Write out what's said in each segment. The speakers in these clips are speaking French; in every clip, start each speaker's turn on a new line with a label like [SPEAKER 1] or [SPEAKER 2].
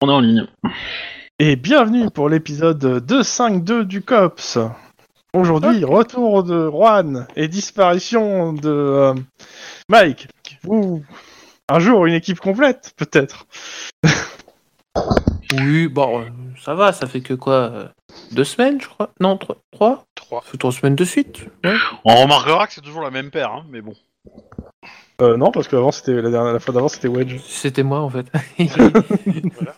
[SPEAKER 1] On est en ligne.
[SPEAKER 2] Et bienvenue pour l'épisode 252 du COPS. Aujourd'hui, retour de Juan et disparition de euh, Mike. Ouh. Un jour, une équipe complète, peut-être.
[SPEAKER 3] Oui, bon, euh, ça va, ça fait que quoi euh, Deux semaines, je crois Non, tro- trois
[SPEAKER 4] Trois.
[SPEAKER 3] Ça fait trois semaines de suite
[SPEAKER 1] On remarquera que c'est toujours la même paire, hein, mais bon.
[SPEAKER 2] Euh, non, parce que avant, c'était la, dernière, la fois d'avant, c'était Wedge.
[SPEAKER 3] C'était moi, en fait.
[SPEAKER 4] Voilà.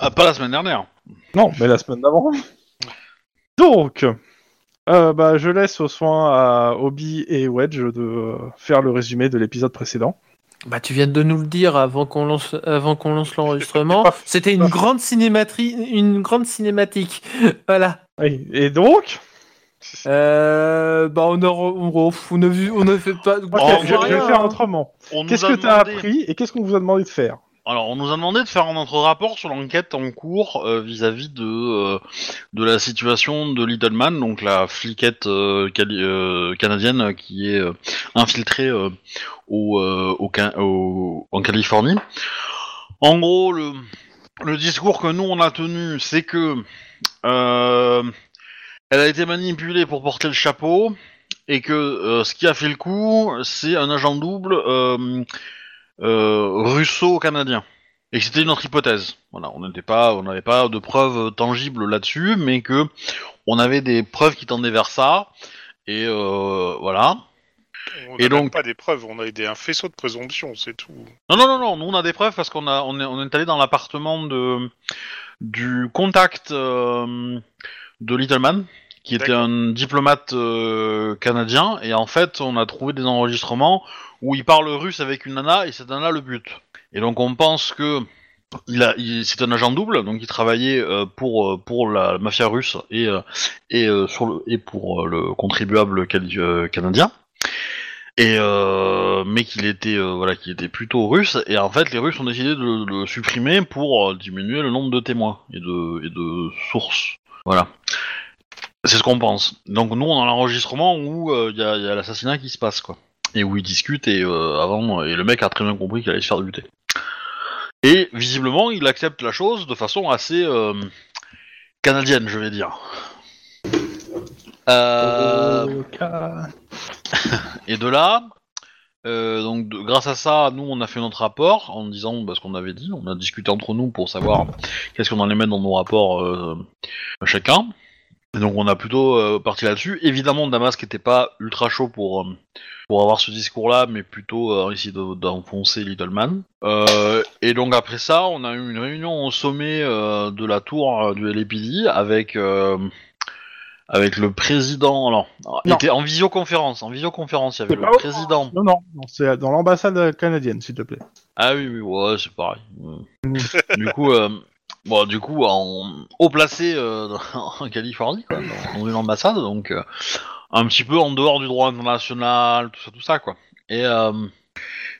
[SPEAKER 1] Ah, pas la semaine dernière.
[SPEAKER 2] Non, mais la semaine d'avant. Donc, euh, bah, je laisse au soin à Obi et Wedge de euh, faire le résumé de l'épisode précédent.
[SPEAKER 3] bah, tu viens de nous le dire avant qu'on lance, avant qu'on lance l'enregistrement. C'était une grande cinématrie, une grande cinématique. Voilà.
[SPEAKER 2] Et, et donc,
[SPEAKER 3] Euh, bah, on a, re- on, re- on a vu, on a fait pas.
[SPEAKER 2] ok,
[SPEAKER 1] on
[SPEAKER 2] je,
[SPEAKER 1] voit
[SPEAKER 2] je vais
[SPEAKER 1] rien,
[SPEAKER 2] faire
[SPEAKER 3] hein.
[SPEAKER 2] autrement.
[SPEAKER 1] On nous
[SPEAKER 2] Qu'est-ce
[SPEAKER 1] a
[SPEAKER 2] que t'as
[SPEAKER 1] demandé-
[SPEAKER 2] appris et qu'est-ce qu'on vous a demandé de faire
[SPEAKER 1] Alors, on nous a demandé de faire notre rapport sur l'enquête en cours euh, vis-à-vis de, euh, de la situation de Little Man, donc la fliquette euh, cali- euh, canadienne qui est euh, infiltrée euh, au, euh, au Ca- au- en Californie. En gros, le, le discours que nous on a tenu, c'est que euh, elle a été manipulée pour porter le chapeau et que euh, ce qui a fait le coup, c'est un agent double. euh, euh, russo-canadien. Et que c'était notre hypothèse. Voilà, on n'était pas, on n'avait pas de preuves tangibles là-dessus, mais que on avait des preuves qui tendaient vers ça. Et euh, voilà.
[SPEAKER 4] On
[SPEAKER 1] Et
[SPEAKER 4] n'a
[SPEAKER 1] donc-
[SPEAKER 4] même pas des preuves, on a des, un faisceau de présomption, c'est tout.
[SPEAKER 1] Non, non, non, non. Nous, on a des preuves parce qu'on a, on est, on est allé dans l'appartement de du contact euh, de Littleman, qui était
[SPEAKER 4] D'accord.
[SPEAKER 1] un diplomate euh, canadien. Et en fait, on a trouvé des enregistrements où il parle russe avec une nana, et cette nana le but. Et donc, on pense que il a, il- c'est un agent double, donc il travaillait euh, pour euh, pour la mafia russe et euh, et euh, sur le et pour euh, le contribuable cali- euh, canadien et euh, mais qu'il était euh, voilà qu'il était plutôt russe et en fait les Russes ont décidé de le- de le supprimer pour euh, diminuer le nombre de témoins et de et de sources voilà c'est ce qu'on pense donc nous on a l'enregistrement où euh, il y a, il y a l'assassinat qui se passe quoi et où ils discutent et euh, avant et le mec a très bien compris qu'il allait se faire buter et visiblement il accepte la chose de façon assez euh, canadienne je vais dire euh... Et de là, euh, donc de- grâce à ça, nous on a fait notre rapport en disant bah, ce qu'on avait dit, on a discuté entre nous pour savoir qu'est-ce qu'on allait mettre dans nos rapports euh, chacun. Et donc on a plutôt euh, parti là-dessus. Évidemment, Damas qui n'était pas ultra chaud pour, euh, pour avoir ce discours-là, mais plutôt euh, essayer de- d'enfoncer Little Man. Euh, et donc après ça, on a eu une réunion au sommet euh, de la tour euh, du LAPD avec... euh, avec le président, alors, il
[SPEAKER 2] Non.
[SPEAKER 1] était en visioconférence, en visioconférence, il y avait
[SPEAKER 2] C'est
[SPEAKER 1] le
[SPEAKER 2] pas-
[SPEAKER 1] président.
[SPEAKER 2] Non, non, non, c'est dans l'ambassade canadienne, s'il te plaît.
[SPEAKER 1] Ah oui, oui, ouais, c'est pareil. du coup, euh, bon, du coup, en haut placé euh, dans- en Californie, quoi, dans, dans une ambassade, donc euh, un petit peu en dehors du droit international, tout ça, tout ça, quoi. Et, euh,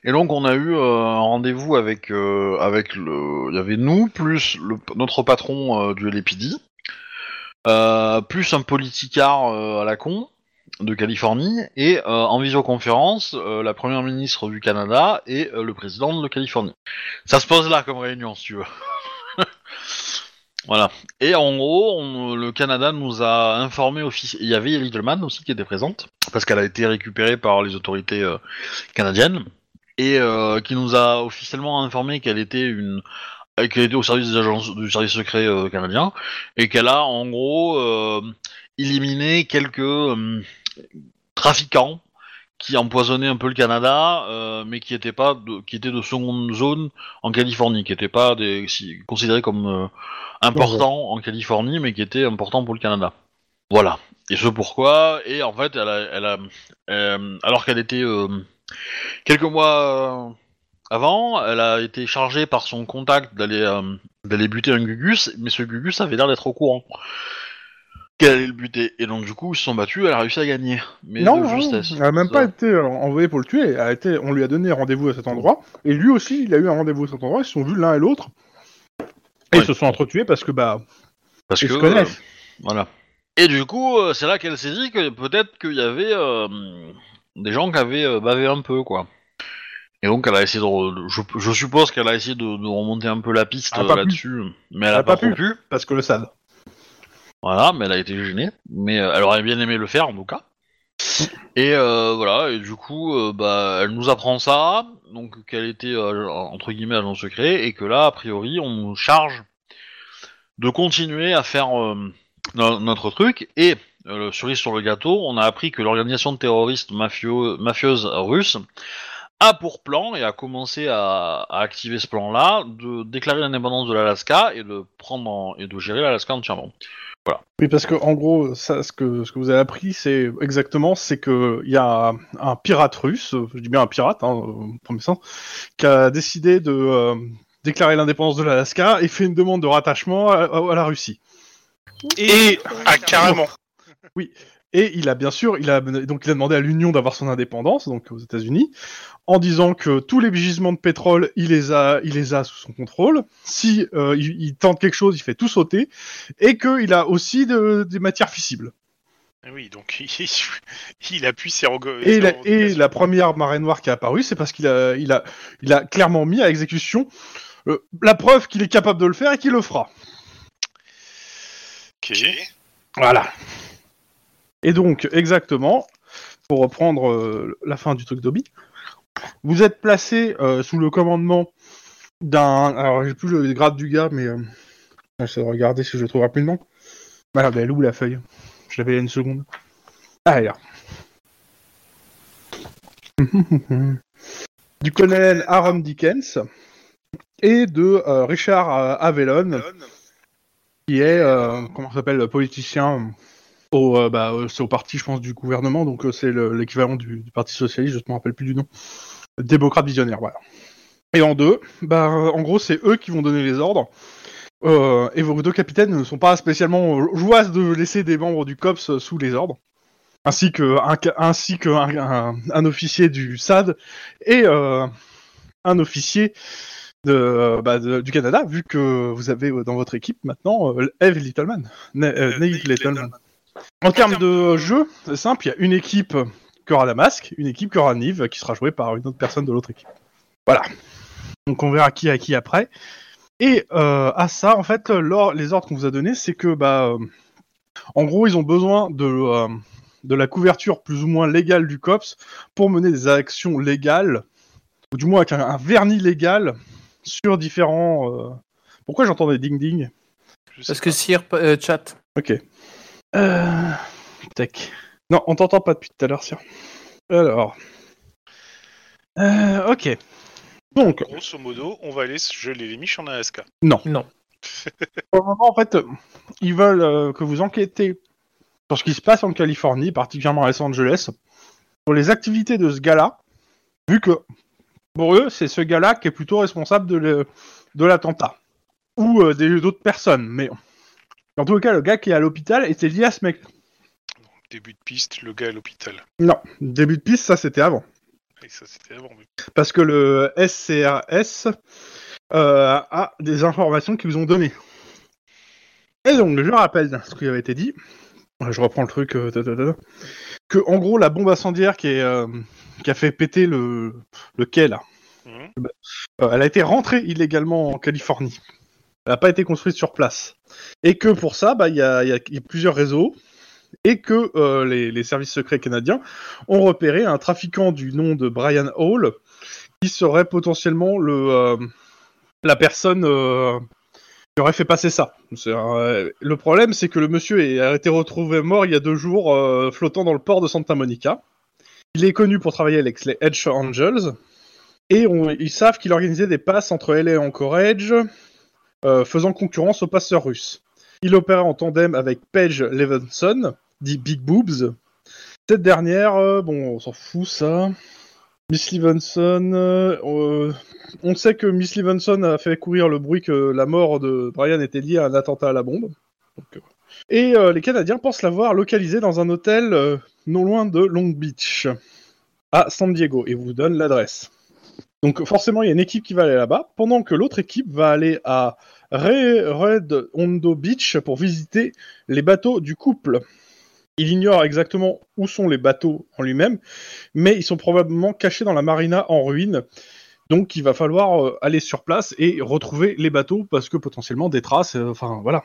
[SPEAKER 1] et donc, on a eu euh, un rendez-vous avec, euh, avec le, il y avait nous plus le- notre patron euh, du LAPD, euh, plus un politicard euh, à la con de Californie et euh, en visioconférence euh, la première ministre du Canada et euh, le président de la Californie. Ça se pose là comme réunion si tu veux. voilà. Et en gros, on- le Canada nous a informé offici- Il y avait Littleman aussi qui était présente parce qu'elle a été récupérée par les autorités euh, canadiennes et euh, qui nous a officiellement informé qu'elle était une euh, qu'elle était au service des agences du service secret euh, canadien et qu'elle a en gros euh, éliminé quelques euh, trafiquants qui empoisonnaient un peu le Canada, euh, mais qui étaient pas, de, qui étaient de seconde zone en Californie, qui n'étaient pas des, si- considérés comme euh, importants en Californie, mais qui étaient importants pour le Canada. Voilà. Et ce pourquoi. Et en fait, elle a, elle a, euh, alors qu'elle était euh, quelques mois euh, avant, elle a été chargée par son contact d'aller euh, d'aller buter un Gugus, mais ce Gugus avait l'air d'être au courant qu'elle allait le buter. Et donc du coup, ils se sont battus, elle a réussi à gagner. Mais
[SPEAKER 2] non,
[SPEAKER 1] de
[SPEAKER 2] non,
[SPEAKER 1] justesse.
[SPEAKER 2] elle a même
[SPEAKER 1] Ça.
[SPEAKER 2] pas été euh, envoyée pour le tuer. Elle a été, on lui a donné rendez-vous à cet endroit, et lui aussi, il a eu un rendez-vous à cet endroit. Ils se sont vus l'un et l'autre, et
[SPEAKER 1] Ouais.
[SPEAKER 2] ils se sont entretués parce que bah,
[SPEAKER 1] Parce
[SPEAKER 2] Ils
[SPEAKER 1] que
[SPEAKER 2] se connaissent.
[SPEAKER 1] euh, voilà. Et du coup, euh, c'est là qu'elle s'est dit que peut-être qu'il y avait euh, des gens qui avaient euh, bavé un peu, quoi. Et donc, elle a essayé de. re- Je, je suppose qu'elle a essayé de, de remonter un peu la piste
[SPEAKER 2] Elle a
[SPEAKER 1] euh,
[SPEAKER 2] pas pu.
[SPEAKER 1] là-dessus, mais elle a, pas, trop pu.
[SPEAKER 2] parce que le SAD.
[SPEAKER 1] Voilà, mais elle a été gênée. Mais euh, elle aurait bien aimé le faire en tout cas. Et euh, voilà, et du coup, euh, bah, elle nous apprend ça, donc qu'elle était euh, entre guillemets agent secret, et que là, a priori, on nous charge de continuer à faire euh, no- notre truc. Et euh, le cerise sur le gâteau, on a appris que l'organisation terroriste mafio- mafieuse russe a pour plan et a commencé à, à activer ce plan-là de déclarer l'indépendance de l'Alaska et de prendre en- et de gérer l'Alaska entièrement.
[SPEAKER 2] Oui, parce que en gros, ça, ce que ce que vous avez appris, c'est exactement, c'est que il y a un pirate russe, euh, je dis bien un pirate, hein, au premier sens, qui a décidé de euh, déclarer l'indépendance de l'Alaska et fait une demande de rattachement à, à- à la Russie.
[SPEAKER 4] Et ah carrément.
[SPEAKER 2] Et il a bien sûr, il a donc il a demandé à l'Union d'avoir son indépendance, donc aux États-Unis, en disant que tous les gisements de pétrole, il les a, il les a sous son contrôle. Si euh, il, il tente quelque chose, il fait tout sauter, et qu'il a aussi de- des matières fissibles.
[SPEAKER 4] Eh Oui, donc il, il appuie ses rego- ses
[SPEAKER 2] Et la, et
[SPEAKER 4] revendications.
[SPEAKER 2] la première marée noire qui est apparue, c'est parce qu'il a, il a, il a clairement mis à exécution euh, la preuve qu'il est capable de le faire et qu'il le fera.
[SPEAKER 4] Ok.
[SPEAKER 2] Voilà. Et donc, exactement, pour reprendre euh, la fin du truc d'Obi, vous êtes placé euh, sous le commandement d'un. Alors, j'ai plus le grade du gars, mais. euh, j'essaie de regarder si je le trouve rapidement. Voilà, ben, elle est où la feuille Je l'avais il y a une seconde. Ah, elle est là. du colonel Aaron Dickens et de euh, Richard euh, Avellone, qui est, euh, comment ça s'appelle, politicien au, euh, bah, euh, c'est au parti, je pense, du gouvernement, donc euh, c'est le- l'équivalent du, du Parti Socialiste, je ne me rappelle plus du nom. Démocrate visionnaire, voilà. Et en deux, bah, euh, en gros, c'est eux qui vont donner les ordres. Euh, et vos deux capitaines ne sont pas spécialement euh, joyeux de laisser des membres du COPS sous les ordres, ainsi que un, ca- ainsi que un, un- un officier du SAD et euh, un officier de, euh, bah, de- du Canada, vu que vous avez euh, dans votre équipe maintenant euh, Eve Littleman. Ne- euh, Nate Littleman. En termes de euh, jeu, c'est simple, il y a une équipe qui aura la masque, une équipe qui aura Nive, qui sera jouée par une autre personne de l'autre équipe. Voilà. Donc on verra qui a qui après. Et euh, à ça, en fait, l'or- les ordres qu'on vous a donnés, c'est que, bah, euh, en gros, ils ont besoin de, euh, de la couverture plus ou moins légale du COPS pour mener des actions légales, ou du moins avec un, un vernis légal sur différents. euh, Pourquoi j'entends des ding-ding
[SPEAKER 4] Je sais
[SPEAKER 3] Parce que
[SPEAKER 4] pas.
[SPEAKER 3] Sir euh, Chat.
[SPEAKER 2] Ok. Euh... Tac. Non, on t'entend pas depuis tout à l'heure, Sir. Alors. Euh, ok. Donc,
[SPEAKER 4] Grosso modo, on va aller geler les miches en Alaska.
[SPEAKER 2] pour le moment, en fait, euh, ils veulent euh, que vous enquêtez sur ce qui se passe en Californie, particulièrement à Los Angeles, sur les activités de ce gars-là, vu que pour eux, c'est ce gars-là qui est plutôt responsable de, le- de l'attentat. Ou euh, des- d'autres personnes, mais. En tout cas, le gars qui est à l'hôpital était lié à ce mec.
[SPEAKER 4] Début de piste, le gars à l'hôpital.
[SPEAKER 2] Non, début de piste, ça c'était avant.
[SPEAKER 4] Et ça, c'était avant. mais-
[SPEAKER 2] parce que le SCRS euh, a des informations qu'ils vous ont données. Et donc, je rappelle ce qui avait été dit. Je reprends le truc. euh, ta, ta, ta, ta. que, en gros, la bombe incendiaire qui, est, euh, qui a fait péter le, le quai, là,
[SPEAKER 4] Mhm.
[SPEAKER 2] euh, elle a été rentrée illégalement en Californie. Elle n'a pas été construite sur place. Et que pour ça, bah, il y, a- il y a- il y a plusieurs réseaux. Et que euh, les, les services secrets canadiens ont repéré un trafiquant du nom de Brian Hall qui serait potentiellement le, euh, la personne euh, qui aurait fait passer ça. C'est un, euh, le problème, c'est que le monsieur est- a été retrouvé mort il y a deux jours, euh, flottant dans le port de Santa Monica. Il est connu pour travailler avec les Edge Angels. Et on- ils savent qu'il organisait des passes entre LA et Anchorage, euh, faisant concurrence aux passeurs russes. Il opérait en tandem avec Paige Levinson, dit Big Boobs. Cette dernière, euh, bon, on s'en fout ça. Miss Levinson, euh, euh, on sait que Miss Levinson a fait courir le bruit que la mort de Brian était liée à un attentat à la bombe. Donc, euh, Et euh, les Canadiens pensent l'avoir localisé dans un hôtel euh, non loin de Long Beach, à San Diego, et vous donne l'adresse. Donc forcément, il y a une équipe qui va aller là-bas, pendant que l'autre équipe va aller à Re- Red Hondo Beach pour visiter les bateaux du couple. Il ignore exactement où sont les bateaux en lui-même, mais ils sont probablement cachés dans la marina en ruine Donc il va falloir euh, aller sur place et retrouver les bateaux parce que potentiellement des traces, euh, enfin voilà.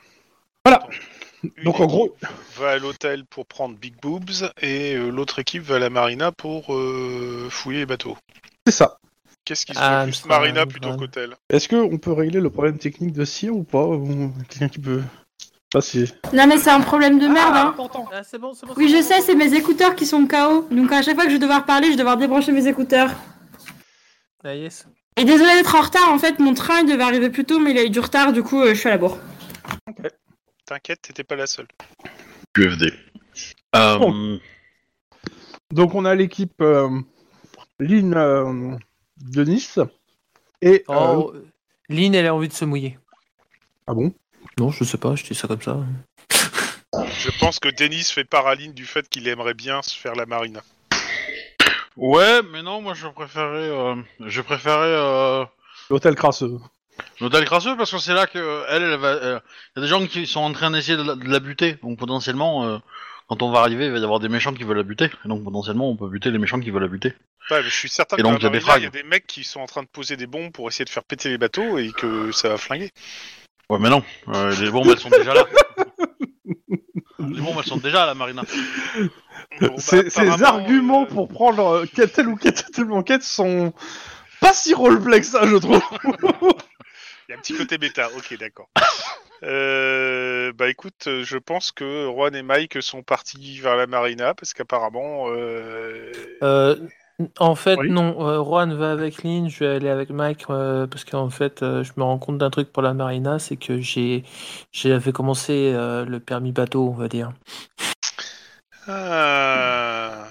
[SPEAKER 4] Une
[SPEAKER 2] Donc en gros,
[SPEAKER 4] équipe va à l'hôtel pour prendre Big Boobs et euh, l'autre équipe va à la marina pour euh, fouiller les bateaux.
[SPEAKER 2] c'est ça.
[SPEAKER 4] Qu'est-ce qui
[SPEAKER 3] Ah,
[SPEAKER 4] serait plus
[SPEAKER 3] Amsterdam,
[SPEAKER 4] marina plutôt
[SPEAKER 3] Amsterdam.
[SPEAKER 4] qu'hôtel
[SPEAKER 2] Est-ce qu'on peut régler le problème technique de Sia ou pas Ou Quelqu'un qui peut passer
[SPEAKER 5] Non, mais c'est un problème de merde, hein.
[SPEAKER 3] Ah, c'est bon, c'est bon.
[SPEAKER 5] Oui,
[SPEAKER 3] c'est
[SPEAKER 5] je
[SPEAKER 3] bon.
[SPEAKER 5] sais, c'est mes écouteurs qui sont KO. Donc à chaque fois que je vais devoir parler, je vais devoir débrancher mes écouteurs.
[SPEAKER 3] Ah, yes.
[SPEAKER 5] Et désolé d'être en retard, en fait, mon train il devait arriver plus tôt, mais il a eu du retard, du coup, euh, je suis à la bourre.
[SPEAKER 4] T'inquiète, t'étais pas la seule.
[SPEAKER 1] QFD. Euh,
[SPEAKER 2] Oh. Donc on a l'équipe euh, Lynn euh, de Nice et euh,
[SPEAKER 3] Oh, Lynn, elle a envie de se mouiller.
[SPEAKER 2] ah bon
[SPEAKER 3] Non, je sais pas, je dis ça comme ça.
[SPEAKER 4] Je pense que Denis fait paraline du fait qu'il aimerait bien se faire la marina.
[SPEAKER 1] Ouais, mais non, moi je préférais, euh, je préférais euh,
[SPEAKER 2] l'hôtel crasseux.
[SPEAKER 1] l'hôtel crasseux parce que c'est là que euh, elle, elle va. euh, y a des gens qui sont en train d'essayer de, la- de la buter, donc potentiellement, euh, quand on va arriver, il va y avoir des méchants qui veulent la buter, et donc potentiellement, on peut buter les méchants qui veulent la buter.
[SPEAKER 4] Ouais, mais je suis certain
[SPEAKER 1] Et
[SPEAKER 4] que
[SPEAKER 1] donc,
[SPEAKER 4] dans
[SPEAKER 1] il y
[SPEAKER 4] la
[SPEAKER 1] a des
[SPEAKER 4] marina, il y a
[SPEAKER 1] frags.
[SPEAKER 4] des mecs qui sont en train de poser des bombes pour essayer de faire péter les bateaux et que ça va flinguer.
[SPEAKER 1] Ouais, mais non, euh, les bombes elles sont déjà là. les bombes elles sont déjà à la marina.
[SPEAKER 4] Bon, bah,
[SPEAKER 2] Ces ces
[SPEAKER 4] apparemment,
[SPEAKER 2] arguments
[SPEAKER 4] euh,
[SPEAKER 2] pour prendre euh, quelle- telle ou quelle- telle enquête sont pas si roleplay que ça, je trouve.
[SPEAKER 4] Il y a un petit côté bêta, ok, d'accord. Euh, bah écoute, euh, je pense que Juan et Mike sont partis vers la marina parce qu'apparemment. euh,
[SPEAKER 3] Euh, en fait,
[SPEAKER 2] Oui.
[SPEAKER 3] non, euh, Juan va avec Lynn, je vais aller avec Mike, euh, parce qu'en fait, euh, je me rends compte d'un truc pour la marina, c'est que j'ai j'avais commencé euh, le permis bateau, on va dire.
[SPEAKER 4] Ah.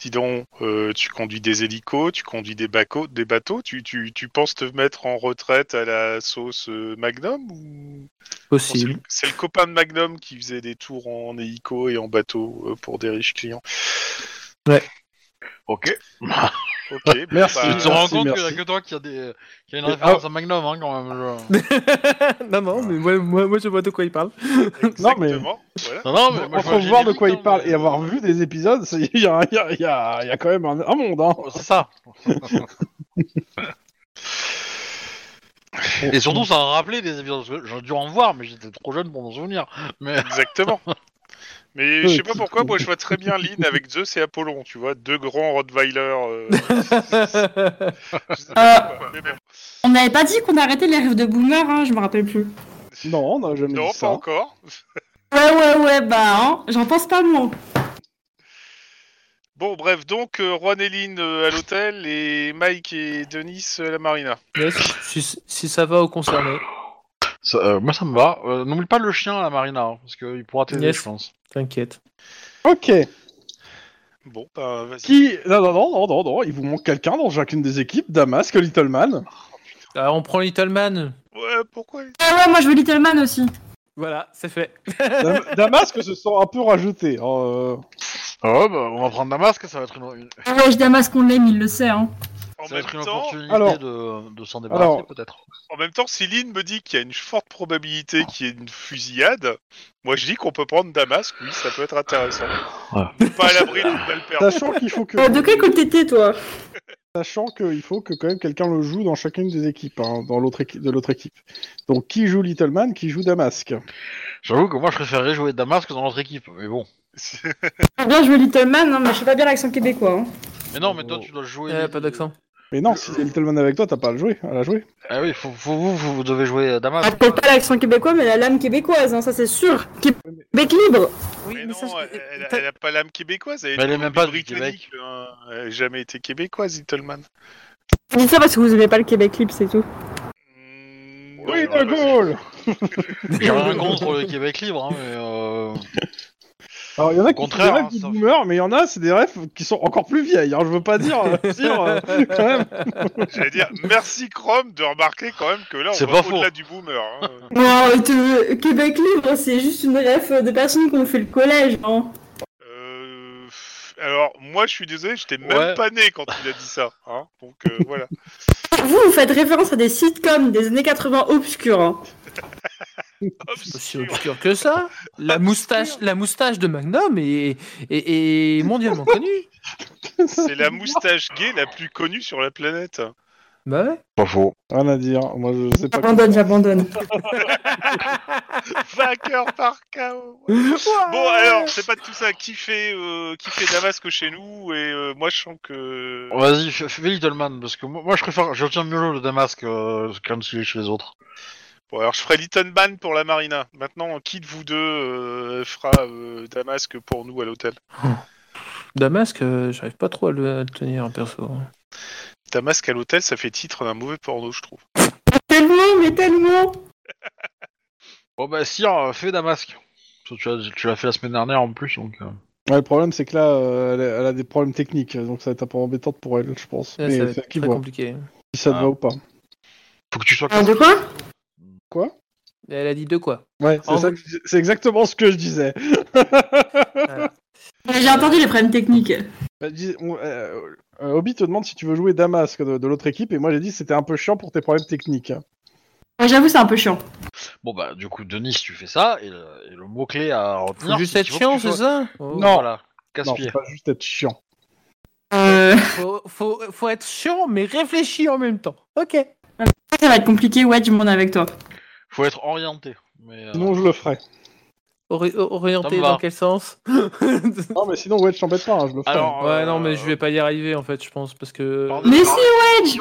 [SPEAKER 4] Dis donc, euh, tu conduis des hélicos, tu conduis des, baco- des bateaux, tu, tu, tu penses te mettre en retraite à la sauce euh, Magnum ou... C'est
[SPEAKER 3] Possible.
[SPEAKER 4] le, c'est le copain de Magnum qui faisait des tours en hélico et en bateau euh, pour des riches clients.
[SPEAKER 1] Ok.
[SPEAKER 4] Ok, bon,
[SPEAKER 2] Merci.
[SPEAKER 4] bah,
[SPEAKER 1] tu te rends
[SPEAKER 2] merci,
[SPEAKER 1] compte
[SPEAKER 2] merci.
[SPEAKER 1] qu'il y a que toi qui a, des, qui a une
[SPEAKER 2] Et- ah.
[SPEAKER 1] référence à Magnum hein, quand même. genre.
[SPEAKER 3] non, non, mais ouais, moi, moi, je vois de quoi il parle.
[SPEAKER 2] Non, mais-
[SPEAKER 4] exactement, voilà.
[SPEAKER 1] Non, non, mais moi, je vois
[SPEAKER 2] Entre
[SPEAKER 1] le
[SPEAKER 2] voir de quoi il
[SPEAKER 1] générique,
[SPEAKER 2] parle
[SPEAKER 1] hein,
[SPEAKER 4] euh,
[SPEAKER 1] mais-
[SPEAKER 2] et avoir vu des épisodes, c'est- il y a, il y a- il y a- il y a quand même un, un monde. Hein.
[SPEAKER 1] Oh, C'est ça. Et surtout, ça a rappelé des épisodes. parce que J'ai dû en voir, mais j'étais trop jeune pour m'en souvenir. Mais
[SPEAKER 4] Exactement. Mais je sais pas pourquoi, moi je vois très bien Lynn avec Zeus et Apollon, tu vois, deux grands Rottweiler. euh, je sais pas pourquoi, mais bon.
[SPEAKER 5] Euh, On n'avait pas dit qu'on arrêtait les rêves de boomer, hein, je me rappelle plus.
[SPEAKER 2] Non, on n'a jamais
[SPEAKER 4] Non,
[SPEAKER 2] dit
[SPEAKER 4] pas
[SPEAKER 2] ça.
[SPEAKER 4] encore.
[SPEAKER 5] Ouais, ouais, ouais, bah, hein, j'en pense pas moins.
[SPEAKER 4] Bon, bref, donc euh, Juan et Lynn euh, à l'hôtel et Mike et Denis euh, à la marina.
[SPEAKER 3] Yes, si, si ça va au concerné,
[SPEAKER 1] ça, euh, moi, ça me va. Euh, N'oublie pas le chien à la marina, hein, parce qu'il pourra t'aider,
[SPEAKER 3] Yes.
[SPEAKER 1] je pense.
[SPEAKER 3] t'inquiète.
[SPEAKER 2] Ok.
[SPEAKER 4] Bon, bah vas-y.
[SPEAKER 2] Qui Non, non, non, non, non, non, Il vous manque quelqu'un dans chacune des équipes. Damasque, Little Man.
[SPEAKER 3] Ah, on prend Little Man.
[SPEAKER 4] Ouais, pourquoi
[SPEAKER 5] Ah ouais, moi je veux Little Man aussi.
[SPEAKER 3] Voilà, c'est fait.
[SPEAKER 2] Dam- Damasque se sent un peu rajouté. hein, euh.
[SPEAKER 1] Ah ouais, bah, on va prendre Damasque, ça va être une, une-
[SPEAKER 5] Ah ouais, je damasse qu'on l'aime, il le sait, hein.
[SPEAKER 4] En
[SPEAKER 1] ça va
[SPEAKER 4] même,
[SPEAKER 1] être une
[SPEAKER 4] temps,
[SPEAKER 1] opportunité
[SPEAKER 2] alors-
[SPEAKER 1] de, de s'en débarrasser,
[SPEAKER 2] alors-
[SPEAKER 1] peut-être.
[SPEAKER 4] en même temps, si Lynn me dit qu'il y a une forte probabilité qu'il y ait une fusillade, moi je dis qu'on peut prendre Damasque, oui, ça peut être intéressant. Pas à l'abri d'une balle perdue.
[SPEAKER 2] Sachant qu'il faut que.
[SPEAKER 5] Euh, de quel côté t'es, toi
[SPEAKER 2] Sachant qu'il faut que quand même quelqu'un le joue dans chacune des équipes, hein, dans l'autre équi- de l'autre équipe. Donc qui joue Little Man, qui joue Damasque.
[SPEAKER 1] J'avoue que moi, je préférerais jouer Damasque dans notre équipe, mais bon.
[SPEAKER 5] Eh bien, je veux Little Man, hein, mais je sais pas bien l'accent québécois. Hein.
[SPEAKER 1] Mais non, mais toi,
[SPEAKER 3] Oh.
[SPEAKER 1] tu dois jouer.
[SPEAKER 3] Eh, pas d'accent.
[SPEAKER 2] Mais non, si c'est Little Man avec toi, t'as pas à le jouer, à la jouer.
[SPEAKER 1] Ah oui, faut, faut- vous, vous devez jouer euh,
[SPEAKER 5] Ah,
[SPEAKER 1] Damasque.
[SPEAKER 5] peut-être pas l'accent québécois, mais la lame québécoise, hein, ça c'est sûr. Québec libre
[SPEAKER 3] Oui,
[SPEAKER 4] mais,
[SPEAKER 3] mais
[SPEAKER 4] non,
[SPEAKER 3] ça, je-
[SPEAKER 4] elle, elle a-
[SPEAKER 3] t'as-
[SPEAKER 4] elle a pas l'âme québécoise, elle,
[SPEAKER 1] Mais elle est même pas du
[SPEAKER 4] britannique. hein. Elle a jamais été québécoise, Littleman.
[SPEAKER 5] Je dis ça parce que vous aimez pas le Québec libre, c'est tout.
[SPEAKER 4] Mm,
[SPEAKER 2] Oui,
[SPEAKER 4] non,
[SPEAKER 2] De Gaulle
[SPEAKER 3] Ah,
[SPEAKER 1] J'ai rien contre le Québec libre, hein, mais. euh,
[SPEAKER 2] Alors il y en a qui sont des
[SPEAKER 1] contraire,
[SPEAKER 2] rêves
[SPEAKER 1] hein,
[SPEAKER 2] de
[SPEAKER 1] ça-
[SPEAKER 2] boomers, mais il y en a, c'est des rêves qui sont encore plus vieilles. hein, je veux pas dire, euh, dire, euh, quand même.
[SPEAKER 4] J'allais dire, merci Chrome de remarquer quand même que là,
[SPEAKER 1] C'est
[SPEAKER 4] on va
[SPEAKER 1] pas
[SPEAKER 4] au-delà du boomer. hein.
[SPEAKER 5] Non, le Québec libre, c'est juste une ref de personnes qui ont fait le collège. Hein.
[SPEAKER 4] Euh, pff, alors, moi, je suis désolé, j'étais même
[SPEAKER 1] Ouais.
[SPEAKER 4] pas né quand il a dit ça. hein. Donc, euh, voilà.
[SPEAKER 5] Vous, vous faites référence à des sitcoms des années 80 obscurs. Hein.
[SPEAKER 3] Aussi obscur que ça.
[SPEAKER 4] Ah,
[SPEAKER 3] La moustache, la moustache de Magnum est, est, est mondialement connue.
[SPEAKER 4] C'est la moustache gay la plus connue sur la planète.
[SPEAKER 3] Bah ouais.
[SPEAKER 1] Pas faux.
[SPEAKER 2] Rien à dire. Moi, je sais pas.
[SPEAKER 5] J'abandonne, j'abandonne.
[SPEAKER 4] Vainqueur par KO. Bon, alors, c'est pas de tout ça. Qui fait, euh, qui fait Damasque chez nous Et euh, moi, je sens que.
[SPEAKER 1] Vas-y, fais, fais Littleman, parce que moi, moi, je préfère, je retiens mieux le Damasque euh, quand il est chez les autres.
[SPEAKER 4] Bon, alors, je ferai Little Man pour la Marina. Maintenant, qui de vous deux euh, fera euh, Damasque pour nous à l'hôtel
[SPEAKER 3] Damasque, euh, j'arrive pas trop à le, à le tenir en perso.
[SPEAKER 4] Damasque à l'hôtel, ça fait titre d'un mauvais porno, je trouve.
[SPEAKER 5] tellement, mais tellement.
[SPEAKER 1] Bon bah si, euh, fais Damasque. Parce que Tu l'as, tu l'as fait la semaine dernière en plus, donc. euh.
[SPEAKER 2] Ouais, le problème, c'est que là, euh, elle, a, elle a des problèmes techniques, donc ça va être un peu embêtant pour elle, je pense.
[SPEAKER 3] Ouais,
[SPEAKER 2] Mais
[SPEAKER 3] ça va
[SPEAKER 2] c'est à
[SPEAKER 3] être
[SPEAKER 2] qui
[SPEAKER 3] très
[SPEAKER 2] voit
[SPEAKER 3] compliqué.
[SPEAKER 2] si ça te
[SPEAKER 1] Ah.
[SPEAKER 2] va ou pas.
[SPEAKER 1] Faut que tu sois.
[SPEAKER 5] Ah, de quoi
[SPEAKER 2] Quoi
[SPEAKER 3] Mais Elle a dit de quoi
[SPEAKER 2] Ouais, c'est
[SPEAKER 3] En
[SPEAKER 2] ça que je dis- c'est exactement ce que je disais.
[SPEAKER 5] Mais Euh, J'ai entendu les problèmes techniques.
[SPEAKER 2] Bah, dis- on- euh, euh, Obi te demande si tu veux jouer Damasque de, de l'autre équipe, et moi j'ai dit que c'était un peu chiant pour tes problèmes techniques. hein.
[SPEAKER 5] Ouais, J'avoue, c'est un peu chiant.
[SPEAKER 1] Bon bah du coup, Denis, tu fais ça et le, et le mot clé à retenir.
[SPEAKER 3] Faut juste
[SPEAKER 1] c'est
[SPEAKER 3] être
[SPEAKER 1] qu'il faut
[SPEAKER 3] chiant,
[SPEAKER 1] que tu
[SPEAKER 3] c'est
[SPEAKER 1] sois-
[SPEAKER 3] ça
[SPEAKER 2] Non.
[SPEAKER 1] Voilà.
[SPEAKER 2] Non,
[SPEAKER 1] Casse-pied.
[SPEAKER 2] faut pas juste être chiant.
[SPEAKER 5] Euh,
[SPEAKER 3] Faut, faut, faut être chiant, mais réfléchir en même temps. Ok.
[SPEAKER 5] ça va être compliqué, ouais, du monde avec toi.
[SPEAKER 1] Faut être orienté. Mais, euh,
[SPEAKER 2] Sinon, je le ferai.
[SPEAKER 3] Ori-
[SPEAKER 1] Ça
[SPEAKER 3] orienté
[SPEAKER 1] me va. Oh
[SPEAKER 3] dans quel sens
[SPEAKER 2] Non, mais sinon, ouais, je t'embête pas, hein, je le ferai.
[SPEAKER 1] Alors,
[SPEAKER 3] Ouais,
[SPEAKER 1] euh,
[SPEAKER 3] non, mais je vais pas y arriver en fait, je pense, parce que.
[SPEAKER 1] Pardon.
[SPEAKER 5] Mais si,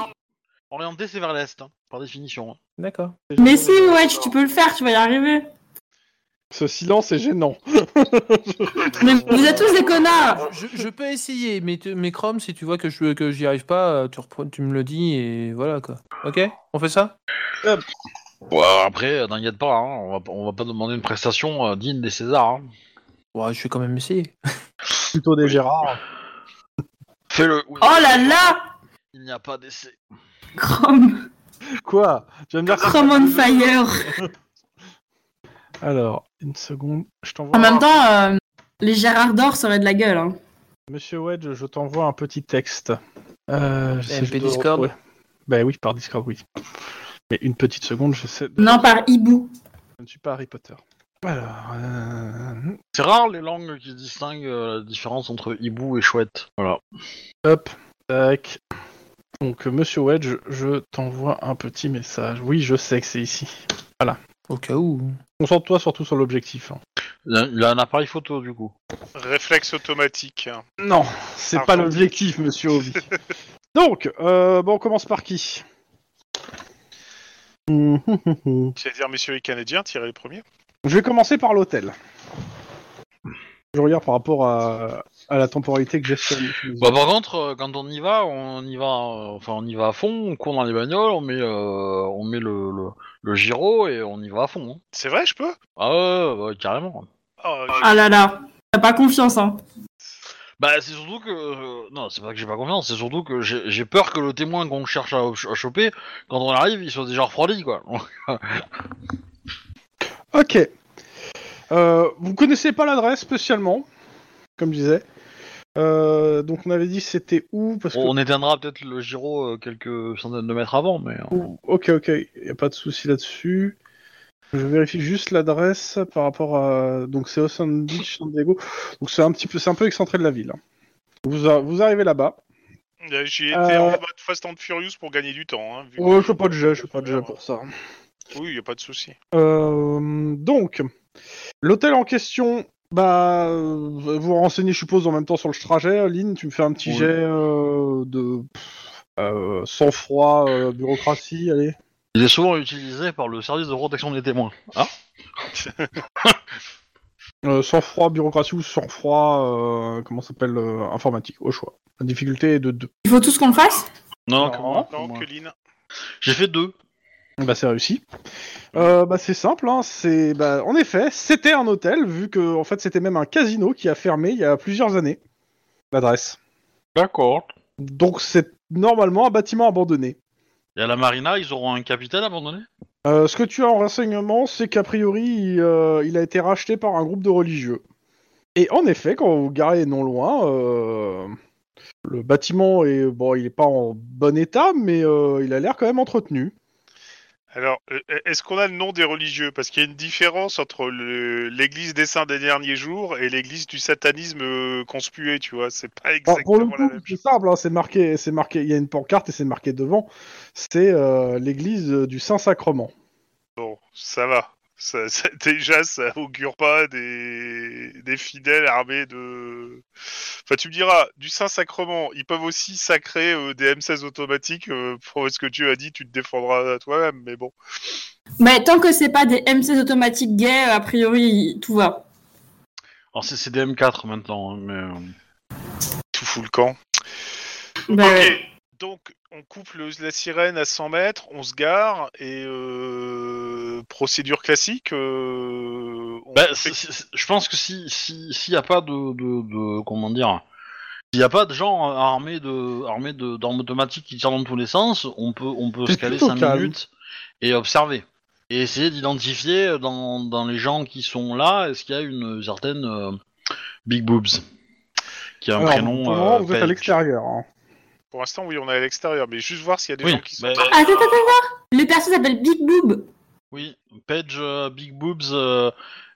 [SPEAKER 1] Orienté, c'est vers l'est, hein, par définition. hein.
[SPEAKER 3] D'accord.
[SPEAKER 5] mais si, ouais, tu, tu peux le faire, tu vas y arriver.
[SPEAKER 2] Ce silence est gênant.
[SPEAKER 5] Mais vous êtes tous des connards.
[SPEAKER 3] Je, je peux essayer, mais, te- mais Chrome, si tu vois que je que j'y arrive pas, euh, tu, repren- tu me le dis et voilà quoi. Ok On fait ça
[SPEAKER 1] Bon, alors après, euh, t'inquiète pas, hein, on, va, pas- on va pas demander une prestation euh, digne des Césars. hein.
[SPEAKER 3] Ouais, je vais quand même essayer.
[SPEAKER 2] Plutôt des Gérard.
[SPEAKER 1] Fais-le. oui.
[SPEAKER 5] Oh là là
[SPEAKER 1] Il n'y a pas d'essai.
[SPEAKER 5] Chrome,
[SPEAKER 2] Quoi Tu vas me dire que-
[SPEAKER 5] Chrome on fire.
[SPEAKER 2] Alors, une seconde. Je t'envoie.
[SPEAKER 5] En même temps, euh, les Gérard d'or seraient de la gueule. Hein.
[SPEAKER 2] Monsieur Wedge, je t'envoie un petit texte. Euh, j'essaie
[SPEAKER 3] MP
[SPEAKER 2] juste de le
[SPEAKER 3] Discord.
[SPEAKER 2] retrouver. Ben oui, par Discord, oui. Mais une petite seconde, je sais.
[SPEAKER 5] Non, par hibou.
[SPEAKER 2] Je ne suis pas Harry Potter. Alors, euh,
[SPEAKER 1] C'est rare les langues qui distinguent euh, la différence entre hibou et chouette. Voilà.
[SPEAKER 2] hop, tac. Donc, euh, Monsieur Wedge, je t'envoie un petit message. Oui, je sais que c'est ici.
[SPEAKER 3] Au cas où.
[SPEAKER 2] Concentre-toi surtout sur l'objectif. hein.
[SPEAKER 1] Il a, il a un appareil photo du coup.
[SPEAKER 4] Réflexe automatique. hein.
[SPEAKER 2] Non, c'est
[SPEAKER 4] Argent.
[SPEAKER 2] pas l'objectif, Monsieur Obi. Donc, euh, bon, on commence par qui Hum, hum, hum, hum.
[SPEAKER 4] C'est-à-dire, messieurs les Canadiens, tirez les premiers.
[SPEAKER 2] Je vais commencer par l'hôtel. Je regarde par rapport à, à la temporalité que j'ai sur les-
[SPEAKER 1] Bah par contre, euh, quand on y va, on y va, euh, enfin on y va à fond, on court dans les bagnoles, on met, euh, on met le, le, le gyro et on y va à fond. hein.
[SPEAKER 4] C'est vrai, je peux
[SPEAKER 1] Ah ouais, ouais, ouais, carrément.
[SPEAKER 4] Oh,
[SPEAKER 5] Ah là là. T'as pas confiance, hein.
[SPEAKER 1] Bah c'est surtout que euh, non, c'est pas que j'ai pas confiance, c'est surtout que j'ai j'ai peur que le témoin qu'on cherche à, à choper, quand on arrive, il soit déjà refroidi quoi.
[SPEAKER 2] Ok. Euh, vous connaissez pas l'adresse spécialement, comme je disais. Euh, donc on avait dit c'était où parce que...
[SPEAKER 1] On éteindra peut-être le gyro euh, quelques centaines de mètres avant, mais. euh,
[SPEAKER 2] Ok, ok, y a pas de souci là-dessus. Je vérifie juste l'adresse par rapport à donc c'est Ocean Beach, San Diego. Donc c'est un petit peu, c'est un peu excentré de la ville. hein. Vous, a- vous arrivez là-bas.
[SPEAKER 4] Euh, J'y étais
[SPEAKER 2] Euh,
[SPEAKER 4] en mode Fast and Furious pour gagner du temps. Hein, vu
[SPEAKER 2] Ouais,
[SPEAKER 4] que-
[SPEAKER 2] je fais pas de jeu, je fais pas de jeu pour ça.
[SPEAKER 4] Oui, y a pas de souci.
[SPEAKER 2] Euh, donc, l'hôtel en question, bah, euh, vous vous renseignez, je suppose, en même temps sur le trajet. Lynn, tu me fais un petit
[SPEAKER 1] Oui.
[SPEAKER 2] jet euh, de pff, euh, sang-froid, euh, bureaucratie, allez.
[SPEAKER 1] Il est souvent utilisé par le service de protection des témoins. Ah
[SPEAKER 2] Euh, sang-froid, bureaucratie ou sang-froid, euh, comment ça s'appelle, euh, informatique, au choix. La difficulté est de 2.
[SPEAKER 5] Il faut tous qu'on le fasse
[SPEAKER 1] Non,
[SPEAKER 2] Ah,
[SPEAKER 4] Non, que Lynn.
[SPEAKER 1] J'ai fait deux.
[SPEAKER 2] Bah, c'est réussi. Euh, bah, c'est simple, hein, c'est, bah, en effet, c'était un hôtel, vu que, en fait, c'était même un casino qui a fermé il y a plusieurs années. L'adresse.
[SPEAKER 1] D'accord.
[SPEAKER 2] Donc c'est normalement un bâtiment abandonné.
[SPEAKER 1] Et à la marina, ils auront un capital abandonné
[SPEAKER 2] Euh, ce que tu as en renseignement, c'est qu'a priori, il, euh, il a été racheté par un groupe de religieux. Et en effet, quand vous garez non loin, euh, le bâtiment est bon, il est pas en bon état, mais euh, il a l'air quand même entretenu.
[SPEAKER 4] Alors, euh, est-ce qu'on a le nom des religieux Parce qu'il y a une différence entre le- l'église des saints des derniers jours et l'église du satanisme euh, conspué, tu vois. C'est pas
[SPEAKER 2] Alors,
[SPEAKER 4] exactement
[SPEAKER 2] pour le
[SPEAKER 4] la
[SPEAKER 2] coup,
[SPEAKER 4] même
[SPEAKER 2] c'est simple, hein, c'est marqué, c'est marqué. Il y a une pancarte et c'est marqué devant. C'est euh, l'église euh, du Saint Sacrement.
[SPEAKER 4] Bon, ça va. Ça, ça- déjà, ça augure pas des, des fidèles armés de. Enfin, tu me diras, du Saint-Sacrement, ils peuvent aussi sacrer euh, des M16 automatiques. euh, pour ce que Dieu a dit, tu te défendras à toi-même, mais bon.
[SPEAKER 5] Mais tant que c'est pas des MC automatiques gays, a priori, tout va.
[SPEAKER 1] Alors c'est c'est des M4 maintenant, hein, mais... euh,
[SPEAKER 4] Tout fout le camp.
[SPEAKER 5] Bah,
[SPEAKER 4] Ok, donc on coupe le- la sirène à 100 mètres, on se gare, et euh, procédure classique. euh, on
[SPEAKER 1] bah,
[SPEAKER 4] fait-
[SPEAKER 1] c'est- c'est- c'est- je pense que si s'il n'y a pas de, de, de- comment dire, s'il n'y a pas de gens armés de armés de d'armes automatiques qui tirent dans tous les sens, on peut on peut
[SPEAKER 2] C'est
[SPEAKER 1] se caler
[SPEAKER 2] plutôt
[SPEAKER 1] 5
[SPEAKER 2] calme.
[SPEAKER 1] minutes et observer et essayer d'identifier dans, dans les gens qui sont là est-ce qu'il y a une certaine euh, Big Boobs qui a un
[SPEAKER 2] Alors,
[SPEAKER 1] prénom.
[SPEAKER 2] pour le moment,
[SPEAKER 1] euh,
[SPEAKER 2] vous êtes à
[SPEAKER 1] fake.
[SPEAKER 2] l'extérieur. hein.
[SPEAKER 4] Pour l'instant, oui, on est à l'extérieur, mais juste voir s'il y a des
[SPEAKER 1] Oui, bah,
[SPEAKER 4] gens qui sont.
[SPEAKER 1] mais-
[SPEAKER 5] Attends, attends, attends Le perso s'appelle Big Boob.
[SPEAKER 1] Oui, Page, euh, Big Boobs euh,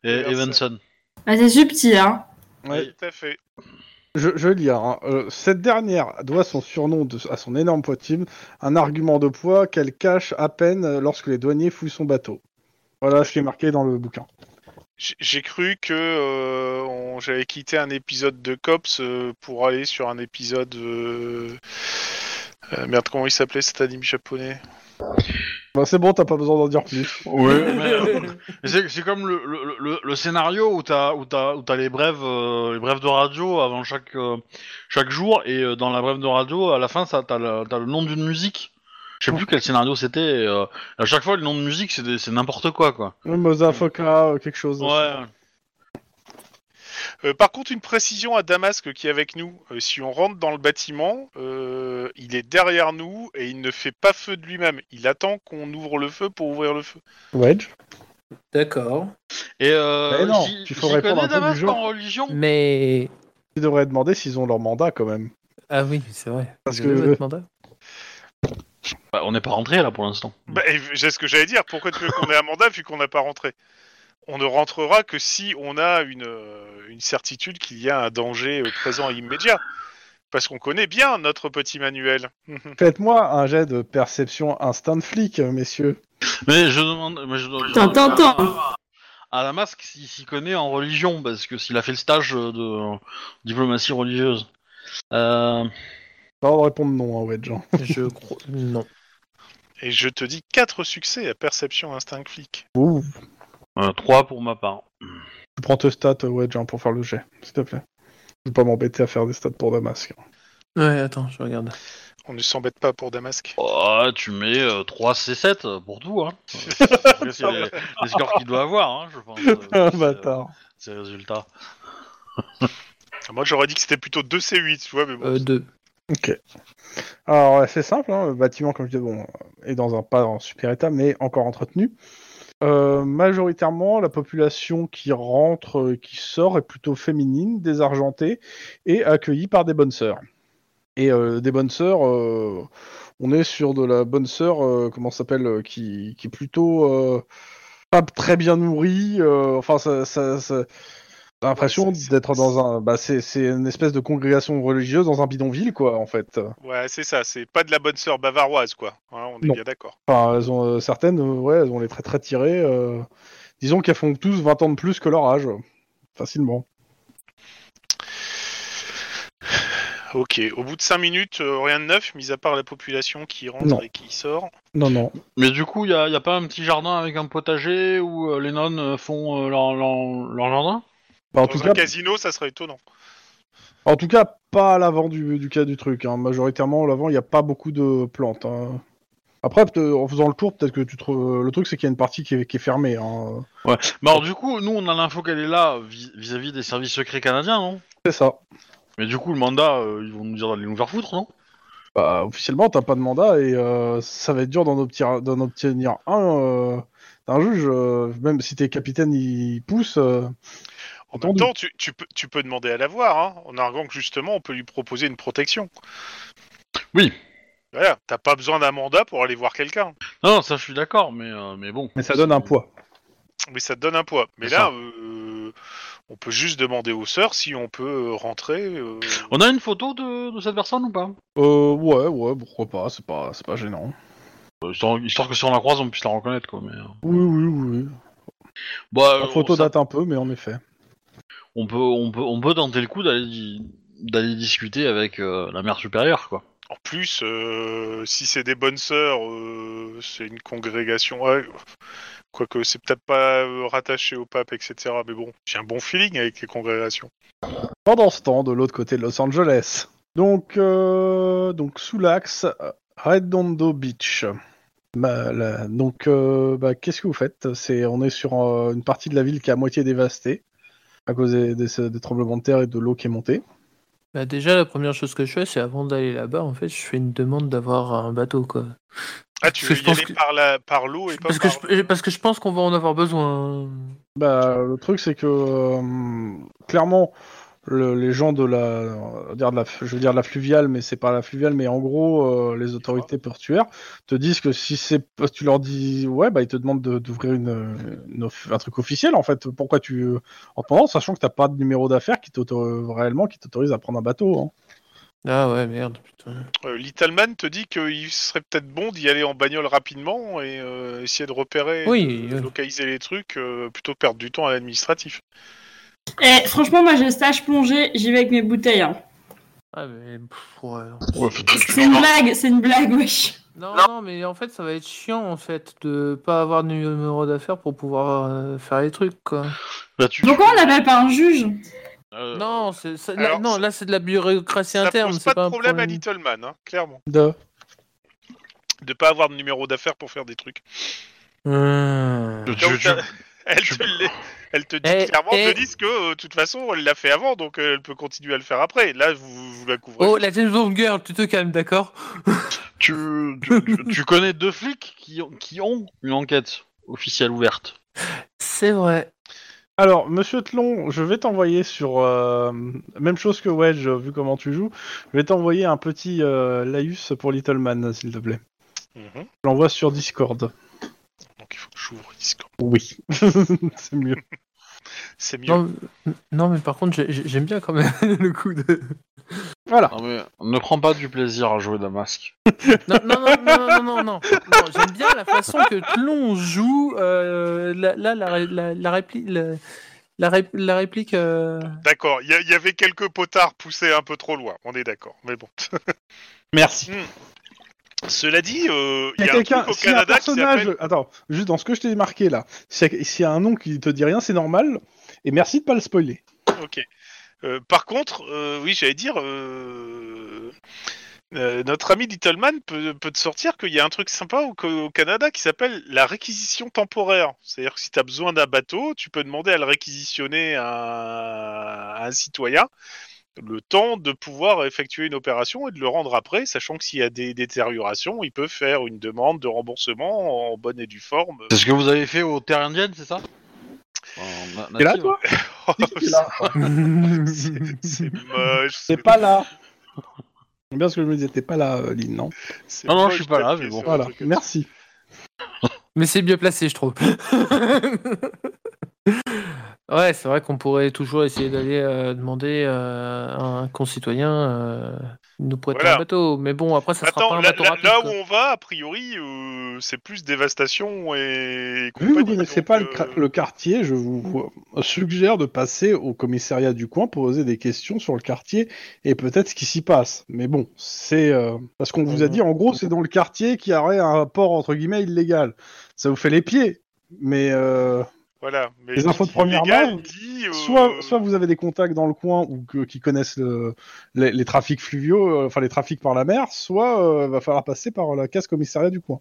[SPEAKER 1] et
[SPEAKER 4] Merci.
[SPEAKER 1] Evanson.
[SPEAKER 5] Ah, c'est subtil, hein.
[SPEAKER 1] Ouais.
[SPEAKER 4] Tout à fait.
[SPEAKER 2] Je, je lis. hein. Euh, cette dernière doit son surnom de- à son énorme poitrine, un argument de poids qu'elle cache à peine euh, lorsque les douaniers fouillent son bateau. Voilà ce qui est marqué dans le bouquin.
[SPEAKER 4] J- J'ai cru que euh, on- j'avais quitté un épisode de Cops euh, pour aller sur un épisode. euh, euh, merde, comment il s'appelait cet anime japonais
[SPEAKER 2] Bah, c'est bon, t'as pas besoin d'en dire plus.
[SPEAKER 1] Ouais, mais, euh, c'est c'est comme le, le- le- le scénario où t'as où t'as où t'as les brèves euh, les brèves de radio avant chaque euh, chaque jour et euh, dans la brève de radio à la fin ça t'as la- t'as le nom d'une musique. Je sais plus quel scénario c'était. et, euh, à chaque fois le nom de musique c'est des- c'est n'importe quoi quoi.
[SPEAKER 2] Le Mosa Foca, euh, quelque chose.
[SPEAKER 4] Euh, Par contre, une précision à Damasque qui est avec nous. Euh, si on rentre dans le bâtiment, euh, il est derrière nous et il ne fait pas feu de lui-même. Il attend qu'on ouvre le feu pour ouvrir le feu.
[SPEAKER 2] Wedge.
[SPEAKER 3] D'accord.
[SPEAKER 1] Et euh,
[SPEAKER 2] Mais non,
[SPEAKER 1] j'y-
[SPEAKER 2] il faut
[SPEAKER 1] j'y connais
[SPEAKER 2] répondre un peu du
[SPEAKER 1] Damas
[SPEAKER 2] genre.
[SPEAKER 1] en religion.
[SPEAKER 3] Mais.
[SPEAKER 2] Tu devrais demander s'ils ont leur mandat quand même.
[SPEAKER 3] Ah oui, c'est vrai.
[SPEAKER 2] Parce
[SPEAKER 3] Vous avez
[SPEAKER 2] que-
[SPEAKER 3] votre mandat
[SPEAKER 1] Bah, on n'est pas rentré là pour l'instant.
[SPEAKER 4] Bah, et c'est ce que j'allais dire. Pourquoi tu veux qu'on ait un mandat vu qu'on n'a pas rentré On ne rentrera que si on a une, euh, une certitude qu'il y a un danger euh, présent et immédiat. Parce qu'on connaît bien notre petit manuel.
[SPEAKER 2] Faites-moi un jet de perception instinct de flic, euh, messieurs.
[SPEAKER 1] Mais je demande. Mais je, je-
[SPEAKER 5] Attends, attends, attends.
[SPEAKER 1] à la masque s'il s'y connaît en religion, parce que s'il a fait le stage euh, de diplomatie religieuse. Euh,
[SPEAKER 2] Pas le droit de répondre non, hein, Wedge. hein.
[SPEAKER 3] Je crois. Non.
[SPEAKER 4] Et je te dis quatre succès à perception instinct flic.
[SPEAKER 2] Ouh.
[SPEAKER 1] 3 euh, pour ma part.
[SPEAKER 2] Tu prends tes stats, euh, Wedge, hein, pour faire le jet, s'il te plaît. Je vais pas m'embêter à faire des stats pour Damasque. hein.
[SPEAKER 3] Ouais, attends, je regarde.
[SPEAKER 4] On ne s'embête pas pour Damasque.
[SPEAKER 1] Oh, tu mets 3 C7 pour tout, hein. Euh, après, c'est les, les scores qu'il doit avoir, hein, je pense.
[SPEAKER 2] Un
[SPEAKER 1] euh, ces-
[SPEAKER 2] bâtard.
[SPEAKER 1] Ces résultats.
[SPEAKER 4] Ah, Moi j'aurais dit que c'était plutôt 2C8, tu vois, mais bon.
[SPEAKER 3] Euh, deux.
[SPEAKER 2] Alors, ouais, c'est simple, hein, le bâtiment, comme je disais, bon, est dans un pas en super état, mais encore entretenu. Euh, majoritairement, la population qui rentre, euh, qui sort, est plutôt féminine, désargentée, et accueillie par des bonnes sœurs. Et euh, des bonnes sœurs, euh, on est sur de la bonne sœur, euh, comment ça s'appelle, euh, qui, qui est plutôt euh, pas très bien nourrie, euh, enfin, ça, ça, ça- t'as l'impression
[SPEAKER 4] Ouais, c'est- c'est-
[SPEAKER 2] d'être dans un... Bah, c'est c'est une espèce de congrégation religieuse dans un bidonville, quoi, en fait.
[SPEAKER 4] Ouais, c'est ça, c'est pas de la bonne sœur bavaroise, quoi. Hein, on est
[SPEAKER 2] Non.
[SPEAKER 4] bien d'accord.
[SPEAKER 2] Enfin, elles ont, euh, certaines, euh, ouais, elles ont les traits très tirés. euh, Disons qu'elles font tous 20 ans de plus que leur âge. euh, Facilement.
[SPEAKER 4] Ok, au bout de 5 minutes, euh, rien de neuf, mis à part la population qui rentre
[SPEAKER 2] Non.
[SPEAKER 4] et qui sort.
[SPEAKER 2] Non, non.
[SPEAKER 1] Mais du coup, il n'y a, y a pas un petit jardin avec un potager où euh, les nonnes euh, font euh, leur, leur- leur jardin
[SPEAKER 2] Enfin, Bah, en,
[SPEAKER 4] Dans
[SPEAKER 2] tout
[SPEAKER 4] un
[SPEAKER 2] cas,
[SPEAKER 4] casino, ça serait étonnant.
[SPEAKER 2] en tout cas, pas à l'avant du, du cas du truc. hein. Majoritairement, à l'avant, il n'y a pas beaucoup de plantes. hein. Après, peut- en faisant le tour, peut-être que tu trouves. euh, Le truc, c'est qu'il y a une partie qui est, qui est fermée. hein.
[SPEAKER 1] Bah, alors, du coup, nous, on a l'info qu'elle est là vis- vis-à-vis des services secrets canadiens, non
[SPEAKER 2] C'est ça.
[SPEAKER 1] Mais du coup, le mandat, euh, ils vont nous dire d'aller nous faire foutre, non
[SPEAKER 2] Bah, officiellement, t'as pas de mandat et euh, ça va être dur d'en obtenir, d'en obtenir un euh, d'un juge. euh, même si t'es capitaine, il pousse. euh,
[SPEAKER 4] En
[SPEAKER 2] Entendu.
[SPEAKER 4] même temps, tu, tu peux, tu peux demander à l'avoir, hein, en arguant que justement, on peut lui proposer une protection. Voilà, t'as pas besoin d'un mandat pour aller voir quelqu'un.
[SPEAKER 1] Non, ça je suis d'accord, mais, euh, mais bon.
[SPEAKER 2] Mais ça donne un poids.
[SPEAKER 4] Mais ça te donne un poids. Mais
[SPEAKER 1] C'est
[SPEAKER 4] là,
[SPEAKER 1] ça.
[SPEAKER 4] euh, on peut juste demander aux sœurs si on peut rentrer. euh,
[SPEAKER 1] On a une photo de, de cette personne ou pas
[SPEAKER 2] Euh, ouais, ouais, pourquoi pas, c'est pas, c'est pas gênant.
[SPEAKER 1] Euh, histoire, histoire que si on la croise, on puisse la reconnaître, quoi. Mais... euh,
[SPEAKER 2] Oui, oui, oui.
[SPEAKER 1] Bah,
[SPEAKER 2] La
[SPEAKER 1] euh,
[SPEAKER 2] photo
[SPEAKER 1] ça-
[SPEAKER 2] date un peu, mais en effet.
[SPEAKER 1] on, peut, on, peut, on peut tenter le coup d'aller di- d'aller discuter avec euh, la mère supérieure, quoi.
[SPEAKER 4] En plus, euh, si c'est des bonnes sœurs, euh, c'est une congrégation. ouais, quoique, c'est peut-être pas euh, rattaché au pape, etc. Mais bon, j'ai un bon feeling avec les congrégations.
[SPEAKER 2] Pendant ce temps, de l'autre côté de Los Angeles. Donc, euh, donc sous l'axe euh, Redondo Beach. Bah, là, donc, euh, bah, qu'est-ce que vous faites C'est, on est sur euh, une partie de la ville qui est à moitié dévastée à cause des, des- des tremblements de terre et de l'eau qui est montée.
[SPEAKER 3] Bah déjà, la première chose que je fais, c'est avant d'aller là-bas, en fait, je fais une demande d'avoir un bateau, quoi.
[SPEAKER 4] Ah, tu
[SPEAKER 3] Parce que
[SPEAKER 4] veux
[SPEAKER 3] je pense
[SPEAKER 4] y aller
[SPEAKER 3] que-
[SPEAKER 4] par la par l'eau et pas
[SPEAKER 3] Parce que,
[SPEAKER 4] par
[SPEAKER 3] je, parce que je pense qu'on va en avoir besoin.
[SPEAKER 2] Bah, le truc, c'est que euh, clairement, le- les gens de la, on va dire de la, je veux dire de la fluviale, mais c'est pas la fluviale, mais en gros, euh, les autorités portuaires te disent que si c'est, tu leur dis, ouais, bah ils te demandent de- d'ouvrir une, une off- un truc officiel en fait. Pourquoi tu, en pendant, sachant que t'as pas de numéro d'affaires qui t'autorise réellement, qui t'autorise à prendre un bateau. hein.
[SPEAKER 3] Ah ouais, merde, putain.
[SPEAKER 4] Euh, Little Man te dit qu'il serait peut-être bon d'y aller en bagnole rapidement et euh, essayer de repérer,
[SPEAKER 3] Oui,
[SPEAKER 4] de
[SPEAKER 3] oui.
[SPEAKER 4] localiser les trucs, euh, plutôt que perdre du temps à l'administratif.
[SPEAKER 5] Eh, franchement, moi j'ai le stage plongée, j'y vais avec mes bouteilles. hein.
[SPEAKER 3] Ah mais... pff, ouais.
[SPEAKER 5] C'est une blague, c'est une blague, wesh.
[SPEAKER 3] Non, non, mais en fait, ça va être chiant, en fait, de pas avoir de numéro d'affaires pour pouvoir euh, faire les trucs, quoi.
[SPEAKER 1] Bah, tu-
[SPEAKER 5] Pourquoi on l'appelle pas un juge
[SPEAKER 1] euh,
[SPEAKER 3] Non, c'est, ça- là,
[SPEAKER 4] Alors,
[SPEAKER 3] non, là, c'est de la bureaucratie
[SPEAKER 4] Ça
[SPEAKER 3] interne.
[SPEAKER 4] pose
[SPEAKER 3] c'est
[SPEAKER 4] pas de
[SPEAKER 3] un
[SPEAKER 4] problème, à Little Man, hein, clairement.
[SPEAKER 2] De-
[SPEAKER 4] De pas avoir de numéro d'affaires pour faire des trucs.
[SPEAKER 3] Hum.
[SPEAKER 1] tu-
[SPEAKER 4] Donc,
[SPEAKER 1] tu-
[SPEAKER 4] t'as- Elle
[SPEAKER 1] tu-
[SPEAKER 4] te, l'a- elle te dit
[SPEAKER 3] Eh,
[SPEAKER 4] clairement,
[SPEAKER 3] eh.
[SPEAKER 4] te disent que euh, de toute façon, elle l'a fait avant, donc euh, elle peut continuer à le faire après. Là, vous, vous la couvrez.
[SPEAKER 3] Oh, la James Bond girl, tu te calmes, d'accord
[SPEAKER 1] tu, tu- tu- tu connais deux flics qui, ont- qui ont une enquête officielle ouverte.
[SPEAKER 3] C'est vrai.
[SPEAKER 2] Alors, Monsieur Tlon, je vais t'envoyer sur euh, même chose que Wedge, vu comment tu joues. Je vais t'envoyer un petit euh, laïus pour Little Man, s'il te plaît.
[SPEAKER 4] Mhm.
[SPEAKER 2] Je l'envoie sur Discord.
[SPEAKER 4] Donc il faut que j'ouvre Discord.
[SPEAKER 2] Oui. c'est mieux.
[SPEAKER 4] C'est mieux.
[SPEAKER 3] Non, m- non, mais par contre, j'ai- j'ai- j'aime bien quand même le coup de...
[SPEAKER 2] Voilà.
[SPEAKER 1] Non, mais ne prends pas du plaisir à jouer d'un masque.
[SPEAKER 3] Non, non, non, non, non, non, non, non. Non, J'aime bien la façon que Tlon joue. euh, là, là, la, ré- la, la réplique... La, la ré- la réplique... euh,
[SPEAKER 4] D'accord, il y, a- il y avait quelques potards poussés un peu trop loin, on est d'accord. Mais bon. Hmm.
[SPEAKER 2] Merci.
[SPEAKER 4] Cela dit, euh,
[SPEAKER 2] Il y a
[SPEAKER 4] un
[SPEAKER 2] quelqu'un,
[SPEAKER 4] truc au
[SPEAKER 2] si un
[SPEAKER 4] Canada qui
[SPEAKER 2] personnage,
[SPEAKER 4] s'appelle-
[SPEAKER 2] attends, juste dans ce que je t'ai marqué là, s'il y, a- s'il y a un nom qui te dit rien, c'est normal. Et merci de pas le spoiler.
[SPEAKER 4] Ok. Euh, par contre, euh, oui, j'allais dire, euh, euh, notre ami Littleman peut, peut te sortir qu'il y a un truc sympa au, au Canada qui s'appelle la réquisition temporaire. C'est-à-dire que si tu as besoin d'un bateau, tu peux demander à le réquisitionner à, à un citoyen le temps de pouvoir effectuer une opération et de le rendre après, sachant que s'il y a des détériorations, il peut faire une demande de remboursement en bonne et due forme.
[SPEAKER 1] C'est ce que vous avez fait aux terres indiennes, c'est ça Euh, En na-
[SPEAKER 2] T'es là,
[SPEAKER 1] native.
[SPEAKER 2] toi T'es là.
[SPEAKER 4] c'est moche.
[SPEAKER 2] T'es pas là. C'est bien ce que je me disais, t'es pas là, euh, Lynn, non
[SPEAKER 4] c'est
[SPEAKER 1] Non, non,
[SPEAKER 4] moche
[SPEAKER 1] je suis pas là, mais
[SPEAKER 4] d'appuyer
[SPEAKER 1] bon.
[SPEAKER 4] sur un
[SPEAKER 2] Voilà.
[SPEAKER 4] truc euh, comme ça.
[SPEAKER 2] Merci.
[SPEAKER 3] Mais c'est bien placé, je trouve. ouais, c'est vrai qu'on pourrait toujours essayer d'aller euh, demander euh, à un concitoyen euh, de nous prêter
[SPEAKER 4] Voilà.
[SPEAKER 3] un bateau. Mais bon, après, ça sera
[SPEAKER 4] Attends,
[SPEAKER 3] pas un
[SPEAKER 4] là,
[SPEAKER 3] bateau
[SPEAKER 4] là-
[SPEAKER 3] rapide.
[SPEAKER 4] là où
[SPEAKER 3] quoi.
[SPEAKER 4] on va, a priori, euh, c'est plus dévastation et. et
[SPEAKER 2] Vu que vous
[SPEAKER 4] compagnie,
[SPEAKER 2] connaissez
[SPEAKER 4] donc,
[SPEAKER 2] pas le,
[SPEAKER 4] euh,
[SPEAKER 2] cra- le quartier, je vous euh, suggère de passer au commissariat du coin pour poser des questions sur le quartier et peut-être ce qui s'y passe. Mais bon, c'est euh, parce qu'on vous a dit en gros c'est dans le quartier qu'il y aurait un port entre guillemets illégal. Ça vous fait les pieds. Mais euh,
[SPEAKER 4] Voilà. Mais
[SPEAKER 2] Les
[SPEAKER 4] qui
[SPEAKER 2] infos de
[SPEAKER 4] dit
[SPEAKER 2] première
[SPEAKER 4] légal
[SPEAKER 2] main,
[SPEAKER 4] dit, euh,
[SPEAKER 2] soit, soit vous avez des contacts dans le coin ou que- qui connaissent le- les, les trafics fluviaux, euh, enfin les trafics par la mer, soit euh, va falloir passer par la case commissariat du coin.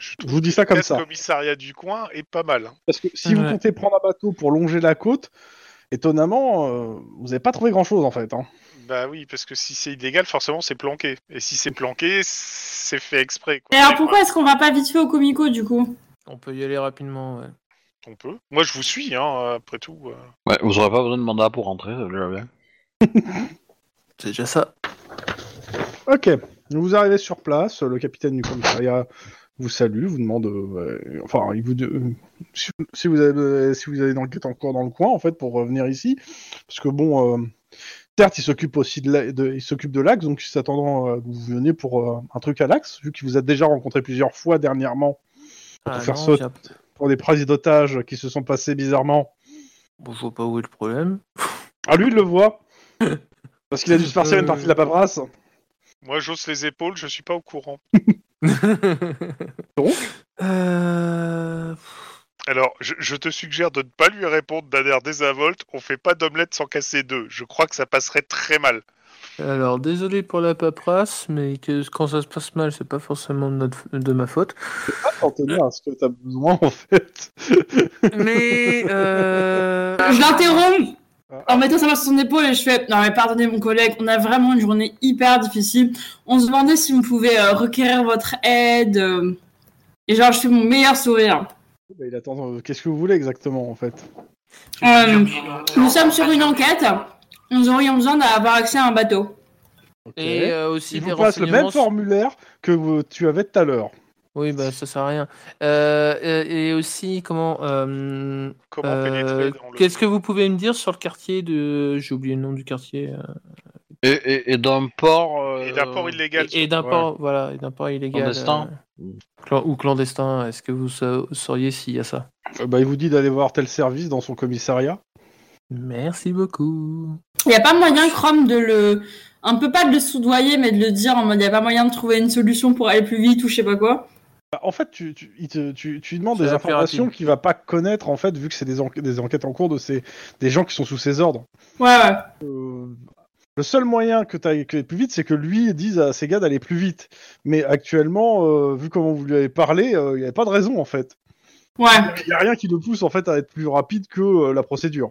[SPEAKER 4] Je
[SPEAKER 2] Je vous dis ça comme
[SPEAKER 4] casse
[SPEAKER 2] ça.
[SPEAKER 4] commissariat du coin est pas mal. hein.
[SPEAKER 2] Parce que si vous
[SPEAKER 3] Ouais.
[SPEAKER 2] comptez prendre un bateau pour longer la côte, étonnamment, euh, vous n'avez pas trouvé grand-chose en fait. hein.
[SPEAKER 4] Bah oui, parce que si c'est illégal, forcément c'est planqué. Et si c'est planqué, c'est fait exprès. Quoi.
[SPEAKER 5] Et alors pourquoi est-ce qu'on va pas vite fait au Comico du coup
[SPEAKER 3] On peut y aller rapidement. ouais.
[SPEAKER 4] On peut. Moi, je vous suis, hein, après tout. euh.
[SPEAKER 1] Ouais, vous aurez pas besoin de mandat pour rentrer, ça déjà bien.
[SPEAKER 3] C'est déjà ça.
[SPEAKER 2] Ok. Vous arrivez sur place, le capitaine du commissariat vous salue, vous demande, euh, enfin, il vous, de- euh, si, si vous avez, euh, si vous avez une enquête encore dans le coin, en fait, pour revenir ici, parce que bon, euh, Tert, il s'occupe aussi de, la- de- il s'occupe de l'axe, donc il s'attendant euh, que vous veniez pour euh, un truc à l'axe, vu qu'il vous a déjà rencontré plusieurs fois dernièrement
[SPEAKER 3] Ah
[SPEAKER 2] faire
[SPEAKER 3] non,
[SPEAKER 2] saute.
[SPEAKER 3] j'ai un-
[SPEAKER 2] pour des prises d'otages qui se sont passées bizarrement.
[SPEAKER 3] Bon, je vois pas où est le problème.
[SPEAKER 2] Ah, lui, il le voit, parce qu'il a dû se faire tirer une partie de la paperasse.
[SPEAKER 4] Moi, j'ose les épaules, je suis pas au courant.
[SPEAKER 2] Donc
[SPEAKER 3] Euh,
[SPEAKER 4] Alors, je, je te suggère de ne pas lui répondre d'un air désinvolte. On fait pas d'omelette sans casser deux. Je crois que ça passerait très mal.
[SPEAKER 3] Alors, désolé pour la paperasse, mais que, quand ça se passe mal, c'est pas forcément de, notre- de ma faute.
[SPEAKER 2] t'en tenir à ce que t'as besoin, en fait.
[SPEAKER 3] Mais. euh,
[SPEAKER 5] Je l'interromps
[SPEAKER 2] Ah.
[SPEAKER 5] en mettant sa main sur son épaule et je fais Non, mais pardonnez mon collègue, on a vraiment une journée hyper difficile. On se demandait si on pouvait euh, requérir votre aide. euh. Et genre, je fais mon meilleur sourire.
[SPEAKER 2] Bah, il attend, euh, qu'est-ce que vous voulez exactement, en fait
[SPEAKER 5] Euh, nous sommes sur une enquête. Nous aurions besoin d'avoir accès à un bateau.
[SPEAKER 2] Ok.
[SPEAKER 3] Et euh, aussi
[SPEAKER 2] Il
[SPEAKER 3] des
[SPEAKER 2] vous passe le
[SPEAKER 3] renseignements.
[SPEAKER 2] même formulaire que vous- tu avais tout à l'heure.
[SPEAKER 3] Oui, bah ça sert à rien. Euh, euh, et aussi, comment. euh,
[SPEAKER 4] Comment
[SPEAKER 3] euh,
[SPEAKER 4] pénétrer dans le...
[SPEAKER 3] Qu'est-ce que vous pouvez me dire sur le quartier de. J'ai oublié le nom du quartier. euh,
[SPEAKER 1] Et, et, et d'un port. euh,
[SPEAKER 4] Et d'un port illégal.
[SPEAKER 3] Et, et d'un
[SPEAKER 1] ouais.
[SPEAKER 3] port, voilà, et d'un port illégal.
[SPEAKER 1] Clandestin.
[SPEAKER 3] euh, clan- ou clandestin, est-ce que vous sa- sauriez s'il y a ça
[SPEAKER 2] Euh, bah, il vous dit d'aller voir tel service dans son commissariat.
[SPEAKER 3] Merci beaucoup.
[SPEAKER 5] Il n'y a pas moyen, Chrome, de le. Un peu pas de le soudoyer, mais de le dire en mode il n'y a pas moyen de trouver une solution pour aller plus vite ou je sais pas quoi.
[SPEAKER 2] Bah, en fait, tu, tu, il te- tu, tu lui demandes
[SPEAKER 3] C'est
[SPEAKER 2] des
[SPEAKER 3] la plus
[SPEAKER 2] informations
[SPEAKER 3] rapide.
[SPEAKER 2] qu'il va pas connaître, en fait, vu que c'est des, enque- des enquêtes en cours de ces, des gens qui sont sous ses ordres.
[SPEAKER 5] Ouais, ouais.
[SPEAKER 2] Euh, le seul moyen que tu ailles plus vite, c'est que lui dise à ses gars d'aller plus vite. Mais actuellement, euh, vu comment vous lui avez parlé, euh, il n'y avait pas de raison, en fait.
[SPEAKER 5] Ouais.
[SPEAKER 2] Il n'y a rien qui le pousse, en fait, à être plus rapide que euh, la procédure.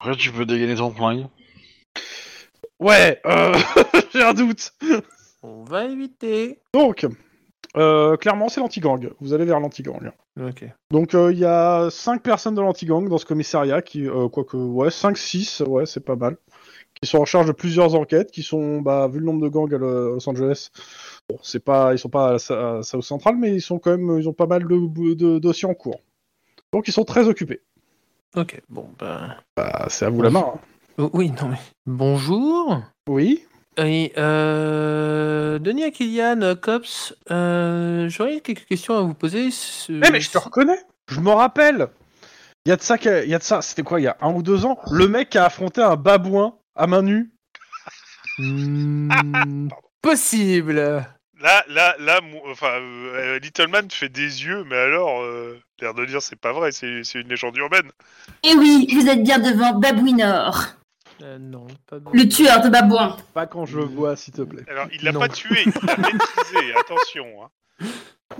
[SPEAKER 1] Après, tu peux dégainer ton flingue.
[SPEAKER 2] Ouais, euh, j'ai un doute.
[SPEAKER 3] On va éviter.
[SPEAKER 2] Donc, euh, clairement, c'est l'anti-gang. Vous allez vers l'anti-gang.
[SPEAKER 3] Ok.
[SPEAKER 2] Donc, euh, il y a 5 personnes de l'anti-gang dans ce commissariat, qui, euh, quoique, ouais, 5-6, ouais, c'est pas mal, qui sont en charge de plusieurs enquêtes, qui sont, bah, vu le nombre de gangs à Lo- à Los Angeles, bon, c'est pas, ils sont pas à, Sa- à South Central, mais ils sont quand même, ils ont pas mal de, de dossiers en cours. Donc, ils sont très occupés.
[SPEAKER 3] Ok, bon, ben.
[SPEAKER 2] Ah, c'est à vous la main. hein.
[SPEAKER 3] Oh, oui, non, mais. Bonjour.
[SPEAKER 2] Oui
[SPEAKER 3] Oui, euh, Denis Akilian, Cops, euh, j'aurais quelques questions à vous poser. sur-
[SPEAKER 2] Eh, mais je te reconnais Je me rappelle Il y a de ça, qu'il y a- il y a de ça, c'était quoi, il y a un ou deux ans Le mec qui a affronté un babouin à main nue Ah,
[SPEAKER 3] Hmm, possible.
[SPEAKER 4] Là, là, là, mou- enfin, euh, euh, Little Man fait des yeux, mais alors, euh, l'air de dire, c'est pas vrai, c'est c'est une légende urbaine.
[SPEAKER 5] Et Eh oui, vous êtes bien devant Babouinor,
[SPEAKER 3] Euh, non, pas bon.
[SPEAKER 5] le tueur de Babouin.
[SPEAKER 2] Pas quand je le vois, s'il te plaît.
[SPEAKER 4] Alors, il l'a
[SPEAKER 3] Non.
[SPEAKER 4] pas tué, il l'a maîtrisé, attention. hein.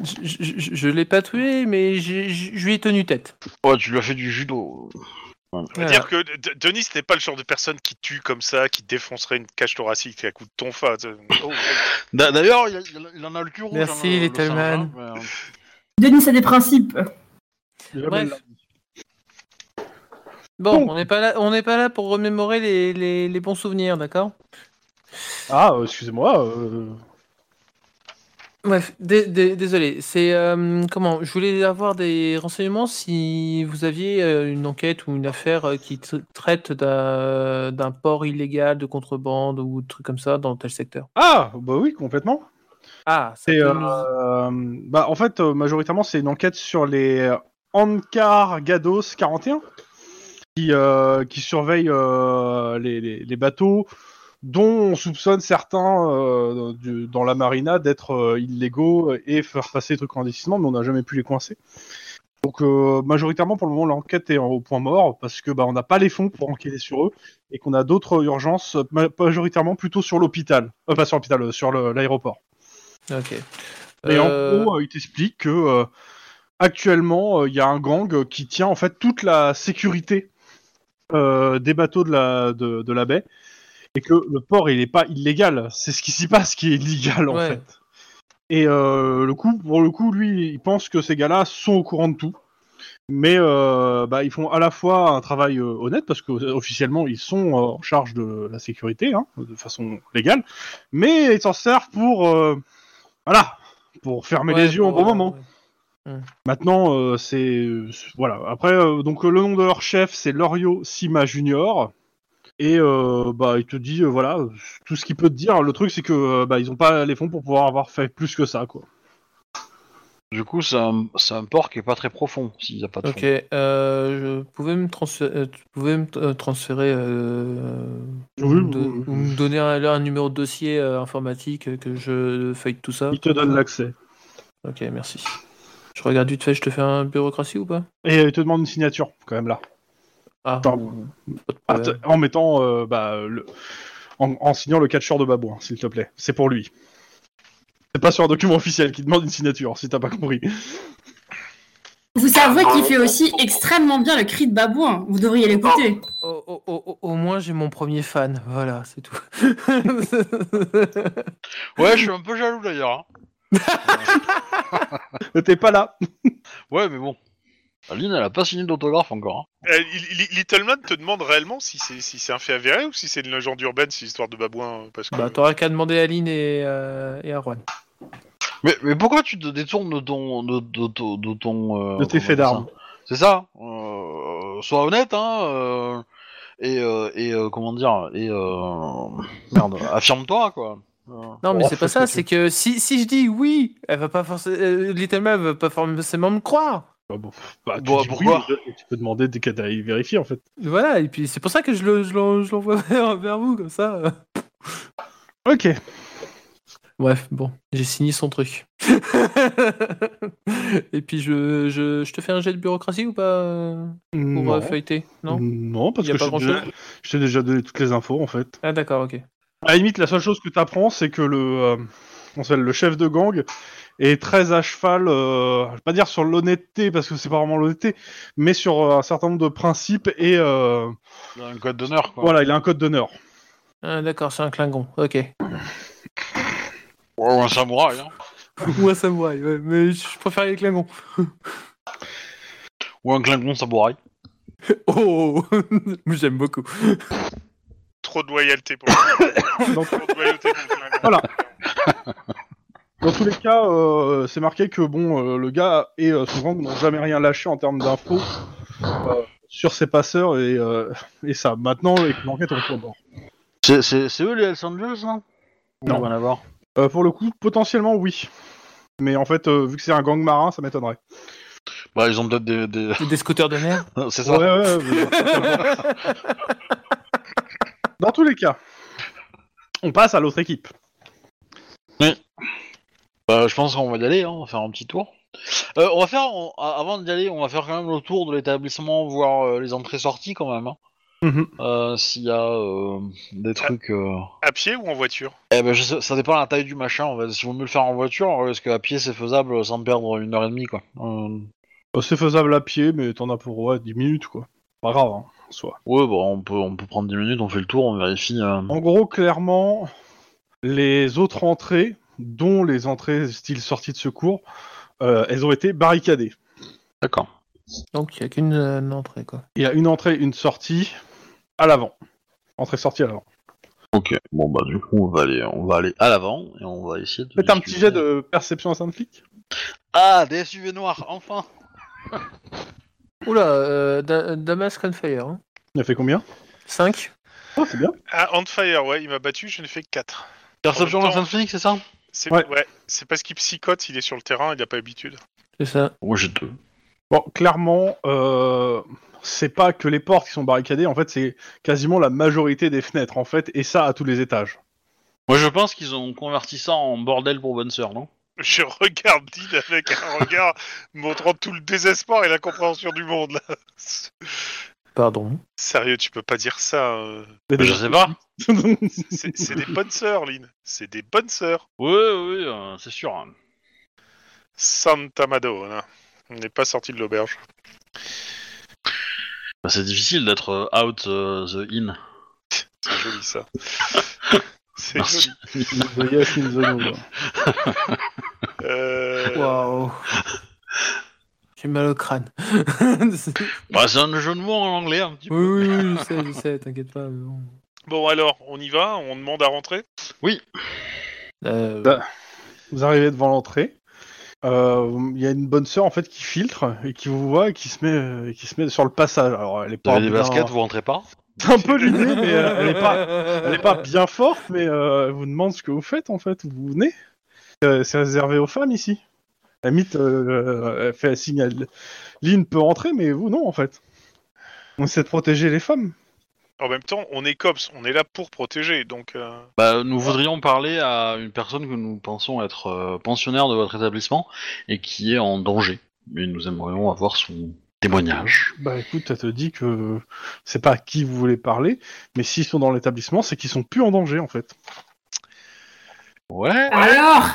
[SPEAKER 3] Je, je- je- je l'ai pas tué, mais j'ai- je je lui ai tenu tête.
[SPEAKER 1] Ouais, tu lui as fait du judo.
[SPEAKER 4] On va
[SPEAKER 3] Voilà.
[SPEAKER 4] dire que D- D- Denis n'est pas le genre de personne qui tue comme ça, qui défoncerait une cage thoracique à coup de tonfa. tu sais. Oh, ouais.
[SPEAKER 1] D'a- D'ailleurs, il, a- il a- il en a le cul rouge.
[SPEAKER 3] Merci,
[SPEAKER 1] hein, le- le
[SPEAKER 3] Little
[SPEAKER 1] Saint-Jean,
[SPEAKER 3] Man.
[SPEAKER 1] mais, euh,
[SPEAKER 5] Denis a des principes.
[SPEAKER 3] Bref. Bon,
[SPEAKER 2] Donc.
[SPEAKER 3] on n'est pas là, on n'est pas là pour remémorer les, les- les bons souvenirs, d'accord
[SPEAKER 2] Ah, euh, excusez-moi. euh,
[SPEAKER 3] Bref, dé- dé- désolé. C'est euh, comment Je voulais avoir des renseignements si vous aviez euh, une enquête ou une affaire euh, qui tra- traite d'un d'un port illégal de contrebande ou de trucs comme ça dans tel secteur.
[SPEAKER 2] Ah, bah oui, complètement.
[SPEAKER 3] Ah, ça
[SPEAKER 2] C'est,
[SPEAKER 3] peut
[SPEAKER 2] euh,
[SPEAKER 3] nous-
[SPEAKER 2] bah, en fait, euh, majoritairement, c'est une enquête sur les euh, Ankar Gados 41 qui, euh, qui surveillent euh, les, les- les bateaux dont on soupçonne certains euh, du- dans la marina d'être euh, illégaux et faire passer des trucs clandestinement, mais on n'a jamais pu les coincer. Donc euh, majoritairement pour le moment l'enquête est en- au point mort parce que bah, on n'a pas les fonds pour enquêter sur eux et qu'on a d'autres urgences euh, ma- majoritairement plutôt sur l'hôpital, Euh, pas sur l'hôpital, euh, sur le- l'aéroport.
[SPEAKER 3] Ok.
[SPEAKER 2] Mais
[SPEAKER 3] Euh,
[SPEAKER 2] en gros, euh, il t'explique que euh, actuellement, euh, il y a un gang euh, qui tient en fait toute la sécurité euh, des bateaux de la, de, de la baie et que le port il n'est pas illégal. C'est ce qui s'y passe qui est illégal en
[SPEAKER 3] Ouais.
[SPEAKER 2] fait. Et euh, le coup, pour le coup, lui, il pense que ces gars-là sont au courant de tout. mais euh, bah, ils font à la fois un travail euh, honnête parce que euh, officiellement ils sont euh, en charge de la sécurité hein, de façon légale, mais ils s'en servent pour euh, voilà pour fermer
[SPEAKER 3] Ouais,
[SPEAKER 2] les yeux au
[SPEAKER 3] pour,
[SPEAKER 2] bon
[SPEAKER 3] euh,
[SPEAKER 2] moment.
[SPEAKER 3] ouais.
[SPEAKER 2] Maintenant, euh, c'est euh, voilà. Après, euh, donc euh, le nom de leur chef, c'est Lorio Sima Junior, et euh, bah il te dit euh, voilà euh, tout ce qu'il peut te dire. Le truc, c'est que euh, bah ils ont pas les fonds pour pouvoir avoir fait plus que ça quoi.
[SPEAKER 1] Du coup, c'est un, c'est un port qui est pas très profond s'il n'y a pas de
[SPEAKER 3] Ok,
[SPEAKER 1] fond.
[SPEAKER 3] euh, je pouvais me transférer, euh, tu pouvais me euh, transférer euh,
[SPEAKER 2] Oui,
[SPEAKER 3] ou me don-
[SPEAKER 2] oui,
[SPEAKER 3] ou me donner un, un numéro de dossier euh, informatique euh, que je feuille tout ça.
[SPEAKER 2] Il te donne l'accès
[SPEAKER 3] Ok, merci. Je regarde vite fait, je te fais un bureaucratie ou pas
[SPEAKER 2] et euh, il te demande une signature quand même là.
[SPEAKER 3] Ah,
[SPEAKER 2] Attends,
[SPEAKER 3] pas de
[SPEAKER 2] Ah,
[SPEAKER 3] problème.
[SPEAKER 2] t- en mettant euh, bah, le... en, en signant le catcheur de babouin, s'il te plaît. C'est pour lui. C'est pas sur un document officiel qui demande une signature, si t'as pas compris.
[SPEAKER 5] Vous savez qu'il fait aussi extrêmement bien le cri de babouin. Vous devriez l'écouter.
[SPEAKER 3] Au- au- au- au- au moins, j'ai mon premier fan. Voilà, c'est tout.
[SPEAKER 1] Ouais, je suis un peu jaloux d'ailleurs. hein.
[SPEAKER 2] T'es pas là.
[SPEAKER 1] ouais, mais bon. Aline, elle a pas signé d'autographe encore. hein.
[SPEAKER 4] Euh, Li- Li- Little Man te demande réellement si c'est si c'est un fait avéré ou si c'est une légende urbaine, cette histoire de babouin. euh, Parce que...
[SPEAKER 3] bah, t'auras qu'à demander à Lynn et, euh, et à Juan.
[SPEAKER 1] Mais, mais pourquoi tu te détournes de ton. de, de- de- de ton. euh,
[SPEAKER 2] De
[SPEAKER 1] comment
[SPEAKER 2] tes faits
[SPEAKER 1] on appelle
[SPEAKER 2] d'armes.
[SPEAKER 1] ça C'est ça. hein. euh, sois honnête, hein. euh, et. euh, et euh, comment dire Et. euh, merde, affirme-toi, quoi. Euh,
[SPEAKER 3] Non, mais
[SPEAKER 2] Oh,
[SPEAKER 3] c'est
[SPEAKER 2] fais
[SPEAKER 3] pas
[SPEAKER 2] ce que
[SPEAKER 3] ça,
[SPEAKER 2] tu
[SPEAKER 3] c'est que si, si je dis oui, elle va pas forcément. Little Man va pas forcément me croire.
[SPEAKER 2] Bah, bon, bah, tu
[SPEAKER 1] Bon,
[SPEAKER 2] dis oui,
[SPEAKER 1] pourquoi
[SPEAKER 2] mais tu- tu peux demander dès qu'elle aille vérifier en fait.
[SPEAKER 3] Voilà, et puis c'est pour ça que je le- je l'en- je l'envoie vers, vers vous, comme ça. euh.
[SPEAKER 2] Ok.
[SPEAKER 3] Bref, bon, j'ai signé son truc. et puis je, je, je te fais un jet de bureaucratie ou pas euh, Pour
[SPEAKER 2] Non.
[SPEAKER 3] euh, feuilleter Non
[SPEAKER 2] Non, parce
[SPEAKER 3] Y a
[SPEAKER 2] que
[SPEAKER 3] pas
[SPEAKER 2] je t'ai
[SPEAKER 3] grand-chose
[SPEAKER 2] déjà- je t'ai déjà donné toutes les infos en fait.
[SPEAKER 3] Ah, d'accord, ok.
[SPEAKER 2] À la limite, la seule chose que t'apprends, c'est que le, euh, on s'appelle le chef de gang est très à cheval, euh, je vais pas dire sur l'honnêteté, parce que c'est pas vraiment l'honnêteté, mais sur euh, un certain nombre de principes et euh,
[SPEAKER 1] Un code d'honneur, quoi.
[SPEAKER 2] voilà, il a un code d'honneur.
[SPEAKER 3] Ah, d'accord, c'est un Klingon, ok.
[SPEAKER 1] Ou un samouraï, hein.
[SPEAKER 3] ou un samouraï, ouais, mais je préfère les Klingons.
[SPEAKER 1] Ou un clingon samouraï.
[SPEAKER 3] Oh J'aime beaucoup.
[SPEAKER 4] Trop de loyauté pour le
[SPEAKER 2] Donc-
[SPEAKER 4] Trop de loyauté pour le
[SPEAKER 2] Voilà. Dans tous les cas, euh, c'est marqué que bon, euh, le gars et euh, son gang n'ont jamais rien lâché en termes d'infos euh, sur ses passeurs et, euh, et ça. Maintenant, et que l'enquête est au bord.
[SPEAKER 1] C'est- C'est c'est eux les Hells Angels, non
[SPEAKER 2] Non.
[SPEAKER 1] Rien à voir.
[SPEAKER 2] Euh, pour le coup, potentiellement oui, mais en fait, euh, vu que c'est un gang marin, ça m'étonnerait.
[SPEAKER 1] Bah, ils ont peut-être des. des-
[SPEAKER 3] Des scooters de mer
[SPEAKER 1] c'est ça.
[SPEAKER 2] Ouais, ouais, ouais, Dans tous les cas, on passe à l'autre équipe.
[SPEAKER 1] Bah, je pense qu'on va y aller, hein, on va faire un petit tour. Euh, on va faire, on- a- avant d'y aller, on va faire quand même le tour de l'établissement, voir euh, les entrées-sorties quand même. hein.
[SPEAKER 2] Mhm.
[SPEAKER 1] Euh, S'il y a euh, des trucs. euh,
[SPEAKER 4] À pied ou en voiture
[SPEAKER 1] Eh ben, je sais- ça dépend de la taille du machin. En fait. Si vous mieux le faire en voiture, euh, parce qu'à pied c'est faisable euh, sans perdre une heure et demie, quoi. Euh,
[SPEAKER 2] Euh, c'est faisable à pied, mais t'en as pour ouais, 10 minutes quoi. Pas grave, hein, en soi.
[SPEAKER 1] Ouais, bon, on peut, on peut prendre 10 minutes, on fait le tour, on vérifie. euh.
[SPEAKER 2] En gros, clairement, les autres entrées, dont les entrées style sortie de secours, euh, elles ont été barricadées.
[SPEAKER 1] D'accord.
[SPEAKER 3] Donc il n'y a qu'une euh, entrée, quoi.
[SPEAKER 2] Il y a une entrée, une sortie à l'avant. Entrée-sortie à l'avant.
[SPEAKER 1] Ok. Bon bah du coup on va aller, on va aller à l'avant et on va essayer de.
[SPEAKER 2] Faites un petit jet de perception à Saint-Flic.
[SPEAKER 1] Ah, des SUV noirs, enfin.
[SPEAKER 3] Oula, euh, Da- Damask on Fire. Hein.
[SPEAKER 2] Il a fait combien
[SPEAKER 3] 5
[SPEAKER 2] Oh, c'est bien.
[SPEAKER 4] Ah, on fire, ouais, il m'a battu, je n'ai fait que 4.
[SPEAKER 1] Perception
[SPEAKER 4] En même
[SPEAKER 1] dans
[SPEAKER 4] temps-
[SPEAKER 1] saint c'est ça
[SPEAKER 4] C'est
[SPEAKER 2] Ouais.
[SPEAKER 4] ouais. c'est parce qu'il psychote, il est sur le terrain, il n'a pas l'habitude.
[SPEAKER 3] C'est ça.
[SPEAKER 1] Moi j'ai deux.
[SPEAKER 2] Bon, clairement, euh, c'est pas que les portes qui sont barricadées, en fait, c'est quasiment la majorité des fenêtres, en fait, et ça à tous les étages.
[SPEAKER 1] Moi, je pense qu'ils ont converti ça en bordel pour bonne sœur, non
[SPEAKER 4] Je regarde Dean avec un regard montrant tout le désespoir et l'incompréhension du monde. Là.
[SPEAKER 3] Pardon.
[SPEAKER 4] Sérieux, tu peux pas dire ça. euh.
[SPEAKER 1] Je sais pas.
[SPEAKER 4] C'est c'est des bonnes sœurs, Lynn. C'est des bonnes sœurs.
[SPEAKER 1] Oui, oui, euh, c'est sûr.
[SPEAKER 4] Santa Madonna. On n'est pas sorti de l'auberge.
[SPEAKER 1] Bah, c'est difficile d'être euh, out euh, the in.
[SPEAKER 4] C'est joli ça. C'est
[SPEAKER 1] Merci.
[SPEAKER 4] joli.
[SPEAKER 2] The yes in the no.
[SPEAKER 4] Euh,
[SPEAKER 3] Waouh. J'ai mal au crâne.
[SPEAKER 1] Bah, c'est un jeu de mots en anglais un petit peu.
[SPEAKER 3] Oui, oui, oui, je sais, je sais, t'inquiète pas. mais bon.
[SPEAKER 4] Bon, alors, on y va On demande à rentrer
[SPEAKER 3] Euh,
[SPEAKER 2] Bah, Vous arrivez devant l'entrée. Euh, Il y a une bonne sœur en fait qui filtre et qui vous voit et qui se met euh, et qui se met sur le passage. Alors elle est
[SPEAKER 1] Vous
[SPEAKER 2] pas
[SPEAKER 1] avez des
[SPEAKER 2] bien-
[SPEAKER 1] baskets, vous rentrez pas
[SPEAKER 2] C'est un peu l'idée, mais euh, elle est pas elle est pas bien forte, mais euh, elle vous demande ce que vous faites en fait. Vous venez. Euh, c'est réservé aux femmes ici. La mythe euh, elle fait un signal. Lynn peut rentrer, mais vous non en fait. On essaie de protéger les femmes.
[SPEAKER 4] En même temps, on est cops, on est là pour protéger, donc... euh,
[SPEAKER 1] Bah, nous voudrions parler à une personne que nous pensons être euh, pensionnaire de votre établissement et qui est en danger. Mais nous aimerions avoir son témoignage.
[SPEAKER 2] Bah écoute, elle te dit que c'est pas à qui vous voulez parler, mais s'ils sont dans l'établissement, c'est qu'ils sont plus en danger en fait.
[SPEAKER 1] Ouais.
[SPEAKER 5] Alors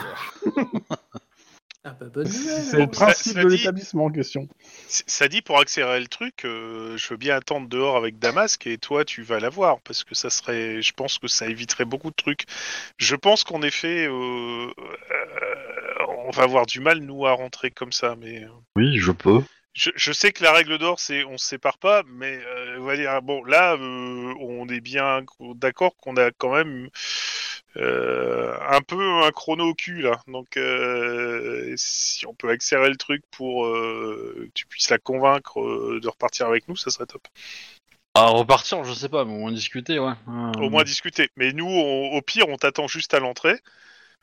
[SPEAKER 3] Ah bah bonne nouvelle.
[SPEAKER 2] C'est le
[SPEAKER 4] ça-
[SPEAKER 2] principe
[SPEAKER 4] ça
[SPEAKER 2] de
[SPEAKER 4] dit-
[SPEAKER 2] l'établissement en question.
[SPEAKER 4] c- Ça dit, pour accélérer le truc, euh, je veux bien attendre dehors avec Damask, et toi, tu vas la voir, parce que ça serait... Je pense que ça éviterait beaucoup de trucs. Je pense qu'en effet, euh, euh, on va avoir du mal, nous, à rentrer comme ça, mais... euh,
[SPEAKER 1] Oui, je peux.
[SPEAKER 4] Je, je sais que la règle d'or, c'est on se sépare pas, mais euh, on va dire bon là, euh, on est bien d'accord qu'on a quand même euh, un peu un chrono au cul là. Donc euh, si on peut accélérer le truc pour euh, que tu puisses la convaincre euh, de repartir avec nous, ça serait top.
[SPEAKER 1] À repartir, je sais pas, mais au moins discuter, ouais. Euh,
[SPEAKER 4] Au moins discuter. Mais nous, on- au pire, on t'attend juste à l'entrée.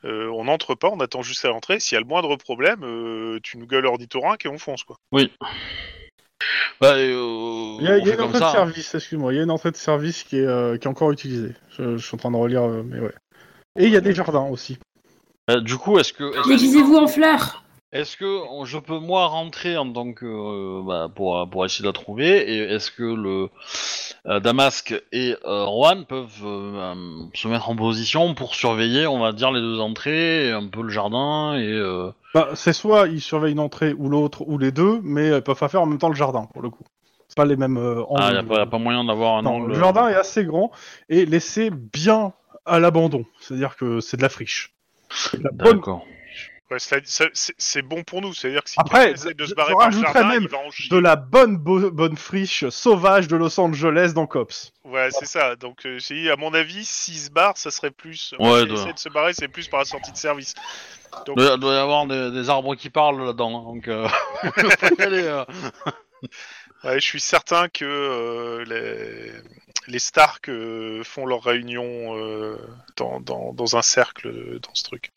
[SPEAKER 4] Euh, on n'entre pas, on attend juste à l'entrée. S'il y a le moindre problème, euh, tu nous gueules ornithorynque et on fonce quoi.
[SPEAKER 1] Bah, euh,
[SPEAKER 2] Il y a,
[SPEAKER 1] on
[SPEAKER 2] il
[SPEAKER 1] fait
[SPEAKER 2] y a une
[SPEAKER 1] comme
[SPEAKER 2] entrée de
[SPEAKER 1] ça. hein.
[SPEAKER 2] service, excuse-moi, il y a une entrée de service qui est, euh, qui est encore utilisée. Je, je suis en train de relire, euh, mais ouais. Et il y a des jardins aussi.
[SPEAKER 1] Bah, du coup, est-ce que est-ce que-
[SPEAKER 5] Déguisez-vous en fleurs
[SPEAKER 1] est-ce que on- je peux moi rentrer en tant que euh, bah, pour pour essayer de la trouver et est-ce que le euh, Damask et euh, Juan peuvent euh, euh, se mettre en position pour surveiller, on va dire les deux entrées, et un peu le jardin et euh,
[SPEAKER 2] Bah, c'est soit ils surveillent une entrée ou l'autre ou les deux, mais euh, ils peuvent pas faire en même temps le jardin pour le coup. C'est pas les mêmes euh, angles.
[SPEAKER 1] ah, y a pas, y a pas moyen d'avoir un
[SPEAKER 2] Non,
[SPEAKER 1] angle.
[SPEAKER 2] le jardin est assez grand et laissé bien à l'abandon. C'est-à-dire que c'est de la friche. C'est de la bonne
[SPEAKER 1] euh, D'accord.
[SPEAKER 4] Ouais, cela dit, ça- c'est c'est bon pour nous, c'est-à-dire que si
[SPEAKER 2] Après,
[SPEAKER 4] quelqu'un essaie de
[SPEAKER 2] je-
[SPEAKER 4] se barrer
[SPEAKER 2] je
[SPEAKER 4] par le
[SPEAKER 2] rajouterais
[SPEAKER 4] jardin,
[SPEAKER 2] même
[SPEAKER 4] il va en chier.
[SPEAKER 2] de la bonne bo- bonne friche sauvage de Los Angeles dans Cops.
[SPEAKER 4] Ouais, c'est ça. Donc, euh, j'ai dit, à mon avis, s'il se barre, ça serait plus.
[SPEAKER 1] Ouais,
[SPEAKER 4] S'il
[SPEAKER 1] doit-
[SPEAKER 4] essaie de se barrer, c'est plus par la sortie de service.
[SPEAKER 1] Il doit, doit y avoir des, des arbres qui parlent là-dedans, hein, donc. euh, faut y aller, euh.
[SPEAKER 4] Ouais, je suis certain que euh, les... les Stark euh, font leur réunion euh, dans, dans, dans un cercle euh, dans ce truc.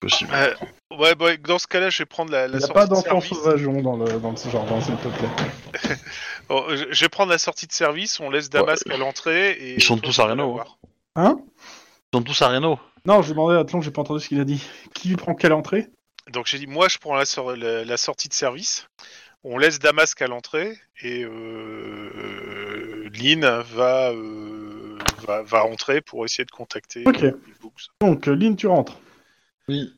[SPEAKER 1] Possible.
[SPEAKER 4] Euh, ouais, bah, dans ce cas-là, je vais prendre la,
[SPEAKER 2] Il
[SPEAKER 4] la
[SPEAKER 2] n'y a
[SPEAKER 4] sortie
[SPEAKER 2] pas
[SPEAKER 4] de
[SPEAKER 2] d'enfants
[SPEAKER 4] service.
[SPEAKER 2] sauvageons dans, le, dans ce jardin, s'il te plaît.
[SPEAKER 4] Oh, je je vais prendre la sortie de service, on laisse Damask à l'entrée. Et...
[SPEAKER 1] Ils sont tous à Reno, hein.
[SPEAKER 4] voir.
[SPEAKER 1] Ils sont tous à Reno.
[SPEAKER 2] Non, j'ai demandé à Tlon, j'ai pas entendu ce qu'il a dit. Qui prend quelle entrée
[SPEAKER 4] Donc j'ai dit, moi je prends la, sor- la- la sortie de service, on laisse Damasque à l'entrée et euh, Lynn va, euh, va, va rentrer pour essayer de contacter
[SPEAKER 2] Ok.
[SPEAKER 4] euh, les Books.
[SPEAKER 2] Donc, euh, Lynn, tu rentres.
[SPEAKER 1] Oui.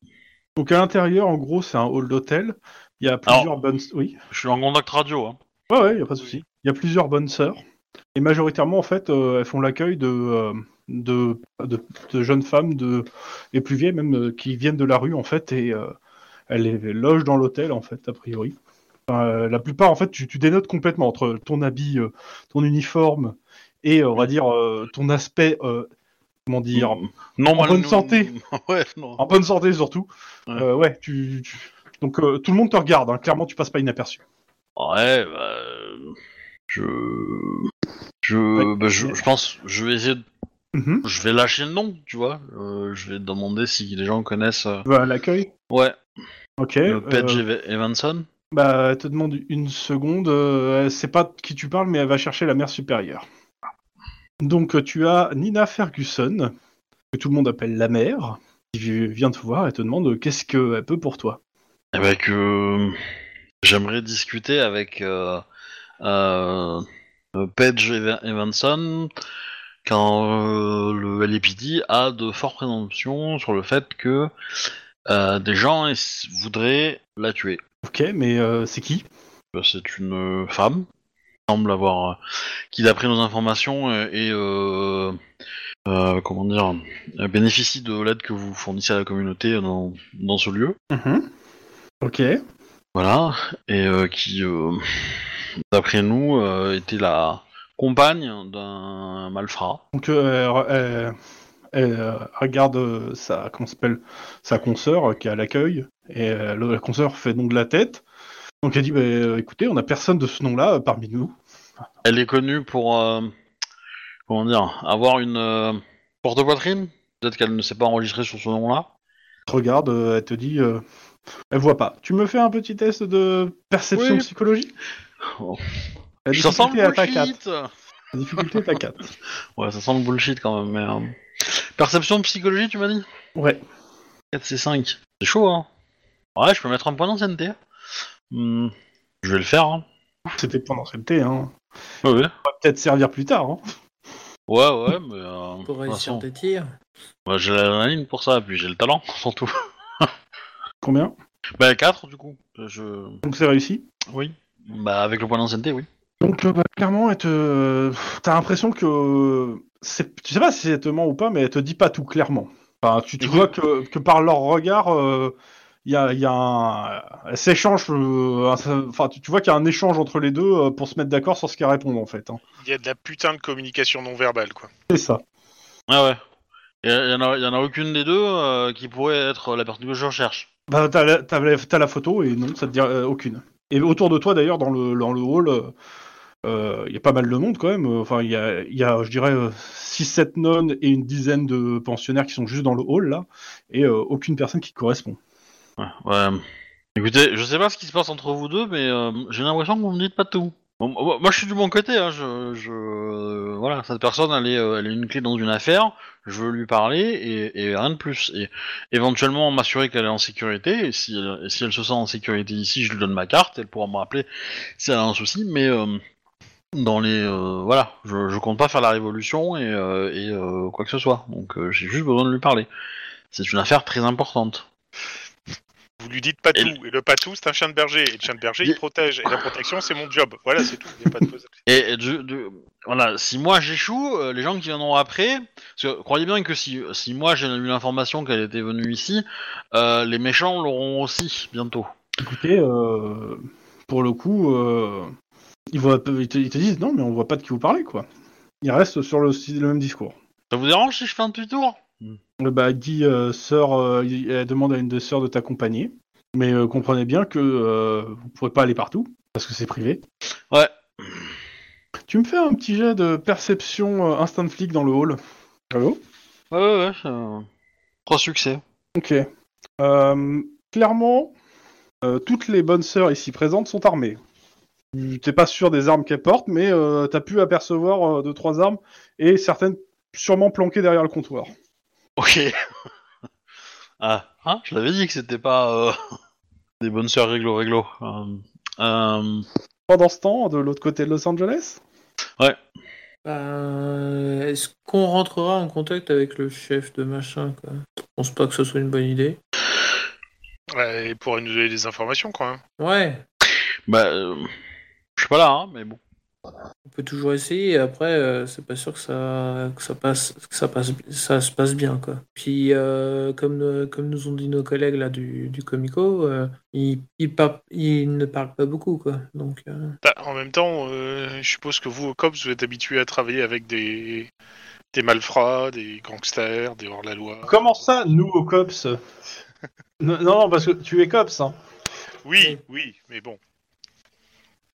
[SPEAKER 2] Donc, à l'intérieur, en gros, c'est un hall d'hôtel. Il y a plusieurs bonnes... Oui,
[SPEAKER 1] Je suis en contact radio. Hein.
[SPEAKER 2] ouais, ouais, il n'y a pas de souci. Il y a plusieurs bonnes sœurs. Et majoritairement, en fait, euh, elles font l'accueil de, euh, de, de- de jeunes femmes de, et plus vieilles, même, euh, qui viennent de la rue, en fait, et euh, elles les logent dans l'hôtel, en fait, a priori. Enfin, euh, la plupart, en fait, tu, tu dénotes complètement entre ton habit, euh, ton uniforme et, euh, on va dire, euh, ton aspect, euh, comment dire...
[SPEAKER 1] Non,
[SPEAKER 2] En
[SPEAKER 1] moi,
[SPEAKER 2] bonne
[SPEAKER 1] nous-
[SPEAKER 2] santé.
[SPEAKER 1] ouais, non.
[SPEAKER 2] En bonne santé surtout.
[SPEAKER 1] Ouais.
[SPEAKER 2] Euh, ouais, tu, tu- donc euh, tout le monde te regarde. hein. Clairement, tu passes pas inaperçu.
[SPEAKER 1] Ouais, bah, je, je,
[SPEAKER 2] Ouais.
[SPEAKER 1] bah, je, je pense, je vais essayer, de-
[SPEAKER 2] Mhm.
[SPEAKER 1] je vais lâcher le nom, tu vois. Euh, je vais demander si les gens connaissent. euh,
[SPEAKER 2] Tu vas à l'accueil.
[SPEAKER 1] Ouais.
[SPEAKER 2] Ok.
[SPEAKER 1] Le Pet
[SPEAKER 2] euh,
[SPEAKER 1] Ev- Evanson.
[SPEAKER 2] bah, elle te demande une seconde. euh, elle sait pas de qui tu parles, mais elle va chercher la mère supérieure. Donc euh, tu as Nina Ferguson, que tout le monde appelle la mère, qui vient te voir et te demande euh, qu'est-ce qu'elle peut pour toi.
[SPEAKER 1] Eh ben que j'aimerais discuter avec euh, euh, euh, Paige Eva- Evanson quand euh, le LAPD a de fortes présomptions sur le fait que euh, des gens es- voudraient la tuer.
[SPEAKER 2] Ok, mais euh, c'est qui
[SPEAKER 1] Euh, C'est une euh, femme, il semble avoir, euh, qui d'après nos informations euh, est, euh, euh, comment dire, euh, bénéficie euh, de l'aide que vous fournissez à la communauté dans, dans ce lieu.
[SPEAKER 2] Ok.
[SPEAKER 1] Voilà, et euh, qui, euh, d'après nous, euh, était la compagne d'un malfrat.
[SPEAKER 2] Donc euh, elle re- elle- elle, euh, regarde euh, sa, comment ça s'appelle, sa consoeur euh, qui est à l'accueil, et euh, le- la consoeur fait donc de la tête. Donc elle dit, bah, euh, écoutez, on a personne de ce nom-là euh, parmi nous.
[SPEAKER 1] Elle est connue pour, euh, comment dire, avoir une euh, porte-poitrine Peut-être qu'elle ne s'est pas enregistrée sur ce nom-là
[SPEAKER 2] Elle te regarde, euh, elle te dit, euh, elle voit pas. Tu me fais un petit test de perception
[SPEAKER 1] Oui.
[SPEAKER 2] psychologique
[SPEAKER 1] Oh.
[SPEAKER 2] La
[SPEAKER 1] Ça sent
[SPEAKER 2] difficulté
[SPEAKER 1] le
[SPEAKER 2] est à ta 4.
[SPEAKER 1] bullshit
[SPEAKER 2] La difficulté est à 4.
[SPEAKER 1] Ouais, ça sent le bullshit quand même, mais... euh, Perception psychologie, tu m'as dit
[SPEAKER 2] Ouais.
[SPEAKER 1] 4 c'est 5. C'est chaud, hein Ouais, je peux mettre un point d'ancienneté. Hmm, je vais le faire, hein.
[SPEAKER 2] C'était pendant cette thé, hein.
[SPEAKER 1] Ouais, ouais.
[SPEAKER 2] Ça va peut-être servir plus tard, hein.
[SPEAKER 1] Ouais, ouais, mais... euh, de
[SPEAKER 3] Pour
[SPEAKER 1] toute
[SPEAKER 3] réussir
[SPEAKER 1] façon,
[SPEAKER 3] tes tirs.
[SPEAKER 1] bah, j'ai l'adrénaline pour ça, puis j'ai le talent, surtout.
[SPEAKER 2] Combien
[SPEAKER 1] Bah, 4, du coup. Je...
[SPEAKER 2] Donc c'est réussi.
[SPEAKER 1] Oui. Bah, avec le point d'ancienneté, oui.
[SPEAKER 2] Donc euh, bah, clairement, elle te... euh, t'as l'impression que euh, c'est... tu sais pas si elle te ment ou pas, mais elle te dit pas tout clairement. Enfin, tu, tu
[SPEAKER 1] Écoute-
[SPEAKER 2] vois que, que par leur regard, euh, il y a, il y a un... elle s'échange. euh, un- Enfin, tu, tu vois qu'il y a un échange entre les deux euh, pour se mettre d'accord sur ce qu'elle répond en fait. hein.
[SPEAKER 4] Il y a de la putain de communication non verbale, quoi.
[SPEAKER 2] C'est ça.
[SPEAKER 1] Ah ouais. Il y, en a- y en a aucune des deux euh, qui pourrait être la personne que je recherche.
[SPEAKER 2] Bah, t'as, la, t'as la- t'as la photo et non, ça te dit euh, aucune. Et autour de toi d'ailleurs, dans le, dans le hall, euh, euh, il y a pas mal de monde quand même. Euh, Enfin, il y a, il y a, je dirais, 6-7 nonnes et une dizaine de pensionnaires qui sont juste dans le hall là, et euh, aucune personne qui te correspond.
[SPEAKER 1] Ouais, ouais. Écoutez, je sais pas ce qui se passe entre vous deux, mais euh, j'ai l'impression que vous me dites pas tout. Bon, moi, moi, je suis du bon côté. Hein, je, je- euh, voilà, cette personne, elle est, euh, elle est une clé dans une affaire. Je veux lui parler et, et rien de plus. Et éventuellement m'assurer qu'elle est en sécurité. Et si, elle, et si elle se sent en sécurité ici, je lui donne ma carte. Elle pourra me rappeler si elle a un souci. Mais euh, dans les, euh, voilà, je, je compte pas faire la révolution et, euh, et, euh, quoi que ce soit. Donc euh, j'ai juste besoin de lui parler. C'est une affaire très importante.
[SPEAKER 4] Vous lui dites patou,
[SPEAKER 1] Et
[SPEAKER 4] et le, patou, c'est un chien de berger, et le chien de berger,
[SPEAKER 1] Il-
[SPEAKER 4] il protège, et la protection, c'est mon job. Voilà, c'est tout, il n'y a pas de pause.
[SPEAKER 1] Et et de, de- voilà, si moi j'échoue, euh, les gens qui viendront après, parce que croyez bien que si, si moi j'ai eu l'information qu'elle était venue ici, euh, les méchants l'auront aussi bientôt.
[SPEAKER 2] Écoutez, euh, pour le coup, euh, ils, voient- ils te, ils te disent non, mais on voit pas de qui vous parlez quoi. Ils restent sur le, le même discours.
[SPEAKER 1] Ça vous dérange si je fais un petit tour
[SPEAKER 2] Euh, Bah, elle dit, euh, sœur, euh, il- elle demande à une de sœurs de t'accompagner, mais euh, comprenez bien que euh, vous pourrez pas aller partout parce que c'est privé.
[SPEAKER 1] Ouais.
[SPEAKER 2] Tu me fais un petit jet de perception euh, instant flic dans le hall. Allô
[SPEAKER 1] Ouais, ouais, ouais. ça- Trois succès.
[SPEAKER 2] Ok. Euh, clairement, euh, toutes les bonnes sœurs ici présentes sont armées. Tu- T'es pas sûr des armes qu'elles portent, mais euh, t'as pu apercevoir euh, deux trois armes et certaines sûrement planquées derrière le comptoir.
[SPEAKER 1] Ok. ah, hein, je l'avais dit que c'était pas euh, des bonnes sœurs réglo réglo. Euh, euh,
[SPEAKER 2] Pendant ce temps, de l'autre côté de Los Angeles,
[SPEAKER 3] Ben, Est-ce qu'on rentrera en contact avec le chef de machin quoi Je pense pas que ce soit une bonne idée.
[SPEAKER 4] Ouais, il pourrait nous donner des informations, hein. quand même.
[SPEAKER 3] Ouais,
[SPEAKER 1] bah, euh, je suis pas là, hein, mais bon.
[SPEAKER 3] on peut toujours essayer. Après, euh, c'est pas sûr que ça, que ça passe, que ça passe, ça se passe bien quoi. Puis euh, comme euh, comme nous ont dit nos collègues là du, du Comico, euh, ils ils par- ils ne parlent pas beaucoup quoi. Donc euh,
[SPEAKER 4] Bah, en même temps, euh, je suppose que vous, au COPS, vous êtes habitué à travailler avec des, des malfrats, des gangsters, des hors-la-loi.
[SPEAKER 2] Comment ça, nous au cops Non, non, parce que tu es cops. Hein.
[SPEAKER 4] Oui, oui, mais bon.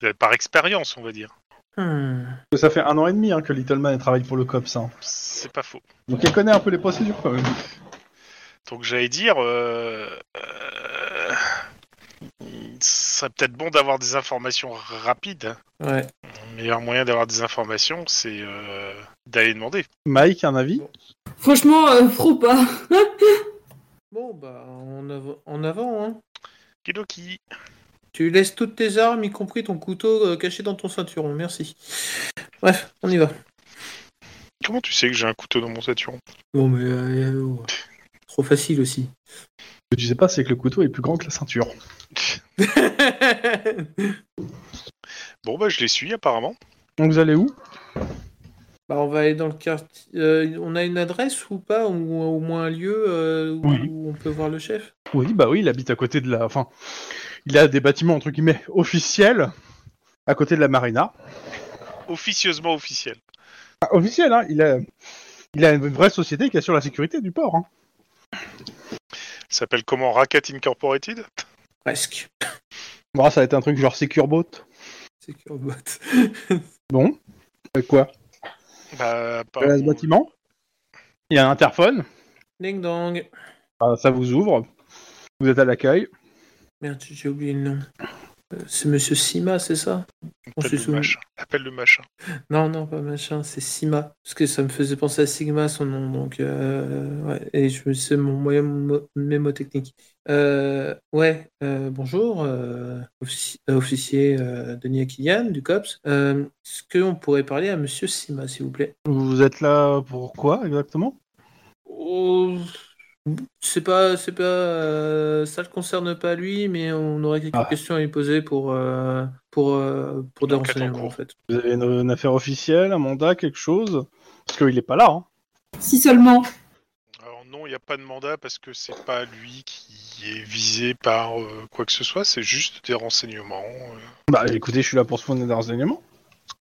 [SPEAKER 4] Euh, Par expérience, on va dire.
[SPEAKER 3] hmm.
[SPEAKER 2] Ça fait un an et demi hein, que Little Man travaille pour le cops. Hein.
[SPEAKER 4] C'est pas faux.
[SPEAKER 2] Donc elle connaît un peu les procédures quand même.
[SPEAKER 4] Donc j'allais dire, euh, euh, ça serait peut-être bon d'avoir des informations rapides. hein.
[SPEAKER 3] ouais.
[SPEAKER 4] Le meilleur moyen d'avoir des informations, c'est euh, d'aller demander.
[SPEAKER 2] Mike, un avis
[SPEAKER 5] Franchement, euh, trop pas.
[SPEAKER 3] Bon bah en, av- en avant hein.
[SPEAKER 4] Kidoki.
[SPEAKER 3] Tu laisses toutes tes armes, y compris ton couteau, euh, caché dans ton ceinturon. Merci. Bref, on y va.
[SPEAKER 4] Comment tu sais que j'ai un couteau dans mon ceinturon
[SPEAKER 3] Bon, mais euh, euh, ouais. trop facile aussi.
[SPEAKER 2] Ce que tu sais pas, c'est que le couteau est plus grand que la ceinture.
[SPEAKER 3] bah,
[SPEAKER 4] Bon, bah je les suis apparemment.
[SPEAKER 2] Donc vous allez où
[SPEAKER 3] Bah, on va aller dans le quartier. euh, on a une adresse ou pas, ou au moins un lieu euh, où,
[SPEAKER 2] Oui.
[SPEAKER 3] où on peut voir le chef
[SPEAKER 2] Oui, bah oui, il habite à côté de la. Enfin, il a des bâtiments entre guillemets officiels à côté de la marina.
[SPEAKER 4] Officieusement officiel.
[SPEAKER 2] Ah, officiel, hein, il a, il a une vraie société qui assure la sécurité du port. hein.
[SPEAKER 4] Ça s'appelle comment Racket Incorporated
[SPEAKER 3] Presque.
[SPEAKER 2] Bon, ça a été un truc genre Secure Boat.
[SPEAKER 3] C'est que- oh, botte.
[SPEAKER 2] Bon, Euh, quoi
[SPEAKER 4] Bah, pas-
[SPEAKER 2] Voilà ce bâtiment. Il y a un interphone,
[SPEAKER 3] Ding dong.
[SPEAKER 2] Ah, ça vous ouvre. Vous êtes à l'accueil.
[SPEAKER 3] Merde, j'ai oublié le nom. Euh, C'est Monsieur Sima, c'est ça On
[SPEAKER 4] Appelle
[SPEAKER 3] se
[SPEAKER 4] le
[SPEAKER 3] souvient.
[SPEAKER 4] machin. Appelle le machin.
[SPEAKER 3] Non, non, pas machin, c'est Sima. Parce que ça me faisait penser à Sigma, son nom. Donc, euh, ouais, et je me c'est mon moyen mo- mémotechnique. Euh, ouais, euh, bonjour, euh, offici- euh, officier euh, Denis Akilian du COPS. Euh, Est-ce qu'on pourrait parler à Monsieur Sima, s'il vous plaît
[SPEAKER 2] Vous êtes là pour quoi exactement
[SPEAKER 3] Oh, c'est pas, c'est pas, euh, ça le concerne pas lui, mais on aurait quelques
[SPEAKER 2] Ah.
[SPEAKER 3] questions à lui poser pour, euh, pour, euh, pour des
[SPEAKER 4] Une enquête en
[SPEAKER 3] renseignements,
[SPEAKER 4] cours.
[SPEAKER 3] en fait.
[SPEAKER 2] Vous avez une, une affaire officielle, un mandat, quelque chose Parce qu'il n'est pas là. hein.
[SPEAKER 5] Si seulement.
[SPEAKER 4] Alors non, il n'y a pas de mandat parce que c'est pas lui qui est visé par euh, quoi que ce soit, c'est juste des renseignements. euh.
[SPEAKER 2] Bah écoutez, je suis là pour fournir des renseignements.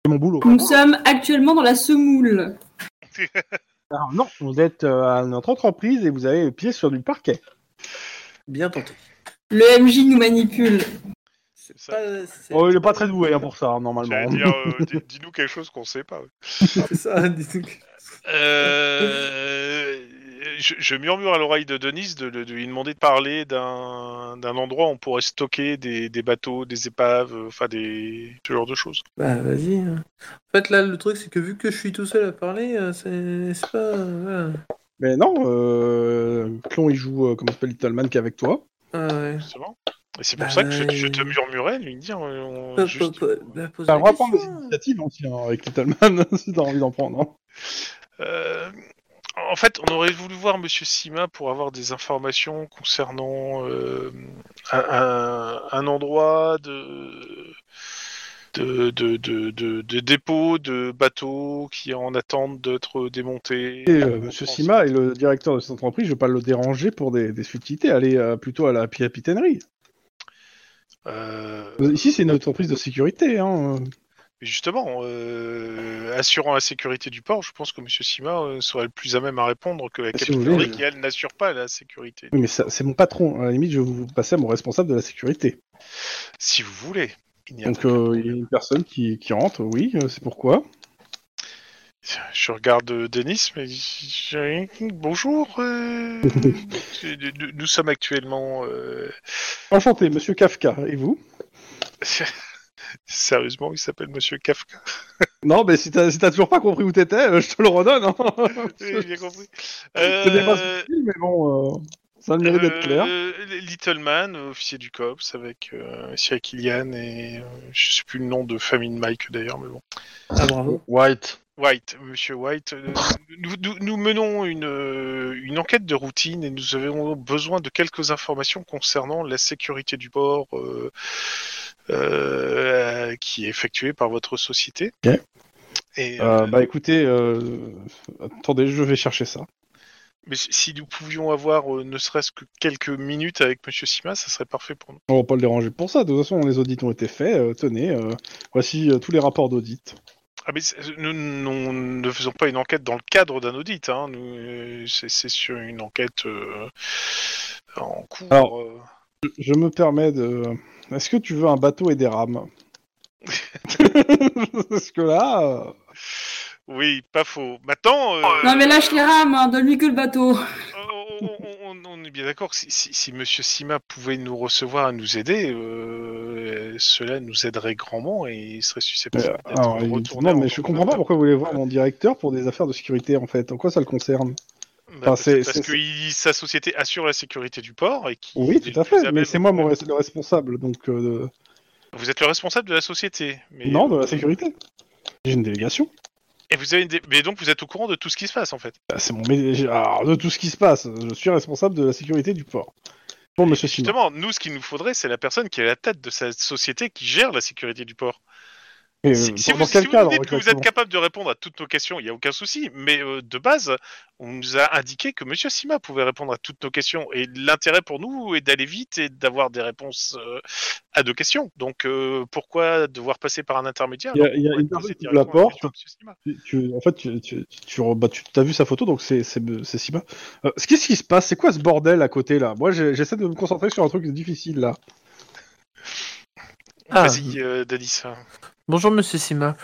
[SPEAKER 2] C'est mon boulot.
[SPEAKER 5] Nous sommes actuellement dans la semoule.
[SPEAKER 2] Alors, non, vous êtes euh, à notre entreprise et vous avez le pied sur du parquet.
[SPEAKER 3] Bien tenté.
[SPEAKER 5] Le MJ nous manipule.
[SPEAKER 3] C'est
[SPEAKER 4] Ça-
[SPEAKER 3] pas- c'est-
[SPEAKER 2] Oh, il est pas très doué hein, pour ça, hein,
[SPEAKER 3] Ah,
[SPEAKER 4] J'allais
[SPEAKER 2] normalement.
[SPEAKER 4] dire, euh, di- dis-nous quelque chose qu'on sait pas. ouais.
[SPEAKER 3] C'est ça, dis donc.
[SPEAKER 4] Euh, je, je murmure à l'oreille de Denise de, de- de lui demander de parler d'un d'un endroit où on pourrait stocker des, des bateaux, des épaves, euh, enfin des ce genre de choses.
[SPEAKER 3] Bah vas-y. hein. En fait là le truc c'est que vu que je suis tout seul à parler, euh, c'est c'est pas. euh,
[SPEAKER 2] Mais non, euh, Clon, il joue, euh, comment s'appelle, Little Man qui est avec toi.
[SPEAKER 3] voilà. Ah ouais.
[SPEAKER 4] Justement. Et c'est pour
[SPEAKER 3] Bah,
[SPEAKER 4] ça que je, je te
[SPEAKER 3] euh,
[SPEAKER 4] murmurais, lui dire. euh, on-
[SPEAKER 3] Pa-
[SPEAKER 4] juste-
[SPEAKER 3] pa- pa- bah, pose
[SPEAKER 2] T'as
[SPEAKER 3] la
[SPEAKER 2] le droit de prendre des
[SPEAKER 3] question.
[SPEAKER 2] initiatives aussi hein, avec Little Man, si t'as envie d'en prendre. hein.
[SPEAKER 4] Euh, en fait, on aurait voulu voir Monsieur Sima pour avoir des informations concernant euh, un, un- un endroit de de, de, de- de- de dépôt de bateaux qui est en attente d'être démonté.
[SPEAKER 2] Et, euh, Monsieur Sima est le directeur de cette entreprise, je vais pas le déranger pour des, des futilités, allez euh, plutôt à la capitainerie.
[SPEAKER 4] Euh,
[SPEAKER 2] Ici, c'est une entreprise de sécurité. Hein.
[SPEAKER 4] mais justement, euh, assurant la sécurité du port, je pense que Monsieur Sima euh, serait le plus à même à répondre que la
[SPEAKER 2] Si vous
[SPEAKER 4] capitainerie
[SPEAKER 2] voulez,
[SPEAKER 4] qui, elle, n'assure pas la sécurité.
[SPEAKER 2] Oui, mais ça- c'est mon patron, à la limite, je vais vous passer à mon responsable de la sécurité.
[SPEAKER 4] Si vous voulez. Il n'y a
[SPEAKER 2] Donc
[SPEAKER 4] aucun
[SPEAKER 2] euh, il y
[SPEAKER 4] problème.
[SPEAKER 2] a une personne qui, qui rentre, oui, euh, c'est pourquoi.
[SPEAKER 4] Je regarde euh, Denis, mais j'ai- bonjour. euh, nous- nous- Nous sommes actuellement. euh,
[SPEAKER 2] Enchanté, monsieur Kafka, et vous
[SPEAKER 4] Sérieusement, il s'appelle Monsieur Kafka.
[SPEAKER 2] Non, mais si t'as si t'as toujours pas compris où t'étais, euh, je te le redonne. Hein
[SPEAKER 4] Oui, j'ai compris.
[SPEAKER 2] Je sais pas
[SPEAKER 4] Euh,
[SPEAKER 2] ce que je dis, mais bon, euh, ça a le mérite d'être clair.
[SPEAKER 4] euh, Little Man, officier du COPS, avec euh, Cyril Kylian et euh, je sais plus le nom de famille de Mike d'ailleurs, mais bon.
[SPEAKER 3] Ah bravo.
[SPEAKER 1] White.
[SPEAKER 4] White, Monsieur White, euh, nous, nous- nous menons une, euh, une enquête de routine et nous avons besoin de quelques informations concernant la sécurité du port euh, euh, qui est effectuée par votre société.
[SPEAKER 2] Ok.
[SPEAKER 4] Et,
[SPEAKER 2] Euh,
[SPEAKER 4] euh,
[SPEAKER 2] bah écoutez, euh, attendez, je vais chercher ça.
[SPEAKER 4] mais si- si nous pouvions avoir euh, ne serait-ce que quelques minutes avec Monsieur Sima, ça serait parfait pour nous.
[SPEAKER 2] On va pas le déranger pour ça, de toute façon les audits ont été faits, euh, tenez, euh, voici euh, tous les rapports d'audit.
[SPEAKER 4] Ah, mais c'est- nous, nous ne faisons pas une enquête dans le cadre d'un audit, hein. Nous, euh, c'est c'est sur une enquête euh, en cours.
[SPEAKER 2] Alors,
[SPEAKER 4] euh.
[SPEAKER 2] Je me permets de... Est-ce que tu veux un bateau et des rames Parce que là... euh,
[SPEAKER 4] Oui, pas faux. Maintenant, euh,
[SPEAKER 5] Non mais lâche les rames, hein, donne-lui que le bateau.
[SPEAKER 4] on, on- on- on est bien d'accord. que Si, si, si Monsieur Sima pouvait nous recevoir et nous aider, euh, cela nous aiderait grandement et il serait susceptible
[SPEAKER 2] Euh,
[SPEAKER 4] d'être
[SPEAKER 2] alors, il-
[SPEAKER 4] retourné.
[SPEAKER 2] non,
[SPEAKER 4] en
[SPEAKER 2] mais je
[SPEAKER 4] tant que-
[SPEAKER 2] comprends pas pourquoi vous voulez voir mon directeur pour des affaires de sécurité en fait. En quoi ça le concerne
[SPEAKER 4] Bah,
[SPEAKER 2] Enfin, c'est-
[SPEAKER 4] parce
[SPEAKER 2] c'est-
[SPEAKER 4] que il- sa société assure la sécurité du port et qui.
[SPEAKER 2] Oui, tout à fait, mais c'est moi mon
[SPEAKER 4] mon.
[SPEAKER 2] res- le responsable donc euh,
[SPEAKER 4] Vous êtes le responsable de la société. Mais... euh,
[SPEAKER 2] de- non de la sécurité. J'ai une délégation.
[SPEAKER 4] Et vous avez une dé- mais donc vous êtes au courant de tout ce qui se passe en fait.
[SPEAKER 2] Bah, c'est mon mé- j'ai- alors, de tout ce qui se passe. Je suis responsable de la sécurité du port pour Monsieur Simon.
[SPEAKER 4] Justement, nous, ce qu'il nous faudrait, c'est la personne qui est à la tête de sa société qui gère la sécurité du port.
[SPEAKER 2] Et,
[SPEAKER 4] Si,
[SPEAKER 2] euh,
[SPEAKER 4] si
[SPEAKER 2] dans
[SPEAKER 4] vous,
[SPEAKER 2] quel
[SPEAKER 4] si vous
[SPEAKER 2] cadre
[SPEAKER 4] nous dites que vous êtes
[SPEAKER 2] exactement
[SPEAKER 4] capable de répondre à toutes nos questions, il n'y a aucun souci. Mais euh, de base, on nous a indiqué que Monsieur Sima pouvait répondre à toutes nos questions. Et l'intérêt pour nous est d'aller vite et d'avoir des réponses euh, à nos questions. Donc euh, pourquoi devoir passer par un intermédiaire
[SPEAKER 2] Il y a-
[SPEAKER 4] alors qu'on
[SPEAKER 2] il y a
[SPEAKER 4] pourrait
[SPEAKER 2] une
[SPEAKER 4] poser
[SPEAKER 2] personne qui vous
[SPEAKER 4] directement
[SPEAKER 2] l'apporte.
[SPEAKER 4] question à Monsieur Sima
[SPEAKER 2] Tu- tu- en fait, tu, tu, tu re- bah, tu- t'as vu sa photo, donc c'est c'est c'est si bas. Euh, ce- Qu'est-ce qui se passe C'est quoi ce bordel à côté là Moi, j'ai- j'essaie de me concentrer sur un truc difficile là.
[SPEAKER 3] Ah.
[SPEAKER 4] Vas-y, euh, Denis.
[SPEAKER 3] Bonjour Monsieur Sima.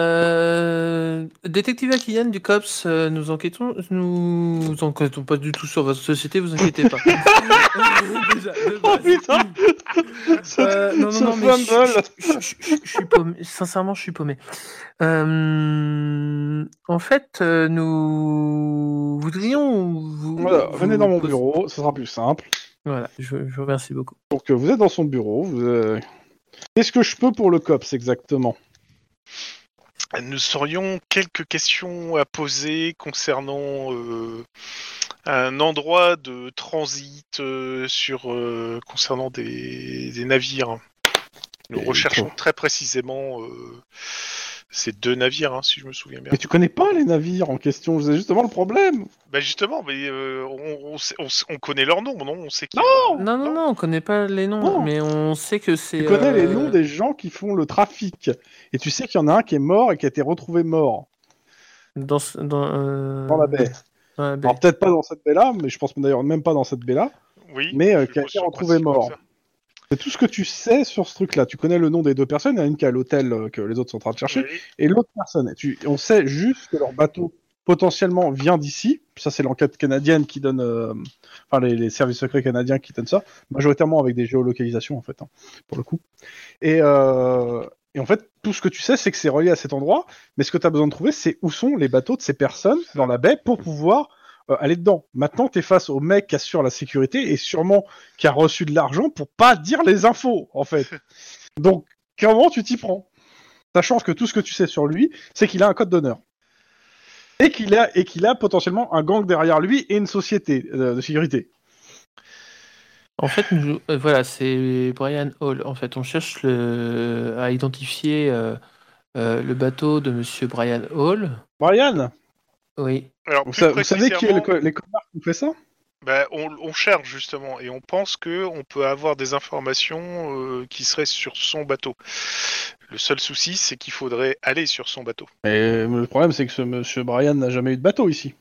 [SPEAKER 3] Euh, Détective Akian du COPS, euh, nous enquêtons, nous enquêtons pas du tout sur votre société, vous inquiétez pas. Déjà, de
[SPEAKER 2] Oh
[SPEAKER 3] base.
[SPEAKER 2] putain
[SPEAKER 3] Euh, non, non,
[SPEAKER 2] Ce
[SPEAKER 3] non, mais je,
[SPEAKER 2] fumble.
[SPEAKER 3] je- je- je- je suis paumé. Sincèrement, je suis paumé. Euh, en fait, euh, nous voudrions. Vous,
[SPEAKER 2] Voilà,
[SPEAKER 3] vous
[SPEAKER 2] venez dans mon
[SPEAKER 3] pos-
[SPEAKER 2] bureau, ce sera plus simple.
[SPEAKER 3] Voilà, je, je vous remercie beaucoup.
[SPEAKER 2] Donc, euh, vous êtes dans son bureau. vous, euh, Qu'est-ce que je peux pour le COPS exactement
[SPEAKER 4] Nous aurions quelques questions à poser concernant euh, un endroit de transit euh, sur euh, concernant des, des navires. Nous
[SPEAKER 2] Et
[SPEAKER 4] recherchons très précisément euh, ces deux navires, hein, si je me souviens bien.
[SPEAKER 2] Mais tu connais pas les navires en question, c'est justement le problème.
[SPEAKER 4] Bah justement, mais euh, on, on sait- on sait- on connaît leur nom, non On sait qui.
[SPEAKER 3] Non, non, non, on connaît pas les noms,
[SPEAKER 2] Non.
[SPEAKER 3] mais on sait que c'est.
[SPEAKER 2] Tu connais les
[SPEAKER 3] euh,
[SPEAKER 2] noms des gens qui font le trafic. Et tu sais qu'il y en a un qui est mort et qui a été retrouvé mort
[SPEAKER 3] dans, ce- dans, euh,
[SPEAKER 2] dans la baie.
[SPEAKER 3] dans la baie.
[SPEAKER 2] Alors peut-être pas dans cette baie-là, mais je pense d'ailleurs même pas dans cette baie-là.
[SPEAKER 4] Oui.
[SPEAKER 2] Mais, euh,
[SPEAKER 4] je
[SPEAKER 2] qui a
[SPEAKER 4] pense
[SPEAKER 2] été
[SPEAKER 4] sur le
[SPEAKER 2] retrouvé
[SPEAKER 4] principe
[SPEAKER 2] mort.
[SPEAKER 4] comme ça.
[SPEAKER 2] C'est tout ce que tu sais sur ce truc-là. Tu connais le nom des deux personnes, il y en a une qui est à l'hôtel euh, que les autres sont en train de chercher,
[SPEAKER 4] Oui.
[SPEAKER 2] et l'autre personne. Et tu- on sait juste que leur bateau potentiellement vient d'ici. Ça, c'est l'enquête canadienne qui donne, euh, enfin les, les services secrets canadiens qui donnent ça, majoritairement avec des géolocalisations en fait, hein, pour le coup. Et, euh, et en fait, tout ce que tu sais, c'est que c'est relié à cet endroit. Mais ce que tu as besoin de trouver, c'est où sont les bateaux de ces personnes dans la baie pour pouvoir euh, aller dedans. Maintenant, tu es face au mec qui assure la sécurité et sûrement qui a reçu de l'argent pour pas dire les infos, en fait. Donc, comment tu t'y prends Sachant que tout ce que tu sais sur lui, c'est qu'il a un code d'honneur. Et qu'il a, et qu'il a potentiellement un gang derrière lui et une société euh, de sécurité.
[SPEAKER 3] En fait, nous- euh, voilà, c'est Brian Hall. En fait, on cherche le, à identifier euh, euh, le bateau de Monsieur Brian Hall.
[SPEAKER 2] Brian,
[SPEAKER 3] Oui.
[SPEAKER 4] Alors,
[SPEAKER 2] vous,
[SPEAKER 4] plus
[SPEAKER 2] sa- vous savez qui est le
[SPEAKER 4] précisément-
[SPEAKER 2] co- les connards qui ont fait ça
[SPEAKER 4] Bah, on, on cherche justement et on pense que on peut avoir des informations euh, qui seraient sur son bateau. Le seul souci, c'est qu'il faudrait aller sur son bateau.
[SPEAKER 2] Mais le problème, c'est que ce monsieur Brian n'a jamais eu de bateau ici.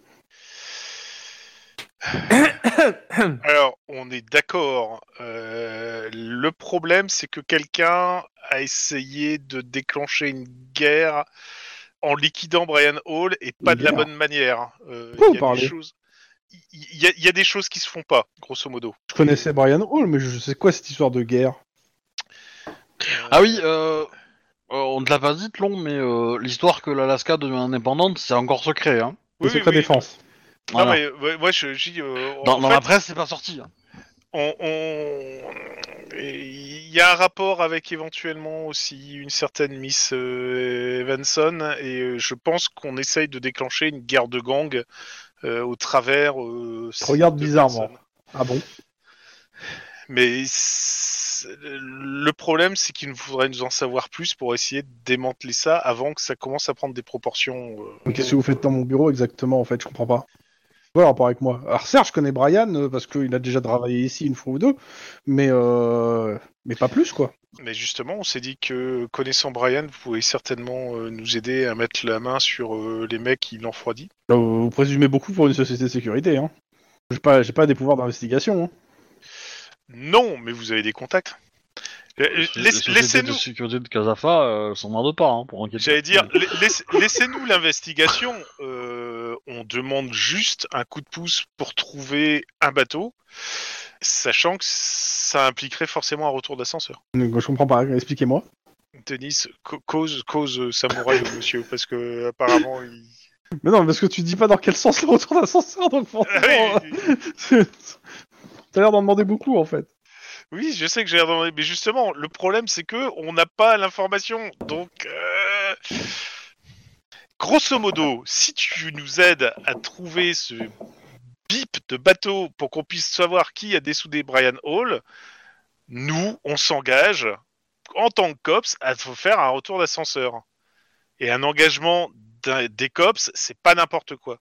[SPEAKER 4] Alors, on est d'accord. euh, le problème, c'est que quelqu'un a essayé de déclencher une guerre en liquidant Brian Hall et pas
[SPEAKER 2] Une
[SPEAKER 4] de la
[SPEAKER 2] guerre
[SPEAKER 4] bonne manière. Euh,
[SPEAKER 2] Vous
[SPEAKER 4] il y a des
[SPEAKER 2] parlez.
[SPEAKER 4] choses- il- il y a- il y a des choses qui se font pas, grosso modo.
[SPEAKER 2] Je connaissais Brian Hall, mais je sais quoi cette histoire de guerre
[SPEAKER 1] Ah oui, euh, euh, on te l'a pas dit, long, mais euh, l'histoire que l'Alaska devient indépendante, c'est encore secret. Hein.
[SPEAKER 2] Le
[SPEAKER 4] Oui,
[SPEAKER 2] secret
[SPEAKER 4] oui, oui.
[SPEAKER 2] défense.
[SPEAKER 4] Non,
[SPEAKER 1] Voilà.
[SPEAKER 4] mais, Ah ouais, moi, je, je dis, euh,
[SPEAKER 1] Dans,
[SPEAKER 4] en
[SPEAKER 1] dans
[SPEAKER 4] fait,
[SPEAKER 1] la presse, c'est pas sorti. hein.
[SPEAKER 4] on, on- il y a un rapport avec éventuellement aussi une certaine Miss euh, Evanson et euh, je pense qu'on essaye de déclencher une guerre de gang euh, au travers. euh, ces
[SPEAKER 2] regarde
[SPEAKER 4] deux
[SPEAKER 2] bizarrement.
[SPEAKER 4] personnes.
[SPEAKER 2] Ah bon
[SPEAKER 4] Mais c'est- le problème, c'est qu'il nous faudrait nous en savoir plus pour essayer de démanteler ça avant que ça commence à prendre des proportions. euh,
[SPEAKER 2] Mais Qu'est-ce que vous faites dans mon bureau exactement en fait Je comprends pas. Voilà, rapport avec moi. Alors certes, je connais Brian euh, parce qu'il a déjà travaillé ici une fois ou deux, mais euh... mais pas plus quoi.
[SPEAKER 4] Mais justement, on s'est dit que connaissant Brian, vous pouvez certainement euh, nous aider à mettre la main sur euh, les mecs qui l'enfroidit.
[SPEAKER 2] Là, vous vous présumez beaucoup pour une société de sécurité. Hein. J'ai pas, j'ai pas des pouvoirs d'investigation. hein.
[SPEAKER 4] Non, mais vous avez des contacts. Euh, euh,
[SPEAKER 1] Les-
[SPEAKER 4] laisse-
[SPEAKER 1] les sociétés
[SPEAKER 4] Laissez-nous,
[SPEAKER 1] de sécurité de Casafa euh, s'en merdent pas hein, pour enquêter.
[SPEAKER 4] j'allais dire, la- laisse- laissez-nous l'investigation. Euh, on demande juste un coup de pouce pour trouver un bateau, sachant que ça impliquerait forcément un retour d'ascenseur.
[SPEAKER 2] Donc, je comprends pas. Expliquez-moi.
[SPEAKER 4] Denis, ca- cause, cause euh, samouraï au monsieur, parce que apparemment, il...
[SPEAKER 2] Mais non, parce que tu dis pas dans quel sens le retour d'ascenseur. Donc
[SPEAKER 4] Ah
[SPEAKER 2] forcément,
[SPEAKER 4] oui,
[SPEAKER 2] c'est- t'as l'air d'en demander beaucoup en fait.
[SPEAKER 4] Oui, je sais que j'ai demandé, mais justement, le problème c'est que on n'a pas l'information. Donc, euh, grosso modo, si tu nous aides à trouver ce bip de bateau pour qu'on puisse savoir qui a dessoudé Brian Hall, nous, on s'engage en tant que cops, il faut faire un retour d'ascenseur. Et un engagement d'un- des cops, c'est pas n'importe quoi.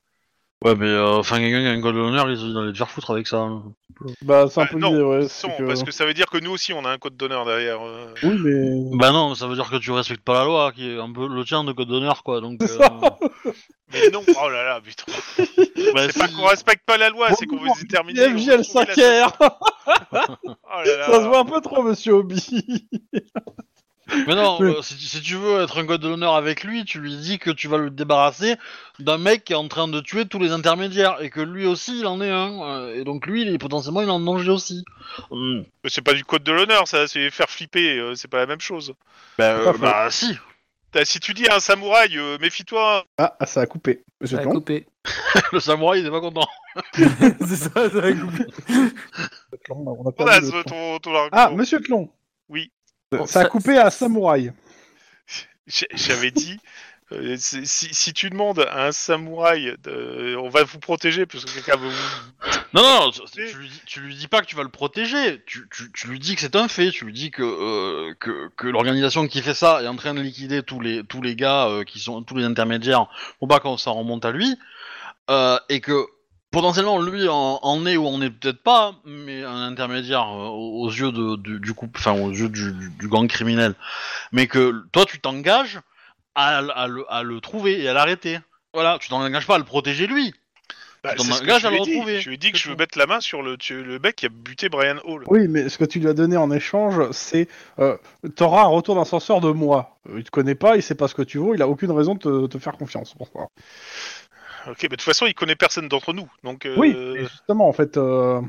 [SPEAKER 1] Ouais, mais euh, enfin, quelqu'un qui a un code d'honneur, ils ils allaient te faire foutre avec ça. hein.
[SPEAKER 2] Bah, c'est un
[SPEAKER 4] Bah,
[SPEAKER 2] peu
[SPEAKER 4] non,
[SPEAKER 2] l'idée, ouais. c'est
[SPEAKER 4] Sans,
[SPEAKER 2] que-
[SPEAKER 4] Parce que ça veut dire que nous aussi, on a un code d'honneur derrière. euh.
[SPEAKER 2] Oui, mais.
[SPEAKER 1] Bah non, ça veut dire que tu respectes pas la loi, qui est un peu le tien de code d'honneur, quoi. Donc,
[SPEAKER 2] C'est
[SPEAKER 1] euh,
[SPEAKER 2] ça.
[SPEAKER 4] Mais non, oh là là, putain.
[SPEAKER 1] bah,
[SPEAKER 4] C'est
[SPEAKER 1] si.
[SPEAKER 4] pas qu'on respecte pas la loi, c'est qu'on veut
[SPEAKER 2] Bonjour,
[SPEAKER 4] déterminer. où se
[SPEAKER 2] FJ, elle
[SPEAKER 4] trouve la-
[SPEAKER 2] s'acquiert
[SPEAKER 4] Oh là là.
[SPEAKER 2] Ça se voit un peu trop, monsieur Obi
[SPEAKER 1] Mais non,
[SPEAKER 2] Oui.
[SPEAKER 1] euh, si, si tu veux être un code d'honneur avec lui, tu lui dis que tu vas le débarrasser d'un mec qui est en train de tuer tous les intermédiaires et que lui aussi il en est un. euh, Et donc lui, il est potentiellement il est en danger aussi. Hmm.
[SPEAKER 4] Mais C'est pas du code de l'honneur, ça, c'est faire flipper, euh, c'est pas la même chose.
[SPEAKER 1] Bah, euh,
[SPEAKER 2] Tout à fait.
[SPEAKER 1] bah si.
[SPEAKER 4] T'as- Si tu dis à un samouraï, euh, méfie-toi.
[SPEAKER 2] Ah, ah, ça a coupé. Je
[SPEAKER 3] Ça a
[SPEAKER 2] plante.
[SPEAKER 3] coupé.
[SPEAKER 1] Le samouraï il est pas content.
[SPEAKER 3] c'est ça, ça a coupé.
[SPEAKER 2] Tlon, on a
[SPEAKER 4] On
[SPEAKER 2] perdu
[SPEAKER 4] a
[SPEAKER 2] le
[SPEAKER 4] ce-
[SPEAKER 2] temps.
[SPEAKER 4] euh, ton, ton argument.
[SPEAKER 2] Ah, monsieur Tlon
[SPEAKER 4] Oui.
[SPEAKER 2] Euh,
[SPEAKER 3] Bon,
[SPEAKER 2] ça a
[SPEAKER 3] ça-
[SPEAKER 2] coupé à Samouraï.
[SPEAKER 4] J'- J'avais dit, euh, c'est- si, si tu demandes à un samouraï, de- euh, on va vous protéger parce que quelqu'un veut vous.
[SPEAKER 1] Non, non, tu,
[SPEAKER 4] Oui.
[SPEAKER 1] tu lui, dis- tu lui dis pas que tu vas le protéger, tu, tu- tu lui dis que c'est un fait, tu lui dis que, euh, que, que l'organisation qui fait ça est en train de liquider tous les, tous les gars euh, qui sont tous les intermédiaires pour pas qu'on s'en remonte à lui, euh, et que potentiellement lui en, en est ou en est peut-être pas, mais un intermédiaire euh, aux aux yeux de, du, du couple, enfin aux yeux du, du- du gang criminel, mais que toi tu t'engages à, l- à le, à le trouver et à l'arrêter. Voilà, tu t'engages pas à le protéger lui.
[SPEAKER 4] Bah,
[SPEAKER 1] Ton
[SPEAKER 4] c'est ce que
[SPEAKER 1] bagage
[SPEAKER 4] je
[SPEAKER 1] à
[SPEAKER 4] lui ai
[SPEAKER 1] le
[SPEAKER 4] dit.
[SPEAKER 1] retrouver.
[SPEAKER 4] Je lui ai dit que
[SPEAKER 1] C'est
[SPEAKER 4] je veux
[SPEAKER 1] tout.
[SPEAKER 4] mettre la main sur le, tu- le mec qui a buté Brian Hall.
[SPEAKER 2] Oui, mais ce que tu lui as donné en échange, c'est euh, t'auras un retour d'ascenseur de moi. Euh, Il te connaît pas, il sait pas ce que tu vaux, il a aucune raison de te, te faire confiance. Pour ça.
[SPEAKER 4] Ok, mais de toute façon, il connaît personne d'entre nous. Donc, euh,
[SPEAKER 2] Oui, mais justement, en fait, euh,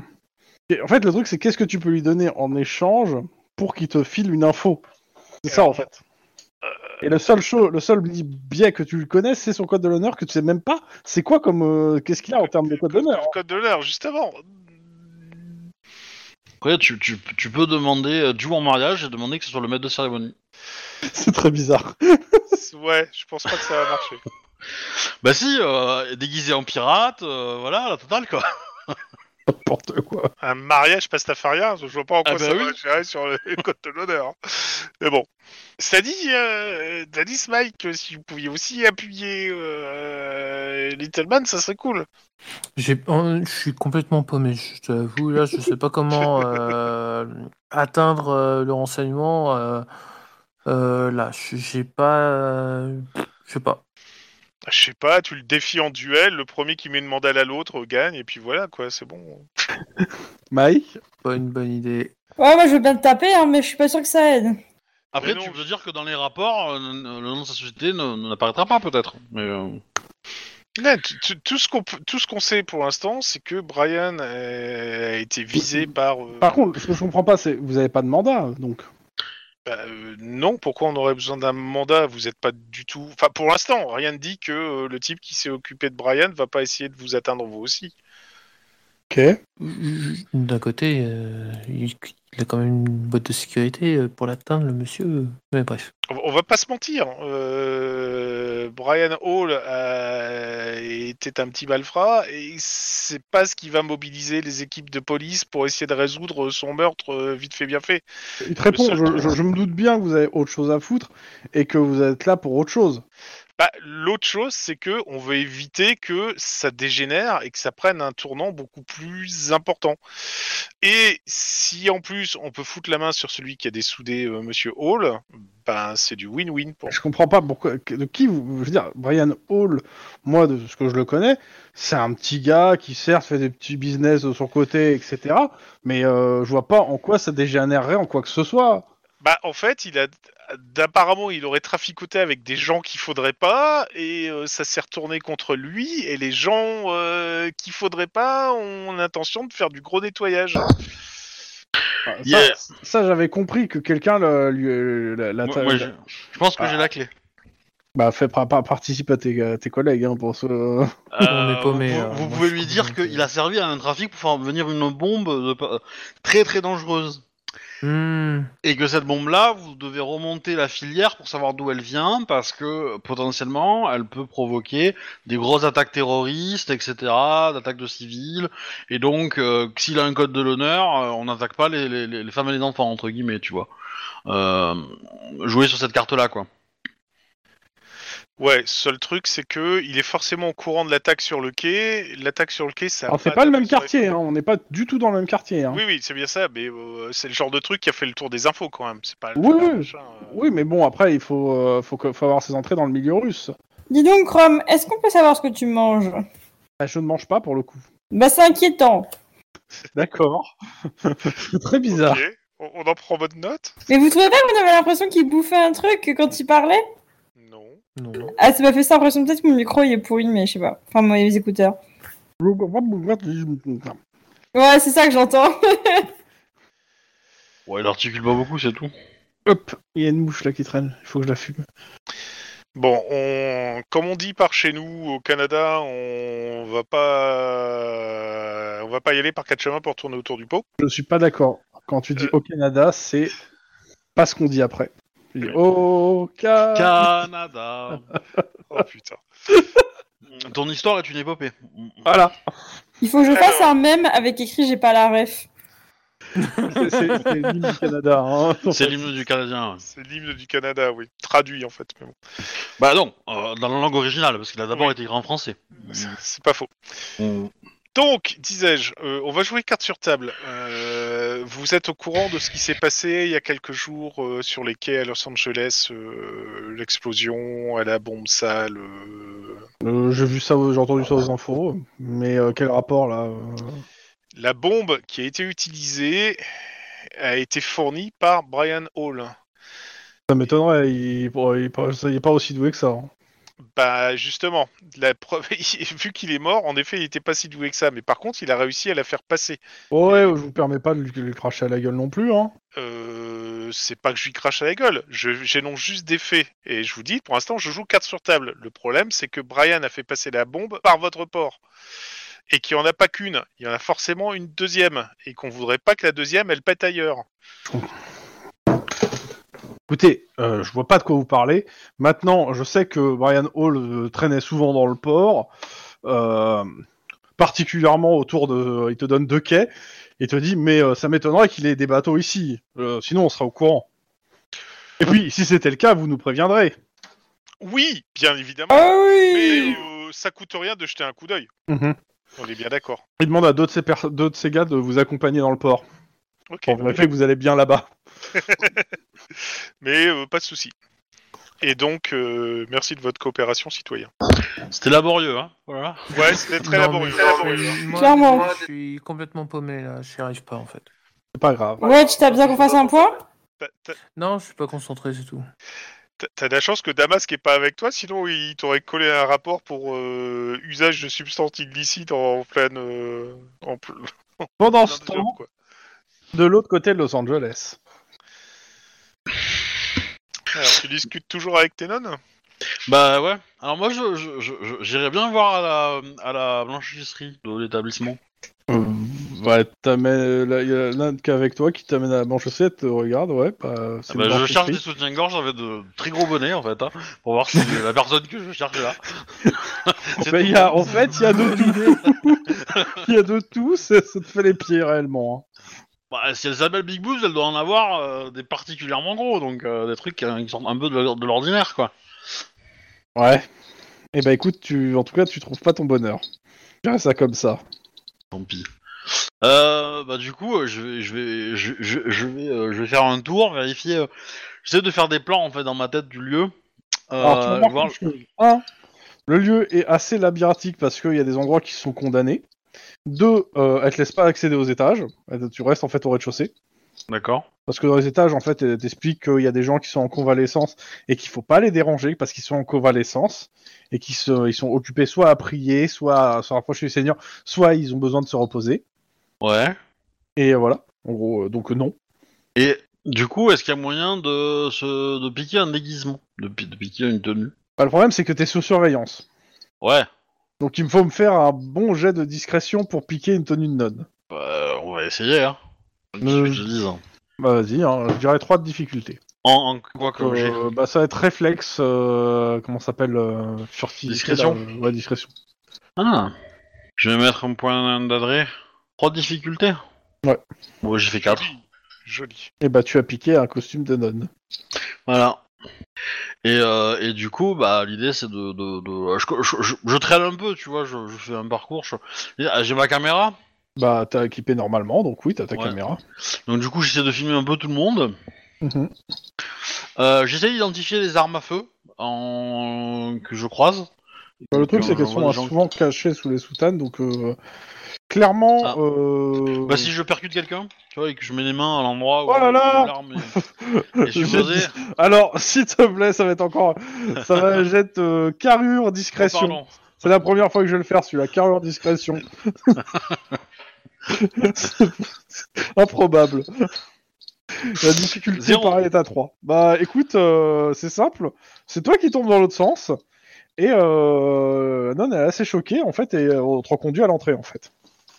[SPEAKER 2] et en fait, le truc, c'est qu'est-ce que tu peux lui donner en échange pour qu'il te file une info. C'est ça, en fait. Et le seul cho- le seul li- biais que tu le connais, c'est son code de l'honneur que tu sais même pas. C'est quoi comme euh, qu'est-ce qu'il a en termes de code d'honneur
[SPEAKER 4] le code de l'heure, justement.
[SPEAKER 1] Après, tu, tu, tu peux demander euh, du en mariage et demander que ce soit le maître de cérémonie.
[SPEAKER 2] C'est très bizarre.
[SPEAKER 4] ouais, je pense pas que ça va marcher.
[SPEAKER 1] Bah si, euh, déguisé en pirate, euh, voilà, la totale quoi.
[SPEAKER 2] N'importe quoi.
[SPEAKER 4] Un mariage pastafarien, je vois pas en quoi
[SPEAKER 1] Ah bah
[SPEAKER 4] ça
[SPEAKER 1] oui.
[SPEAKER 4] va gérer sur le code de l'honneur. hein. Mais bon. T'as dit, euh, t'as dit, Smike, que si vous pouviez aussi appuyer euh, Little Man, ça serait cool.
[SPEAKER 3] J'ai- oh, Je suis complètement paumé, je t'avoue. Là, je sais pas comment euh, atteindre euh, le renseignement. euh, euh, là, je- j'ai pas. euh, je sais pas.
[SPEAKER 4] Ah, Je sais pas, tu le défies en duel, le premier qui met une mandale à l'autre gagne, et puis voilà, quoi, c'est bon.
[SPEAKER 2] Mike
[SPEAKER 3] Pas une bonne idée.
[SPEAKER 6] Ouais, moi je veux bien te taper, hein, mais je suis pas sûr que ça aide.
[SPEAKER 1] Après,
[SPEAKER 4] Mais non.
[SPEAKER 1] tu peux dire que dans les rapports, euh, n- le nom de sa société ne- n'apparaîtra pas peut-être. Mais euh,
[SPEAKER 4] Là, tu- tu- tout ce qu'on peut- tout ce qu'on sait pour l'instant, c'est que Brian euh, a été visé par. euh,
[SPEAKER 2] Par contre, ce que je comprends pas, c'est vous avez pas de mandat, donc.
[SPEAKER 4] Bah, euh, non, pourquoi on aurait besoin d'un mandat Vous n'êtes pas du tout. Enfin, pour l'instant, rien ne dit que euh, le type qui s'est occupé de Brian va pas essayer de vous atteindre vous aussi.
[SPEAKER 2] Ok.
[SPEAKER 3] D'un côté, euh, il il a quand même une boîte de sécurité euh, pour l'atteindre, le monsieur. Mais bref.
[SPEAKER 4] On- On va pas se mentir. hein. euh, Brian Hall euh, était un petit malfrat et c'est pas ce qui va mobiliser les équipes de police pour essayer de résoudre son meurtre euh, vite fait bien fait.
[SPEAKER 2] Il te répond,
[SPEAKER 4] Le seul-
[SPEAKER 2] je, je- je me doute bien que vous avez autre chose à foutre et que vous êtes là pour autre chose.
[SPEAKER 4] Bah, L'autre chose, c'est que on veut éviter que ça dégénère et que ça prenne un tournant beaucoup plus important. Et si en plus on peut foutre la main sur celui qui a dessoudé euh, Monsieur Hall, ben c'est du win-win pour.
[SPEAKER 2] Je comprends pas pourquoi, que- de qui vous, je veux dire, Brian Hall, moi de ce que je le connais, c'est un petit gars qui certes fait des petits business de son côté, etc. Mais euh, je vois pas en quoi ça dégénérerait en quoi que ce soit.
[SPEAKER 4] Bah en fait, il a apparemment il aurait traficoté avec des gens qu'il faudrait pas et euh, ça s'est retourné contre lui et les gens euh, qu'il faudrait pas ont l'intention de faire du gros nettoyage.
[SPEAKER 2] Enfin, ça,
[SPEAKER 1] Yeah.
[SPEAKER 2] ça, j'avais compris que quelqu'un le- lui, la, la-
[SPEAKER 1] moi, moi, je, je pense que j'ai la clé.
[SPEAKER 2] bah, fait pa- pa- participe à tes, à tes collègues hein, pour ce.
[SPEAKER 3] On est paumé,
[SPEAKER 1] Euh, vous
[SPEAKER 3] là.
[SPEAKER 1] vous
[SPEAKER 3] Moi,
[SPEAKER 1] pouvez
[SPEAKER 3] je
[SPEAKER 1] lui
[SPEAKER 3] comprends
[SPEAKER 1] dire
[SPEAKER 3] pas.
[SPEAKER 1] qu'il a servi à un trafic pour faire venir une bombe de pa- très très euh, dangereuse.
[SPEAKER 3] Hmm.
[SPEAKER 1] Et que cette bombe-là, vous devez remonter la filière pour savoir d'où elle vient, parce que potentiellement, elle peut provoquer des grosses attaques terroristes, etc., d'attaques de civils. Et donc, euh, s'il a un code de l'honneur, euh, on n'attaque pas les, les- les- les femmes et les enfants, entre guillemets, tu vois. Euh, jouer sur cette carte-là, quoi.
[SPEAKER 4] Ouais, seul truc, c'est que il est forcément au courant de l'attaque sur le quai. L'attaque sur le quai, ça. a
[SPEAKER 2] Alors, c'est pas le même
[SPEAKER 4] d'impact sur les-
[SPEAKER 2] quartier, hein, on n'est pas du tout dans le même quartier. hein.
[SPEAKER 4] Oui, oui, c'est bien ça, mais euh, c'est le genre de truc qui a fait le tour des infos quand même. C'est pas. le
[SPEAKER 2] Oui,
[SPEAKER 4] truc,
[SPEAKER 2] oui.
[SPEAKER 4] machin, euh.
[SPEAKER 2] Oui, mais bon, après, il faut, euh, faut, que- faut avoir ses entrées dans le milieu russe.
[SPEAKER 6] Dis donc, Rome, est-ce qu'on peut savoir ce que tu manges
[SPEAKER 2] Ah, je ne mange pas pour le coup.
[SPEAKER 6] Bah, c'est inquiétant.
[SPEAKER 2] D'accord. c'est très bizarre.
[SPEAKER 4] Ok, on, on en prend bonne note
[SPEAKER 6] Mais vous trouvez pas qu'on avait l'impression qu'il bouffait un truc quand il parlait
[SPEAKER 4] Non.
[SPEAKER 3] Non.
[SPEAKER 6] Ah, ça m'a fait ça l'impression. Peut-être que mon micro il est pourri, mais je sais pas. Enfin, mes écouteurs. Ouais, c'est ça que j'entends.
[SPEAKER 1] Ouais, il articule pas beaucoup, c'est tout.
[SPEAKER 2] Hop, il y a une mouche là qui traîne, il faut que je la fume.
[SPEAKER 4] Bon, on, comme on dit par chez nous au Canada, on va pas, on va pas y aller par quatre chemins pour tourner autour du pot.
[SPEAKER 2] Je suis pas d'accord. Quand tu dis
[SPEAKER 4] Euh.
[SPEAKER 2] au Canada, c'est pas ce qu'on dit après. Tu dis au Canada.
[SPEAKER 1] Canada
[SPEAKER 4] Oh putain.
[SPEAKER 1] Ton histoire est une épopée.
[SPEAKER 2] Voilà.
[SPEAKER 6] Il faut que je fasse un mème avec écrit j'ai pas la ref.
[SPEAKER 2] C'est c'est- c'est l'hymne du Canada. hein.
[SPEAKER 1] C'est l'hymne du Canadien. ouais.
[SPEAKER 4] C'est l'hymne du Canada, oui. Traduit en fait, mais bon,
[SPEAKER 1] Bah non, euh, dans la langue originale, parce qu'il a d'abord
[SPEAKER 4] Oui.
[SPEAKER 1] été écrit en français.
[SPEAKER 4] c'est- c'est pas faux.
[SPEAKER 1] On-
[SPEAKER 4] Donc, disais-je, euh, on va jouer carte sur table. Euh, vous êtes au courant de ce qui s'est passé il y a quelques jours euh, sur les quais à Los Angeles, euh, l'explosion à la bombe sale. euh,
[SPEAKER 2] Euh, J'ai vu ça, j'ai entendu ça aux infos, mais euh, quel rapport là euh
[SPEAKER 4] La bombe qui a été utilisée a été fournie par Brian Hall.
[SPEAKER 2] Ça m'étonnerait, il, il- il- ça, il est pas aussi doué que ça. hein.
[SPEAKER 4] Bah justement, la preuve, vu qu'il est mort, en effet, il était pas si doué que ça, mais par contre, il a réussi à la faire passer.
[SPEAKER 2] Ouais, je vous permets pas de lui, de lui cracher à la gueule non plus. Hein.
[SPEAKER 4] Euh, c'est pas que je lui crache à la gueule, je- j'énonce juste des faits. Et je vous dis, pour l'instant, je joue carte sur table. Le problème, c'est que Brian a fait passer la bombe par votre port. Et qu'il n'y en a pas qu'une, il y en a forcément une deuxième. Et qu'on voudrait pas que la deuxième, elle pète ailleurs.
[SPEAKER 2] Écoutez, euh, je vois pas de quoi vous parlez. Maintenant, je sais que Brian Hall euh, traînait souvent dans le port, euh, particulièrement autour de. euh, Il te donne deux quais et te dit, mais euh, ça m'étonnerait qu'il ait des bateaux ici. Euh, sinon, on sera au courant. Et puis, si c'était le cas, vous nous préviendrez.
[SPEAKER 4] Oui, bien évidemment,
[SPEAKER 6] Ah oui
[SPEAKER 4] mais euh, ça coûte rien de jeter un coup d'œil.
[SPEAKER 2] Mhm.
[SPEAKER 4] On est bien d'accord.
[SPEAKER 2] Il demande à deux de ces, pers- deux de ces gars de vous accompagner dans le port
[SPEAKER 4] Ok.
[SPEAKER 2] pour vérifier que vous allez bien là-bas.
[SPEAKER 4] Mais euh, pas de souci. Et donc, euh, merci de votre coopération, citoyen.
[SPEAKER 1] C'était laborieux, hein Voilà.
[SPEAKER 4] Ouais, c'était très
[SPEAKER 3] Non,
[SPEAKER 4] laborieux.
[SPEAKER 3] mais- Moi,
[SPEAKER 6] Clairement.
[SPEAKER 3] moi, je suis complètement paumé là, j'y arrive pas en fait.
[SPEAKER 2] C'est pas grave.
[SPEAKER 6] Ouais, tu t'as besoin qu'on fasse un point
[SPEAKER 4] T'as- t'as-
[SPEAKER 3] Non, je suis pas concentré, c'est tout.
[SPEAKER 4] t'as- T'as de la chance que Damas n'est pas avec toi, sinon il t'aurait collé un rapport pour euh, usage de substances illicites en pleine. euh, en pl-
[SPEAKER 2] Pendant
[SPEAKER 4] plein
[SPEAKER 2] ce
[SPEAKER 4] de
[SPEAKER 2] temps,
[SPEAKER 4] jobs, quoi.
[SPEAKER 2] de l'autre côté de Los Angeles.
[SPEAKER 4] Alors, tu discutes toujours avec tes nonnes
[SPEAKER 1] Bah ouais. Alors moi, je, je- je- je- j'irais bien voir à la, à la blanchisserie de l'établissement.
[SPEAKER 2] ouais, t'amènes- euh, là, il y a l'un qu'avec toi qui t'amène à la manche te regarde, ouais. Bah, c'est
[SPEAKER 1] Ah bah,
[SPEAKER 2] une
[SPEAKER 1] je
[SPEAKER 2] blanchisserie.
[SPEAKER 1] cherche des soutiens-gorge avec de très gros bonnets, en fait, hein, pour voir si la personne que je cherche est là. C'est
[SPEAKER 2] Bah,
[SPEAKER 1] tout. hein.
[SPEAKER 2] il y a- en fait, il y a de tout. Il y a de tout, ça, ça te fait les pieds réellement. hein.
[SPEAKER 1] Bah, si elle s'appelle Big Boobs, elle doit en avoir euh, des particulièrement gros, donc euh, des trucs euh, qui sortent un peu de, l'or- de l'ordinaire, quoi.
[SPEAKER 2] hein. Ouais. Et bah écoute, tu, en tout cas, tu trouves pas ton bonheur. Je dirais ça comme ça.
[SPEAKER 1] Tant pis. Euh, bah du coup, euh, je vais, je vais, je, je- je vais, euh, je vais faire un tour, vérifier. euh, J'essaie de faire des plans en fait dans ma tête du lieu. Euh,
[SPEAKER 2] Alors, tu me marques
[SPEAKER 1] voir-
[SPEAKER 2] une chose. Un, le lieu est assez labyrinthique parce qu'il y a des endroits qui sont condamnés. Deux, euh, elle te laisse pas accéder aux étages. Elle- Tu restes en fait au rez-de-chaussée.
[SPEAKER 1] D'accord.
[SPEAKER 2] Parce que dans les étages, en fait, elle t'explique qu'il y a des gens qui sont en convalescence et qu'il faut pas les déranger parce qu'ils sont en convalescence et qu'ils se- ils sont occupés soit à prier, soit à se rapprocher du Seigneur, soit ils ont besoin de se reposer.
[SPEAKER 1] Ouais.
[SPEAKER 2] Et voilà. En gros, euh, donc euh, non.
[SPEAKER 1] Et du coup, est-ce qu'il y a moyen de se de piquer un déguisement, de, pi- de piquer une tenue
[SPEAKER 2] Bah, le problème, c'est que t'es sous surveillance.
[SPEAKER 1] Ouais.
[SPEAKER 2] Donc il me faut me faire un bon jet de discrétion pour piquer une tenue de nonne.
[SPEAKER 1] Bah, on va essayer. Hein. Comme
[SPEAKER 2] Euh,
[SPEAKER 1] je te dis, hein.
[SPEAKER 2] Bah, vas-y, hein, je dirais 3 de difficulté.
[SPEAKER 1] En, en quoi que
[SPEAKER 2] Euh,
[SPEAKER 1] j'ai.
[SPEAKER 2] bah, ça va être réflexe, euh, comment ça s'appelle euh, furtivité,
[SPEAKER 1] Discrétion.
[SPEAKER 2] là, euh, ouais, discrétion.
[SPEAKER 1] Ah Je vais mettre un point d'adresse. Trois difficultés
[SPEAKER 2] Ouais.
[SPEAKER 1] Bon, j'ai fait quatre.
[SPEAKER 4] Joli.
[SPEAKER 2] Et bah, tu as piqué un costume de nonne.
[SPEAKER 1] Voilà. Et, euh, et du coup, bah, l'idée c'est de. de, de- Je, je, je- je traîne un peu, tu vois, je, je fais un parcours. je- Ah, J'ai ma caméra,
[SPEAKER 2] Bah, t'as équipé normalement, donc oui, t'as ta
[SPEAKER 1] Ouais.
[SPEAKER 2] caméra.
[SPEAKER 1] donc du coup, j'essaie de filmer un peu tout le monde.
[SPEAKER 2] Mhm.
[SPEAKER 1] Euh, j'essaie d'identifier les armes à feu en... que je croise.
[SPEAKER 2] Bah, le truc,
[SPEAKER 1] Je-
[SPEAKER 2] c'est qu'elles
[SPEAKER 1] je
[SPEAKER 2] sont
[SPEAKER 1] vois
[SPEAKER 2] euh,
[SPEAKER 1] des gens-
[SPEAKER 2] souvent cachées sous les soutanes, donc euh, clairement.
[SPEAKER 1] Ah.
[SPEAKER 2] euh,
[SPEAKER 1] Bah, si je percute quelqu'un, tu vois, et que je mets les mains à l'endroit où
[SPEAKER 2] Oh là là
[SPEAKER 1] l'arme est- est supposée.
[SPEAKER 2] Alors, s'il te plaît, ça va être encore. ça va jette euh, carrure,
[SPEAKER 1] Oh,
[SPEAKER 2] discrétion.
[SPEAKER 1] pardon.
[SPEAKER 2] C'est la première fois que je vais le faire, celui-là. Carrure discrétion. C'est Improbable. La difficulté,
[SPEAKER 1] Zéro.
[SPEAKER 2] pareil, est à 3. Bah écoute, euh, c'est simple. C'est toi qui tombes dans l'autre sens. Et euh, non, elle est assez choquée, en fait, et euh, on te reconduit à l'entrée, en fait.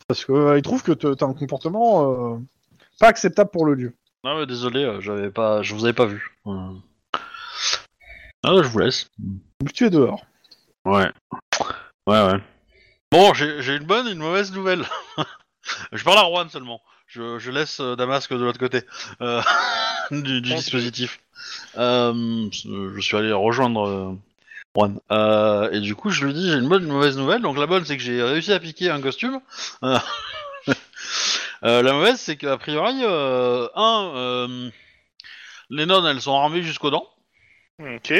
[SPEAKER 2] Parce que euh, il trouve que te- t'as un comportement euh, pas acceptable pour le lieu.
[SPEAKER 1] Non, mais désolé, euh, j'avais pas... je vous avais pas vu. Euh. Ah, je vous laisse.
[SPEAKER 2] Donc tu es dehors.
[SPEAKER 1] Ouais. Ouais, ouais. Bon, j'ai j'ai une bonne et une mauvaise nouvelle. je parle à Rouen seulement. Je, je laisse euh, Damasque de l'autre côté euh, du, du
[SPEAKER 4] Ok.
[SPEAKER 1] dispositif. Euh, je suis allé rejoindre euh, Rouen. Euh, et du coup, je lui dis j'ai une bonne et une mauvaise nouvelle. Donc, la bonne, c'est que j'ai réussi à piquer un costume. Euh, euh, la mauvaise, c'est qu'a priori, euh, un, euh, les nonnes, elles sont armées jusqu'aux dents.
[SPEAKER 4] Ok.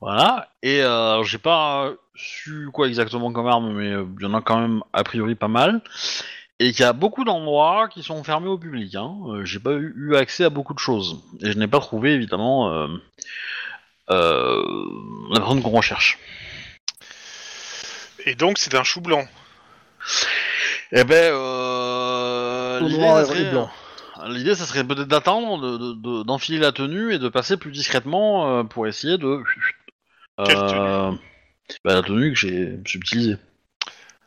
[SPEAKER 1] Voilà, et euh, j'ai pas euh, su quoi exactement comme arme, mais euh, il y en a quand même a priori pas mal. Et qu'il y a beaucoup d'endroits qui sont fermés au public. Hein. Euh, j'ai pas eu, eu accès à beaucoup de choses. Et je n'ai pas trouvé évidemment euh, euh, la personne qu'on recherche.
[SPEAKER 4] Et donc, c'est un chou blanc.
[SPEAKER 1] Eh ben, euh,
[SPEAKER 2] Tout
[SPEAKER 1] l'idée,
[SPEAKER 2] noir
[SPEAKER 1] ça
[SPEAKER 2] et
[SPEAKER 1] serait, euh,
[SPEAKER 2] blanc.
[SPEAKER 1] l'idée, ça serait peut-être d'attendre, de- de- de- d'enfiler la tenue et de passer plus discrètement euh, pour essayer de. euh,
[SPEAKER 4] Quelle
[SPEAKER 1] bah, la tenue que j'ai subtilisée.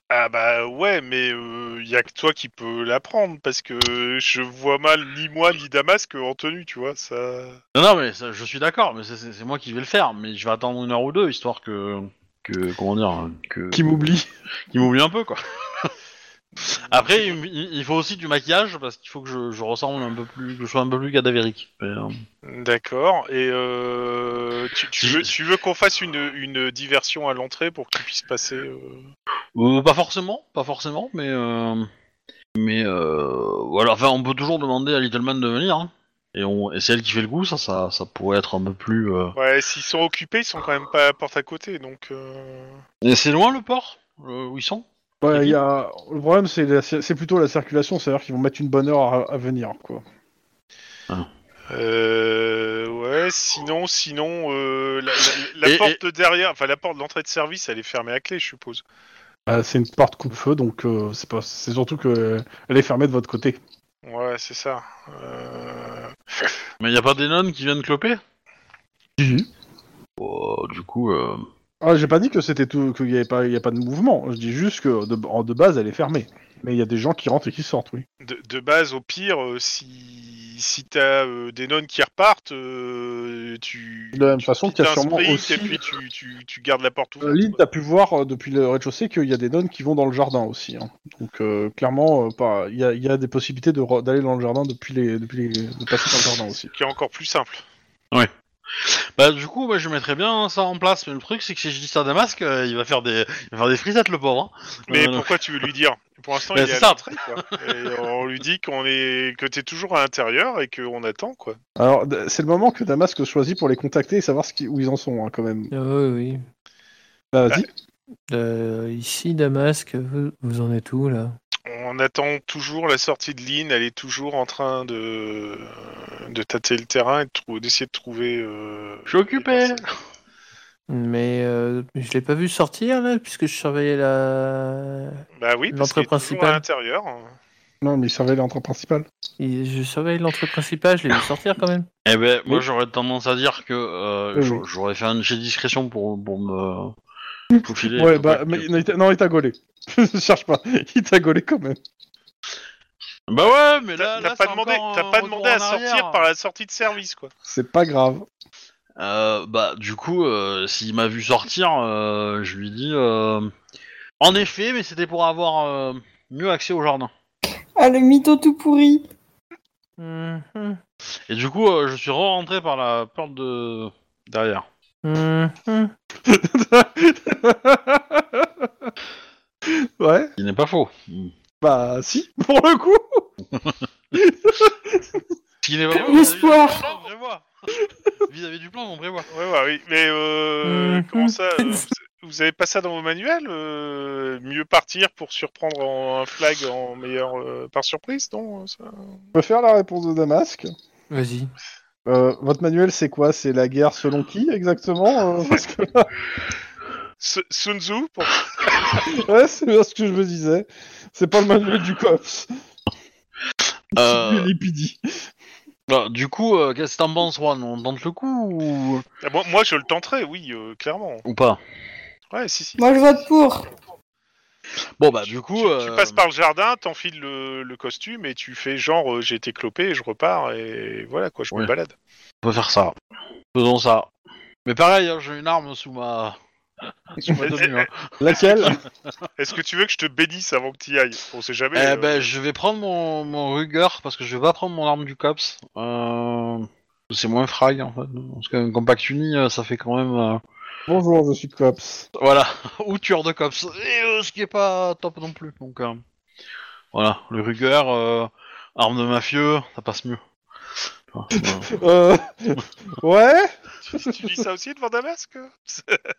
[SPEAKER 4] Ah bah ouais, mais il y a que toi qui peux l'apprendre parce que je vois mal ni moi ni Damasque en tenue, tu vois. Ça.
[SPEAKER 1] Non, non, mais ça, je suis d'accord, mais c'est- c'est c'est moi qui vais le faire, mais je vais attendre une heure ou deux, histoire que... que comment dire que,
[SPEAKER 2] Qui m'oublie.
[SPEAKER 1] qu'il m'oublie un peu, quoi. Après, il, il- il faut aussi du maquillage, parce qu'il faut que je, je ressemble un peu plus... que je sois un peu plus cadavérique. Mais, euh,
[SPEAKER 4] D'accord. Et euh, tu, tu veux, tu veux qu'on fasse une, une diversion à l'entrée pour que tu puisses passer. euh,
[SPEAKER 1] euh, pas forcément, pas forcément, mais... euh, mais, euh, voilà, enfin, on peut toujours demander à Littleman de venir, hein. Et, on, et c'est elle qui fait le goût, ça, ça, ça pourrait être un peu plus... euh,
[SPEAKER 4] Ouais, s'ils sont occupés, ils sont quand même pas à la porte à côté, donc. euh,
[SPEAKER 1] Et c'est loin, le port euh, Où ils sont
[SPEAKER 2] Ouais, il y a... Le problème, c'est, la- c'est plutôt la circulation, c'est-à-dire qu'ils vont mettre une bonne heure à, à venir, quoi.
[SPEAKER 4] Euh, ouais, sinon, sinon, euh, la, la- la
[SPEAKER 1] Et-
[SPEAKER 4] porte de derrière, enfin la porte d'entrée de service, elle est fermée à clé, je suppose.
[SPEAKER 2] Euh, c'est une porte coupe-feu, donc euh, c'est, pas... c'est surtout que euh, elle est fermée de votre côté.
[SPEAKER 4] Ouais, c'est ça. Euh,
[SPEAKER 1] Mais il a pas des nonnes qui viennent cloper
[SPEAKER 2] Mhm.
[SPEAKER 1] Oh, Du coup... euh,
[SPEAKER 2] Ah, j'ai pas dit que c'était tout, qu'il y avait pas, il y a pas de mouvement. Je dis juste que de, en- de base, elle est fermée. Mais il y a des gens qui rentrent et qui sortent, oui.
[SPEAKER 4] de, de base, au pire, euh, si, si t'as euh, des nonnes qui repartent, euh, tu.
[SPEAKER 2] De la même
[SPEAKER 4] tu-
[SPEAKER 2] façon
[SPEAKER 4] tu
[SPEAKER 2] qu'il y a
[SPEAKER 4] fais un
[SPEAKER 2] sûrement
[SPEAKER 4] sprint
[SPEAKER 2] aussi-
[SPEAKER 4] Et puis tu, tu, tu gardes la porte ouverte.
[SPEAKER 2] Euh, Lynn, t'as pu voir euh, depuis le rez-de-chaussée qu'il y a des nonnes qui vont dans le jardin aussi. hein. Donc euh, clairement, euh, pas- il y, a, il y a des possibilités de re- d'aller dans le jardin depuis les, depuis les- de passer dans le jardin aussi.
[SPEAKER 4] Qui est encore plus simple.
[SPEAKER 1] Bah du coup, moi je mettrais bien ça en place, mais le truc c'est que si je dis ça à Damasque, euh, il va faire des, il va faire des frisettes le pauvre. hein.
[SPEAKER 4] Mais
[SPEAKER 1] Euh,
[SPEAKER 4] pourquoi tu veux lui dire Pour l'instant,
[SPEAKER 1] Bah,
[SPEAKER 4] il est
[SPEAKER 1] c'est
[SPEAKER 4] à
[SPEAKER 1] ça.
[SPEAKER 4] l'entrée, quoi. Et on lui dit qu'on est, que t'es toujours à l'intérieur et qu'on attend, quoi.
[SPEAKER 2] Alors d- c'est le moment que Damasque choisit pour les contacter et savoir ce qui- où ils en sont hein, quand même.
[SPEAKER 3] Euh, oui, oui.
[SPEAKER 2] Bah, vas-y.
[SPEAKER 3] Euh, ici, Damasque, vous, vous en êtes où là
[SPEAKER 4] On attend toujours la sortie de Lynn, elle est toujours en train de, de tâter le terrain et de trou- d'essayer de trouver. euh,
[SPEAKER 1] Je suis occupé.
[SPEAKER 4] les personnes.
[SPEAKER 3] Mais euh, je l'ai pas vu sortir là, puisque je surveillais la.
[SPEAKER 4] Bah oui, parce
[SPEAKER 3] L'entrée
[SPEAKER 4] qu'il est toujours
[SPEAKER 3] principale.
[SPEAKER 4] à l'intérieur.
[SPEAKER 2] Non, mais il surveille l'entrée principale.
[SPEAKER 3] Il- Je surveille l'entrée principale, je l'ai vu sortir quand même.
[SPEAKER 1] Eh ben moi j'aurais tendance à dire que euh,
[SPEAKER 2] Oui,
[SPEAKER 1] j'a-
[SPEAKER 2] oui.
[SPEAKER 1] j'aurais fait un jet de discrétion pour pour me faufiler.
[SPEAKER 2] Ouais,
[SPEAKER 1] Faut
[SPEAKER 2] bah,
[SPEAKER 1] pas que-
[SPEAKER 2] mais il- non, il t'a gaulé. Je cherche pas. Il t'a gaulé quand même.
[SPEAKER 1] Bah ouais, mais là,
[SPEAKER 4] T'as
[SPEAKER 1] là,
[SPEAKER 4] t'as pas
[SPEAKER 1] c'est
[SPEAKER 4] demandé,
[SPEAKER 1] encore un
[SPEAKER 4] t'as pas demandé à
[SPEAKER 1] retour en
[SPEAKER 4] sortir
[SPEAKER 1] arrière.
[SPEAKER 4] par la sortie de service, quoi.
[SPEAKER 2] C'est pas grave.
[SPEAKER 1] Euh, bah, du coup, euh, s'il m'a vu sortir, euh, je lui dis. euh, En effet, mais c'était pour avoir euh, mieux accès au jardin.
[SPEAKER 6] Ah, le mytho tout pourri.
[SPEAKER 3] Mhm.
[SPEAKER 1] Et du coup, euh, je suis rentré par la porte de derrière.
[SPEAKER 3] Mhm.
[SPEAKER 2] ouais,
[SPEAKER 1] Il n'est pas faux.
[SPEAKER 2] bah si, pour le coup.
[SPEAKER 1] Il n'est pas faux.
[SPEAKER 6] L'espoir.
[SPEAKER 1] vis-à-vis du plan, on prévoit. Vis-à-vis du plan, on prévoit.
[SPEAKER 4] Ouais, bah oui, mais euh,
[SPEAKER 3] Mhm.
[SPEAKER 4] comment ça euh, vous- Vous avez pas ça dans vos manuels euh, Mieux partir pour surprendre en- un flag en meilleur euh, par surprise, non ça
[SPEAKER 2] Je peux faire la réponse de Damasque.
[SPEAKER 3] Vas-y.
[SPEAKER 2] Euh, votre manuel, c'est quoi C'est la guerre selon qui exactement Euh, parce que-
[SPEAKER 4] Su- Sun Tzu pour-
[SPEAKER 2] Ouais, c'est bien ce que je me disais. C'est pas le manuel du COPS.
[SPEAKER 1] Euh.
[SPEAKER 2] C'est du Lipidi.
[SPEAKER 1] Bah, du coup, euh, qu'est-ce que t'en penses, Juan On tente le coup ou,
[SPEAKER 4] Ah, moi, moi, je le tenterai, oui, euh, clairement.
[SPEAKER 1] ou pas
[SPEAKER 4] Ouais, si, si.
[SPEAKER 6] Moi, je vote pour.
[SPEAKER 1] Bon, bah, du
[SPEAKER 4] Tu,
[SPEAKER 1] coup.
[SPEAKER 4] tu
[SPEAKER 1] euh,
[SPEAKER 4] passes par le jardin, t'enfiles le, le costume et tu fais genre euh, j'ai été clopé, je repars et voilà quoi, je
[SPEAKER 1] Ouais.
[SPEAKER 4] me balade.
[SPEAKER 1] On peut faire ça. Faisons ça. Mais pareil, hein, j'ai une arme sous ma. sous ma tenue, hein.
[SPEAKER 2] Laquelle
[SPEAKER 4] Est-ce que tu veux que je te bénisse avant que t'y ailles On sait jamais.
[SPEAKER 1] Eh
[SPEAKER 4] euh,
[SPEAKER 1] ben, je vais prendre mon, mon ruger parce que je vais pas prendre mon arme du cops. Euh, C'est moins frag en fait. Parce qu'un compact uni, euh, ça fait quand même. euh,
[SPEAKER 2] Bonjour, je suis COPS.
[SPEAKER 1] Voilà, ou tueur de cops. Et euh, ce qui est pas top non plus. Donc euh, voilà, le ruger, euh, arme de mafieux, ça passe mieux. Enfin, euh,
[SPEAKER 2] Euh... Ouais
[SPEAKER 4] Tu dis ça aussi devant Damasque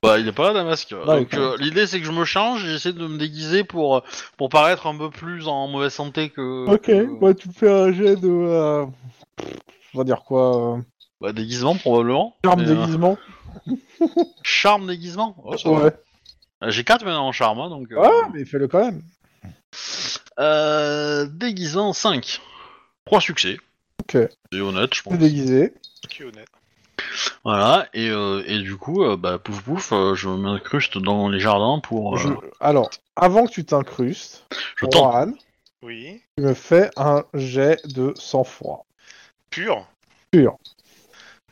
[SPEAKER 1] bah, il est pas là, Damasque.
[SPEAKER 2] il est
[SPEAKER 1] Donc
[SPEAKER 2] pas
[SPEAKER 1] euh, l'idée c'est que je me change, j'essaie de me déguiser pour euh, pour paraître un peu plus en mauvaise santé que.
[SPEAKER 2] Ok,
[SPEAKER 1] que-
[SPEAKER 2] moi tu fais un jet de... euh, On va dire quoi euh,
[SPEAKER 1] bah, déguisement probablement.
[SPEAKER 2] Charme
[SPEAKER 1] Mais, euh,
[SPEAKER 2] déguisement
[SPEAKER 1] charme déguisement. Oh, ça va.
[SPEAKER 2] Ouais.
[SPEAKER 1] Euh, J'ai 4 maintenant en charme, hein, donc. euh,
[SPEAKER 2] Ouais, mais fais-le quand même.
[SPEAKER 1] euh, déguisant 5. 3 succès.
[SPEAKER 2] Ok.
[SPEAKER 1] C'est honnête, je
[SPEAKER 2] T'es
[SPEAKER 1] pense.
[SPEAKER 2] déguisé.
[SPEAKER 4] Qui est honnête.
[SPEAKER 1] Voilà, et, euh, et du coup, euh, bah, pouf pouf, euh, je m'incruste dans les jardins pour. euh,
[SPEAKER 2] Je- Alors, avant que tu t'incrustes,
[SPEAKER 1] je tente.
[SPEAKER 2] Warren,
[SPEAKER 4] Oui.
[SPEAKER 2] tu me fais un jet de sang-froid.
[SPEAKER 4] Pur.
[SPEAKER 2] Pur.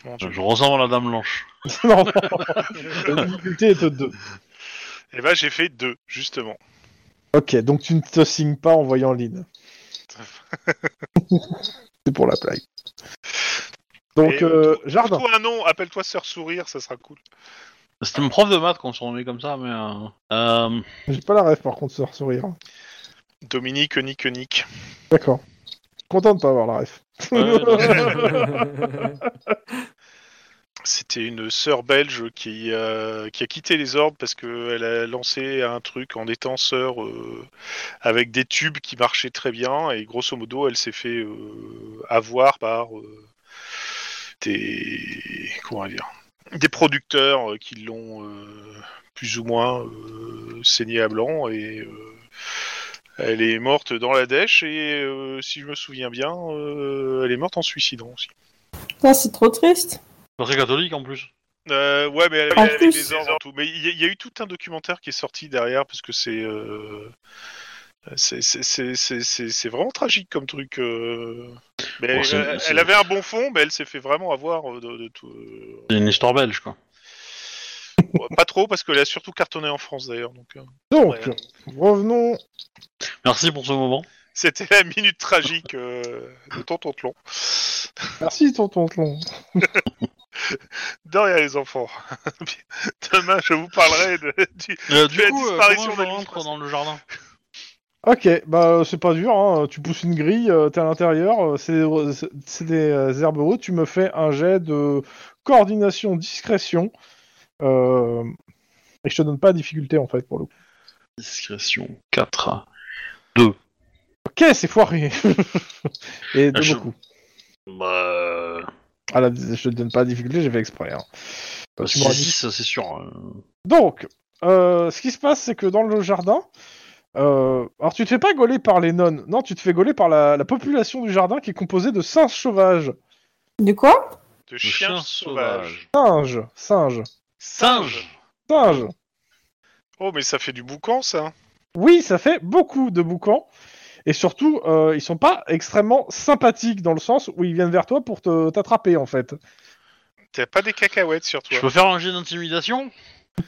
[SPEAKER 4] Mon Dieu.
[SPEAKER 1] Je ressemble à la dame blanche.
[SPEAKER 2] non, la difficulté est de 2.
[SPEAKER 4] Eh ben j'ai fait deux justement.
[SPEAKER 2] Ok, donc tu ne te signes pas en voyant Lynn. C'est pour la plaque. Donc,
[SPEAKER 4] Et,
[SPEAKER 2] euh,
[SPEAKER 4] trou-
[SPEAKER 2] jardin.
[SPEAKER 4] Trouve-toi un nom, appelle-toi Sœur Sourire, ça sera cool.
[SPEAKER 1] C'était une prof de maths qu'on se remet comme ça, mais. euh, euh,
[SPEAKER 2] J'ai pas la rêve par contre, sœur sourire.
[SPEAKER 4] Dominique, Nick, Nick.
[SPEAKER 2] D'accord. Content de pas avoir la ref.
[SPEAKER 4] C'était une sœur belge qui, euh, qui a quitté les ordres parce qu'elle a lancé un truc en étant sœur euh, avec des tubes qui marchaient très bien et grosso modo elle s'est fait euh, avoir par euh, des comment dire des producteurs euh, qui l'ont euh, plus ou moins euh, saigné à blanc et euh, elle est morte dans la dèche et euh, si je me souviens bien euh, elle est morte en se suicidant aussi.
[SPEAKER 6] Putain, c'est trop triste.
[SPEAKER 1] Très catholique en plus.
[SPEAKER 4] Euh, ouais, mais elle avait,
[SPEAKER 6] En
[SPEAKER 4] elle avait
[SPEAKER 6] plus.
[SPEAKER 4] des ordres en tout. Mais il y, a- il y a eu tout un documentaire qui est sorti derrière parce que c'est. euh, c'est- c'est- C'est c'est- c'est- c'est vraiment tragique comme truc. euh. Mais
[SPEAKER 1] Bon,
[SPEAKER 4] elle-
[SPEAKER 1] c'est-
[SPEAKER 4] elle,
[SPEAKER 1] c'est-
[SPEAKER 4] elle avait un bon fond, mais elle s'est fait vraiment avoir euh, de, de tout. euh.
[SPEAKER 1] C'est une histoire belge, quoi.
[SPEAKER 4] Ouais, Pas trop, parce qu'elle a surtout cartonné en France d'ailleurs. donc, euh.
[SPEAKER 2] Donc,
[SPEAKER 4] Ouais.
[SPEAKER 2] revenons.
[SPEAKER 1] Merci pour ce moment.
[SPEAKER 4] C'était la minute tragique euh, de Tonton Tlon.
[SPEAKER 2] Merci, tonton Tlon.
[SPEAKER 4] De rien, les enfants. Demain, je vous parlerai de, du.
[SPEAKER 1] Euh, du
[SPEAKER 4] Fais la
[SPEAKER 1] coup, euh,
[SPEAKER 4] disparition
[SPEAKER 1] comment je
[SPEAKER 4] d'Alice
[SPEAKER 1] rentre
[SPEAKER 4] Passe.
[SPEAKER 1] dans le jardin
[SPEAKER 2] Ok, bah c'est pas dur, hein. tu pousses une grille, euh, t'es à l'intérieur, euh, c'est c'est des euh, herbes hautes, tu me fais un jet de coordination, discrétion, euh, et je te donne pas de difficulté en fait pour le coup.
[SPEAKER 1] Discrétion 4.
[SPEAKER 2] Ok, c'est foiré Et de
[SPEAKER 1] Ah, je-
[SPEAKER 2] beaucoup.
[SPEAKER 1] Bah. euh,
[SPEAKER 2] Ah là, je te donne pas de difficulté, j'ai fait exprès. hein. Bah, tu
[SPEAKER 1] six-
[SPEAKER 2] m'aurais dit-
[SPEAKER 1] six, c'est sûr. euh.
[SPEAKER 2] Donc, euh, ce qui se passe, c'est que dans le jardin, euh, alors tu te fais pas gauler par les nonnes, non, tu te fais gauler par la, la population du jardin qui est composée de singes sauvages.
[SPEAKER 6] De quoi
[SPEAKER 4] De
[SPEAKER 1] Le
[SPEAKER 4] chien, sauvage.
[SPEAKER 2] Singes, singes,
[SPEAKER 1] Singe
[SPEAKER 2] singes.
[SPEAKER 4] Oh, mais ça fait du boucan, ça.
[SPEAKER 2] Oui, ça fait beaucoup de boucans. Et surtout, euh, ils sont pas extrêmement sympathiques dans le sens où ils viennent vers toi pour te- t'attraper en fait.
[SPEAKER 4] T'as pas des cacahuètes sur toi
[SPEAKER 1] Je peux faire un jet d'intimidation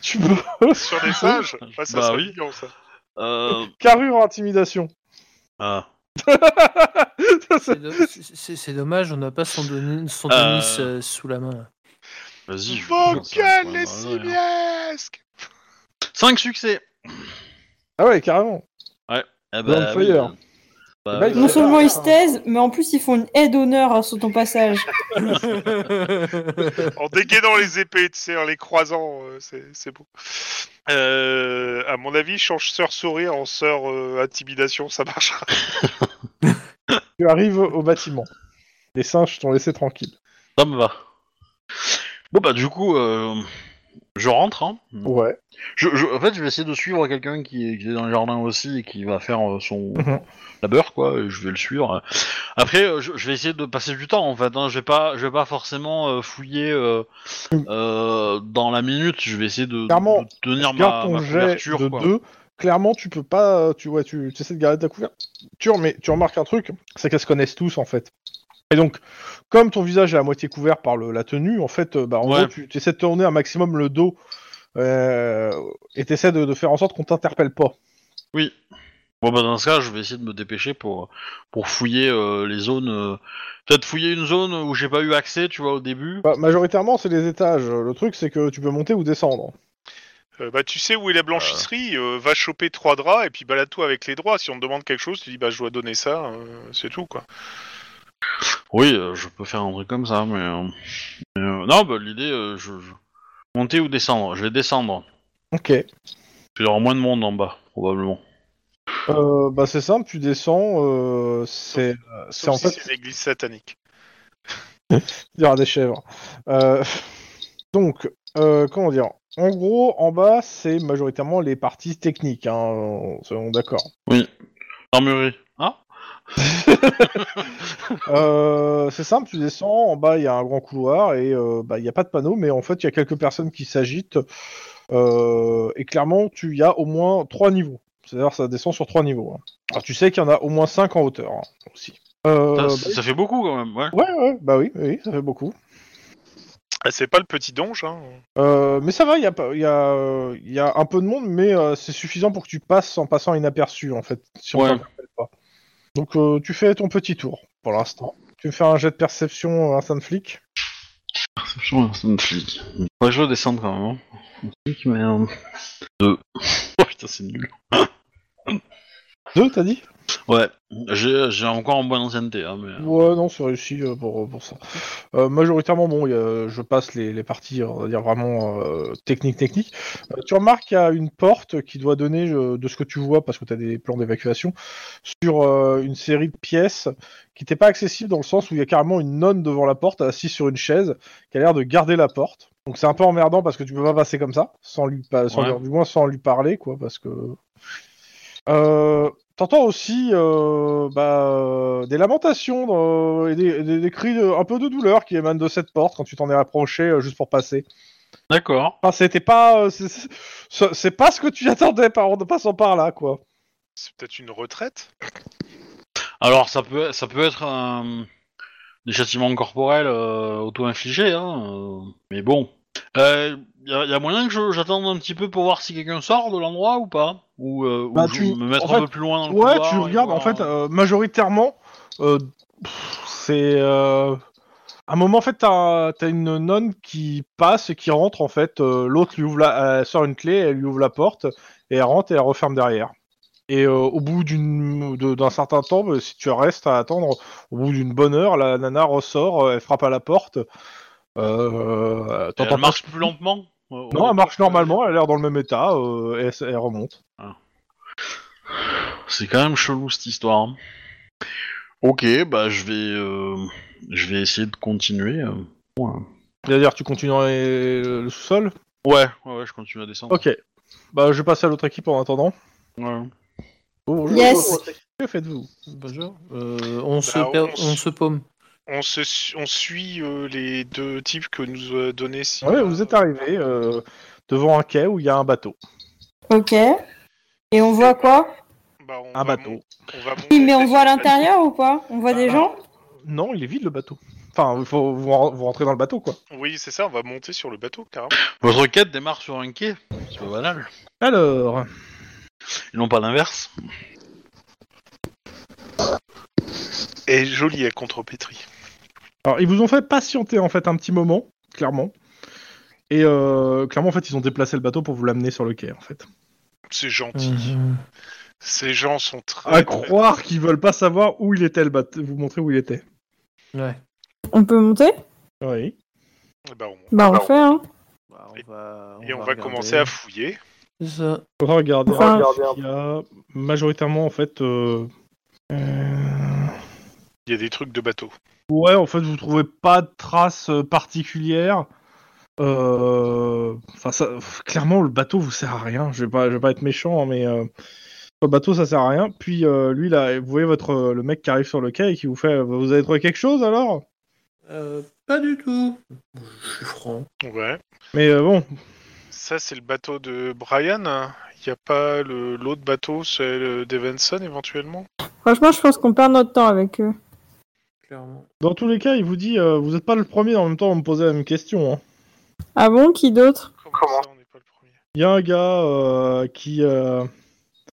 [SPEAKER 2] Tu peux.
[SPEAKER 4] Sur des singes Ah, ça
[SPEAKER 1] Bah
[SPEAKER 4] serait
[SPEAKER 1] oui.
[SPEAKER 4] mignon, ça.
[SPEAKER 1] euh...
[SPEAKER 2] Carrure intimidation.
[SPEAKER 1] ah.
[SPEAKER 2] Ça, c'est-
[SPEAKER 3] C'est do- c'est- c'est dommage, on n'a pas son, don- son
[SPEAKER 1] Euh.
[SPEAKER 3] Denis euh, sous la main.
[SPEAKER 1] Vas-y. je-
[SPEAKER 4] Vocal
[SPEAKER 1] Ouais,
[SPEAKER 4] les
[SPEAKER 1] bah, ouais.
[SPEAKER 4] cibiasques
[SPEAKER 1] Cinq succès
[SPEAKER 2] ah ouais, carrément.
[SPEAKER 1] ah
[SPEAKER 2] Dans le fire.
[SPEAKER 1] bah,
[SPEAKER 2] Bah,
[SPEAKER 1] oui.
[SPEAKER 6] Non seulement ils se taisent, mais en plus ils font une aide d'honneur hein, sur ton passage.
[SPEAKER 4] En dégainant les épées, tu sais, en les croisant, euh, c'est c'est beau. Euh, à mon avis, change sœur sourire en sœur euh, intimidation, ça marchera.
[SPEAKER 2] Tu arrives au bâtiment. Les singes t'ont laissé tranquille.
[SPEAKER 1] Ça me va. Bon bah du coup, euh, je rentre. Hein.
[SPEAKER 2] Ouais.
[SPEAKER 1] Je, je- en fait, je vais essayer de suivre quelqu'un qui, est- qui est dans le jardin aussi et qui va faire euh, son
[SPEAKER 2] Mhm.
[SPEAKER 1] labeur, quoi. et je vais le suivre. Après, euh, je, je vais essayer de passer du temps, en fait. Hein. Je vais pas, je vais pas forcément euh, fouiller euh, euh, dans la minute. Je vais essayer de,
[SPEAKER 2] Clairement,
[SPEAKER 1] de tenir ma,
[SPEAKER 2] Garde ton
[SPEAKER 1] ma
[SPEAKER 2] jet
[SPEAKER 1] couverture,
[SPEAKER 2] de
[SPEAKER 1] quoi.
[SPEAKER 2] 2. Clairement, tu peux pas. euh, Tu vois, tu, tu essaies de garder ta couverture, mais tu remarques un truc, c'est qu'elles se connaissent tous en fait. Et donc, comme ton visage est à moitié couvert par le- la tenue, en fait, euh, bah, en
[SPEAKER 1] Ouais.
[SPEAKER 2] gros, tu tu essaies de tourner un maximum le dos euh, et tu essaies de, de faire en sorte qu'on t'interpelle pas.
[SPEAKER 1] Oui. Bon bah dans ce cas, je vais essayer de me dépêcher pour pour fouiller euh, les zones. euh, Peut-être fouiller une zone où j'ai pas eu accès, tu vois, au début.
[SPEAKER 2] Bah, majoritairement, c'est les étages. Le truc, c'est que tu peux monter ou descendre.
[SPEAKER 4] Euh, bah, tu sais où est la blanchisserie,
[SPEAKER 1] Ah.
[SPEAKER 4] euh, va choper trois draps et puis balade-toi avec les draps. Si on te demande quelque chose, tu dis bah je dois donner ça, euh, c'est tout quoi.
[SPEAKER 1] Oui, euh, je peux faire un truc comme ça, mais. euh, mais, euh, non, bah, l'idée, euh, je, je- Monter ou descendre Je vais descendre.
[SPEAKER 2] Ok.
[SPEAKER 1] Il y aura moins de monde en bas, probablement.
[SPEAKER 2] Euh, bah, c'est simple, tu descends. euh, c'est euh, c'est
[SPEAKER 4] Sauf
[SPEAKER 2] en
[SPEAKER 4] si
[SPEAKER 2] fait
[SPEAKER 4] c'est l'église satanique.
[SPEAKER 2] Il y aura des chèvres. Euh, donc, euh, comment dire En gros, en bas, c'est majoritairement les parties techniques, hein, on, on est d'accord.
[SPEAKER 1] Armurerie. Ah
[SPEAKER 2] Euh, c'est simple, tu descends, en bas, il y a un grand couloir, et euh, bah, il n'y a pas de panneau, mais en fait, il y a quelques personnes qui s'agitent, euh, et clairement, tu y as au moins trois niveaux. C'est-à-dire, ça descend sur trois niveaux. hein. Alors, tu sais qu'il y en a au moins cinq en hauteur, hein, aussi. Euh,
[SPEAKER 1] ça,
[SPEAKER 2] bah,
[SPEAKER 1] ça fait beaucoup quand même, ouais.
[SPEAKER 2] ouais, ouais, bah oui, oui, ça fait beaucoup.
[SPEAKER 4] Ah, c'est pas le petit donge, hein.
[SPEAKER 2] Euh, mais ça va, il y a, pas- il y, a, euh, il y a un peu de monde, mais euh, c'est suffisant pour que tu passes en passant inaperçu, en fait, si on
[SPEAKER 1] Ouais.
[SPEAKER 2] t'en rappelle pas. Donc euh, tu fais ton petit tour, pour l'instant. Tu me fais un jet de perception euh, instant flic.
[SPEAKER 1] Franchement, c'est une fille. Ouais, je vais descendre quand même. hein. Un truc qui m'a- Deux. Oh putain, c'est nul.
[SPEAKER 2] Deux, t'as dit
[SPEAKER 1] Ouais, j'ai j'ai encore un bon d'ancienneté, hein, mais.
[SPEAKER 2] Ouais, non, c'est réussi euh, pour, pour ça. Euh, majoritairement, bon, il y a- je passe les, les parties, on va dire, vraiment euh, technique, technique. Euh, tu remarques qu'il y a une porte qui doit donner, euh, de ce que tu vois, parce que tu as des plans d'évacuation, sur euh, une série de pièces qui n'étaient pas accessible dans le sens où il y a carrément une nonne devant la porte, assise sur une chaise, qui a l'air de garder la porte. Donc c'est un peu emmerdant parce que tu peux pas passer comme ça, sans lui, pa- sans
[SPEAKER 1] Ouais.
[SPEAKER 2] lui- du moins sans lui parler, quoi, parce que. Euh, T'entends aussi euh, bah, euh, des lamentations euh, et des, des- des cris de- un peu de douleur qui émanent de cette porte quand tu t'en es approché euh, juste pour passer.
[SPEAKER 1] D'accord.
[SPEAKER 2] Enfin, c'était pas, euh, c'est- c'est- c'est c'est pas ce que tu attendais par, en passant par là, quoi.
[SPEAKER 4] C'est peut-être une retraite.
[SPEAKER 1] Alors, ça peut, ça peut être un. Des châtiments corporels euh, auto-infligés, hein. euh, mais bon. Il y, a- y a moyen que je- j'attende un petit peu pour voir si quelqu'un sort de l'endroit ou pas Ou, euh, ou
[SPEAKER 2] Bah,
[SPEAKER 1] je-
[SPEAKER 2] tu-
[SPEAKER 1] me mettre
[SPEAKER 2] en
[SPEAKER 1] un
[SPEAKER 2] fait,
[SPEAKER 1] peu plus loin dans le
[SPEAKER 2] Ouais,
[SPEAKER 1] couloir
[SPEAKER 2] tu
[SPEAKER 1] et
[SPEAKER 2] regardes, en
[SPEAKER 1] voir,
[SPEAKER 2] fait,
[SPEAKER 1] euh,
[SPEAKER 2] euh, majoritairement, euh, pff, c'est. euh, à un moment, en fait, t'as as une nonne qui passe et qui rentre, en fait. euh, L'autre lui ouvre la. Elle sort une clé, elle lui ouvre la porte, et elle rentre et elle referme derrière. Et euh, au bout d'une- de- d'un certain temps, bah, si tu restes à attendre, au bout d'une bonne heure, la nana ressort, euh, elle frappe à la porte. Euh,
[SPEAKER 1] et
[SPEAKER 2] t'entends
[SPEAKER 1] elle marche plus lentement euh,
[SPEAKER 2] pas- Non,
[SPEAKER 1] au-
[SPEAKER 2] elle marche normalement, elle a l'air dans le même état, euh, et elle- elle remonte.
[SPEAKER 1] C'est quand même chelou cette histoire. hein. Ok, bah je vais, euh, je vais essayer de continuer. euh.
[SPEAKER 2] C'est-à-dire, tu continues dans les- le sous-sol
[SPEAKER 1] Ouais, ouais, ouais, je continue à descendre.
[SPEAKER 2] Ok. Bah, je passe à l'autre équipe en attendant. Oh,
[SPEAKER 1] Ouais.
[SPEAKER 2] Bonjour.
[SPEAKER 6] Yes.
[SPEAKER 2] Que faites-vous
[SPEAKER 3] Bonjour. Euh, on, se
[SPEAKER 4] Bah,
[SPEAKER 3] per-
[SPEAKER 4] on s-
[SPEAKER 3] on se paume.
[SPEAKER 4] On se, su- on suit euh, les deux types que nous a donné. Si
[SPEAKER 2] Ouais, vous êtes arrivé euh, devant un quai où il y a un bateau.
[SPEAKER 6] Ok. Et on voit quoi
[SPEAKER 4] Bah, on
[SPEAKER 2] Un
[SPEAKER 4] va
[SPEAKER 2] bateau.
[SPEAKER 4] mon- on va
[SPEAKER 6] Oui, mais
[SPEAKER 4] monter
[SPEAKER 6] on voit à
[SPEAKER 4] sur le
[SPEAKER 6] l'intérieur ou pas On voit des gens
[SPEAKER 2] Non, il est vide le bateau. Enfin, il faut vous, ren- vous rentrez dans le bateau, quoi.
[SPEAKER 4] bateau. Oui, c'est ça, on va monter sur le bateau, carrément.
[SPEAKER 1] Votre quête démarre sur un quai. C'est pas banal.
[SPEAKER 2] Alors,
[SPEAKER 1] Ils n'ont pas l'inverse.
[SPEAKER 4] Et joli à contrepétrie.
[SPEAKER 2] alors, ils vous ont fait patienter en fait un petit moment, clairement. Et euh, clairement, en fait, ils ont déplacé le bateau pour vous l'amener sur le quai, en fait.
[SPEAKER 4] C'est gentil.
[SPEAKER 3] Mhm.
[SPEAKER 4] Ces gens sont très.
[SPEAKER 2] À croire qu'ils veulent pas savoir où il était le bateau, vous montrer où il était.
[SPEAKER 3] Ouais.
[SPEAKER 6] On peut monter
[SPEAKER 2] Oui.
[SPEAKER 4] Eh ben, on-
[SPEAKER 6] Bah, on
[SPEAKER 4] Bah,
[SPEAKER 6] le fait, hein.
[SPEAKER 3] Bah, on va,
[SPEAKER 4] Et on va commencer à fouiller.
[SPEAKER 3] Ça.
[SPEAKER 2] Regardez,
[SPEAKER 6] Enfin,
[SPEAKER 2] regardez, il y a majoritairement en fait. euh, euh,
[SPEAKER 4] Il y a des trucs de bateau.
[SPEAKER 2] Ouais, en fait, vous trouvez pas de traces euh, particulières. Euh, Enfin, ça, pff, clairement, le bateau vous sert à rien. Je vais pas, je vais pas être méchant, hein, mais euh, le bateau ça sert à rien. Puis euh, lui là, vous voyez votre euh, le mec qui arrive sur le quai et qui vous fait, euh, vous avez trouvé quelque chose alors
[SPEAKER 3] Euh, pas du tout. Je suis franc.
[SPEAKER 4] Ouais.
[SPEAKER 2] Mais euh, bon,
[SPEAKER 4] Ça, c'est le bateau de Brian. hein. Il n'y a pas le- l'autre bateau, c'est le d'Evenson éventuellement
[SPEAKER 6] Franchement, je pense qu'on perd notre temps avec eux.
[SPEAKER 3] Clairement.
[SPEAKER 2] dans tous les cas, il vous dit, euh, vous êtes pas le premier en même temps à me poser la même question. hein.
[SPEAKER 6] Ah bon Qui d'autre
[SPEAKER 4] Comment, ça, on n'est pas le premier
[SPEAKER 2] Il y a un gars euh, qui, euh,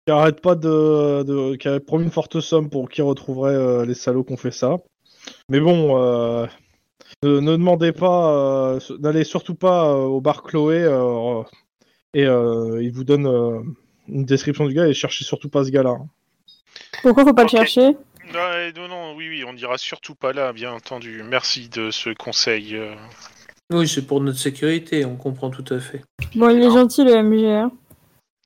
[SPEAKER 2] qui arrête pas de, de- qui a promis une forte somme pour qui retrouverait euh, les salauds qui ont fait ça. Mais bon, euh, ne, ne demandez pas, euh, su- n'allez surtout pas euh, au bar Chloé euh, et euh, il vous donne euh, une description du gars et cherchez surtout pas ce gars-là.
[SPEAKER 6] Pourquoi faut pas
[SPEAKER 4] Ok.
[SPEAKER 6] le chercher
[SPEAKER 4] Non, eh, non, non, oui, oui, on n'ira surtout pas là, bien entendu. Merci de ce conseil. euh.
[SPEAKER 3] Oui, c'est pour notre sécurité, on comprend tout à fait.
[SPEAKER 6] Bon, il est gentil le MGR.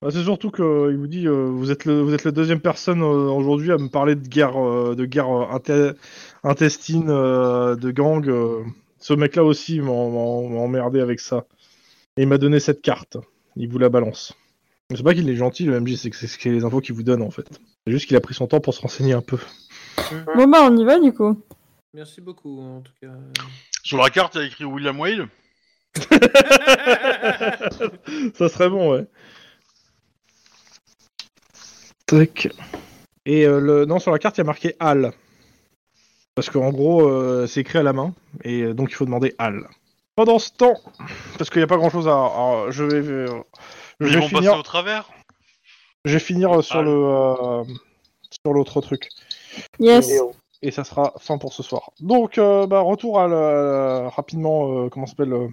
[SPEAKER 2] Bah, c'est surtout que euh, il vous dit, euh, vous êtes le, vous êtes la deuxième personne euh, aujourd'hui à me parler de guerre, euh, de guerre euh, inte- intestine, euh, de gang. euh. Ce mec-là aussi m'a m'a- m'a emmerdé avec ça. Et il m'a donné cette carte. Il vous la balance. C'est pas qu'il est gentil, le MJ, c'est que c'est c'est les infos qu'il vous donne en fait. C'est juste qu'il a pris son temps pour se renseigner un peu.
[SPEAKER 4] Hmm.
[SPEAKER 6] Bon, bah, on y va du coup.
[SPEAKER 3] Merci beaucoup, en tout cas.
[SPEAKER 1] Sur la carte, il y a écrit William Whale.
[SPEAKER 2] ça serait bon, ouais. Tac. Et euh, le... non, sur la carte, il y a marqué Hall. Parce qu'en gros, euh, c'est écrit à la main. Et euh, donc, il faut demander Hall. Pendant ce temps, parce qu'il n'y a pas grand chose à. à- je vais. euh,
[SPEAKER 1] Ils
[SPEAKER 2] je, vais
[SPEAKER 1] vont passer
[SPEAKER 2] finir,
[SPEAKER 1] au travers.
[SPEAKER 2] je vais finir sur
[SPEAKER 1] Hall.
[SPEAKER 2] le. euh, sur l'autre truc.
[SPEAKER 6] Yes.
[SPEAKER 2] Et ça sera fin pour ce soir. Donc, euh, bah, retour à la- rapidement, euh, comment ça s'appelle euh,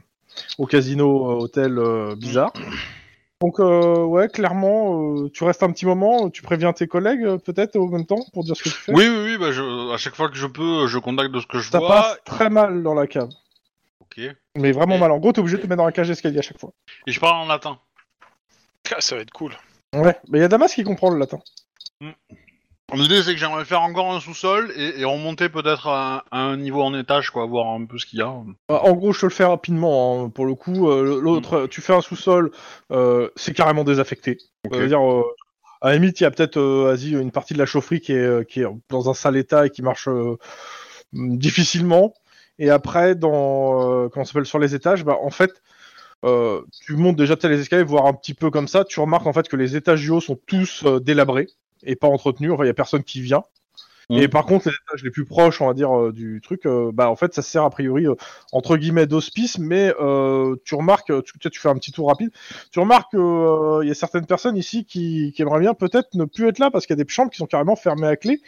[SPEAKER 2] Au casino, euh, hôtel euh, bizarre. Donc, euh, ouais, clairement, euh, tu restes un petit moment, tu préviens tes collègues euh, peut-être au même temps pour dire ce que tu fais.
[SPEAKER 1] Oui, oui, oui. Bah, je, à chaque fois que je peux, je contacte de ce que je
[SPEAKER 2] Ça
[SPEAKER 1] vois.
[SPEAKER 2] passe très mal dans la cave,
[SPEAKER 1] Ok. Et
[SPEAKER 2] mais vraiment mal. En gros, t'es obligé de te mettre dans la cage d'escalier à chaque fois.
[SPEAKER 1] je parle en latin.
[SPEAKER 4] Ah, ça va être cool.
[SPEAKER 2] Ouais, mais il y a Damas qui comprend le latin.
[SPEAKER 1] L'idée, c'est que j'aimerais faire encore un sous-sol et, et remonter peut-être à, à un niveau en étage, quoi, voir un peu ce qu'il y a.
[SPEAKER 2] Bah, en gros, je te le fais rapidement. hein, pour le coup, Euh, l'autre, euh, tu fais un sous-sol, euh, c'est carrément désaffecté.
[SPEAKER 1] Ok.
[SPEAKER 2] Euh, dire euh, à la limite, il y a peut-être euh, vas-y, une partie de la chaufferie qui est, euh, qui est dans un sale état et qui marche euh, difficilement. Et après, dans euh, comment ça s'appelle sur les étages, bah en fait, euh, tu montes déjà peut-être les escaliers, voir un petit peu comme ça. Tu remarques en fait que les étages du haut sont tous euh, délabrés et pas entretenus. Enfin, il y a personne qui vient.
[SPEAKER 1] Mhm.
[SPEAKER 2] Et par contre, les étages les plus proches, on va dire, euh, du truc, euh, bah en fait, ça sert a priori euh, entre guillemets d'hospice, mais euh, tu remarques, euh, tu, tu tu fais un petit tour rapide, tu remarques qu'il y a certaines personnes ici qui, qui aimeraient bien peut-être ne plus être là parce qu'il y a des chambres qui sont carrément fermées à clé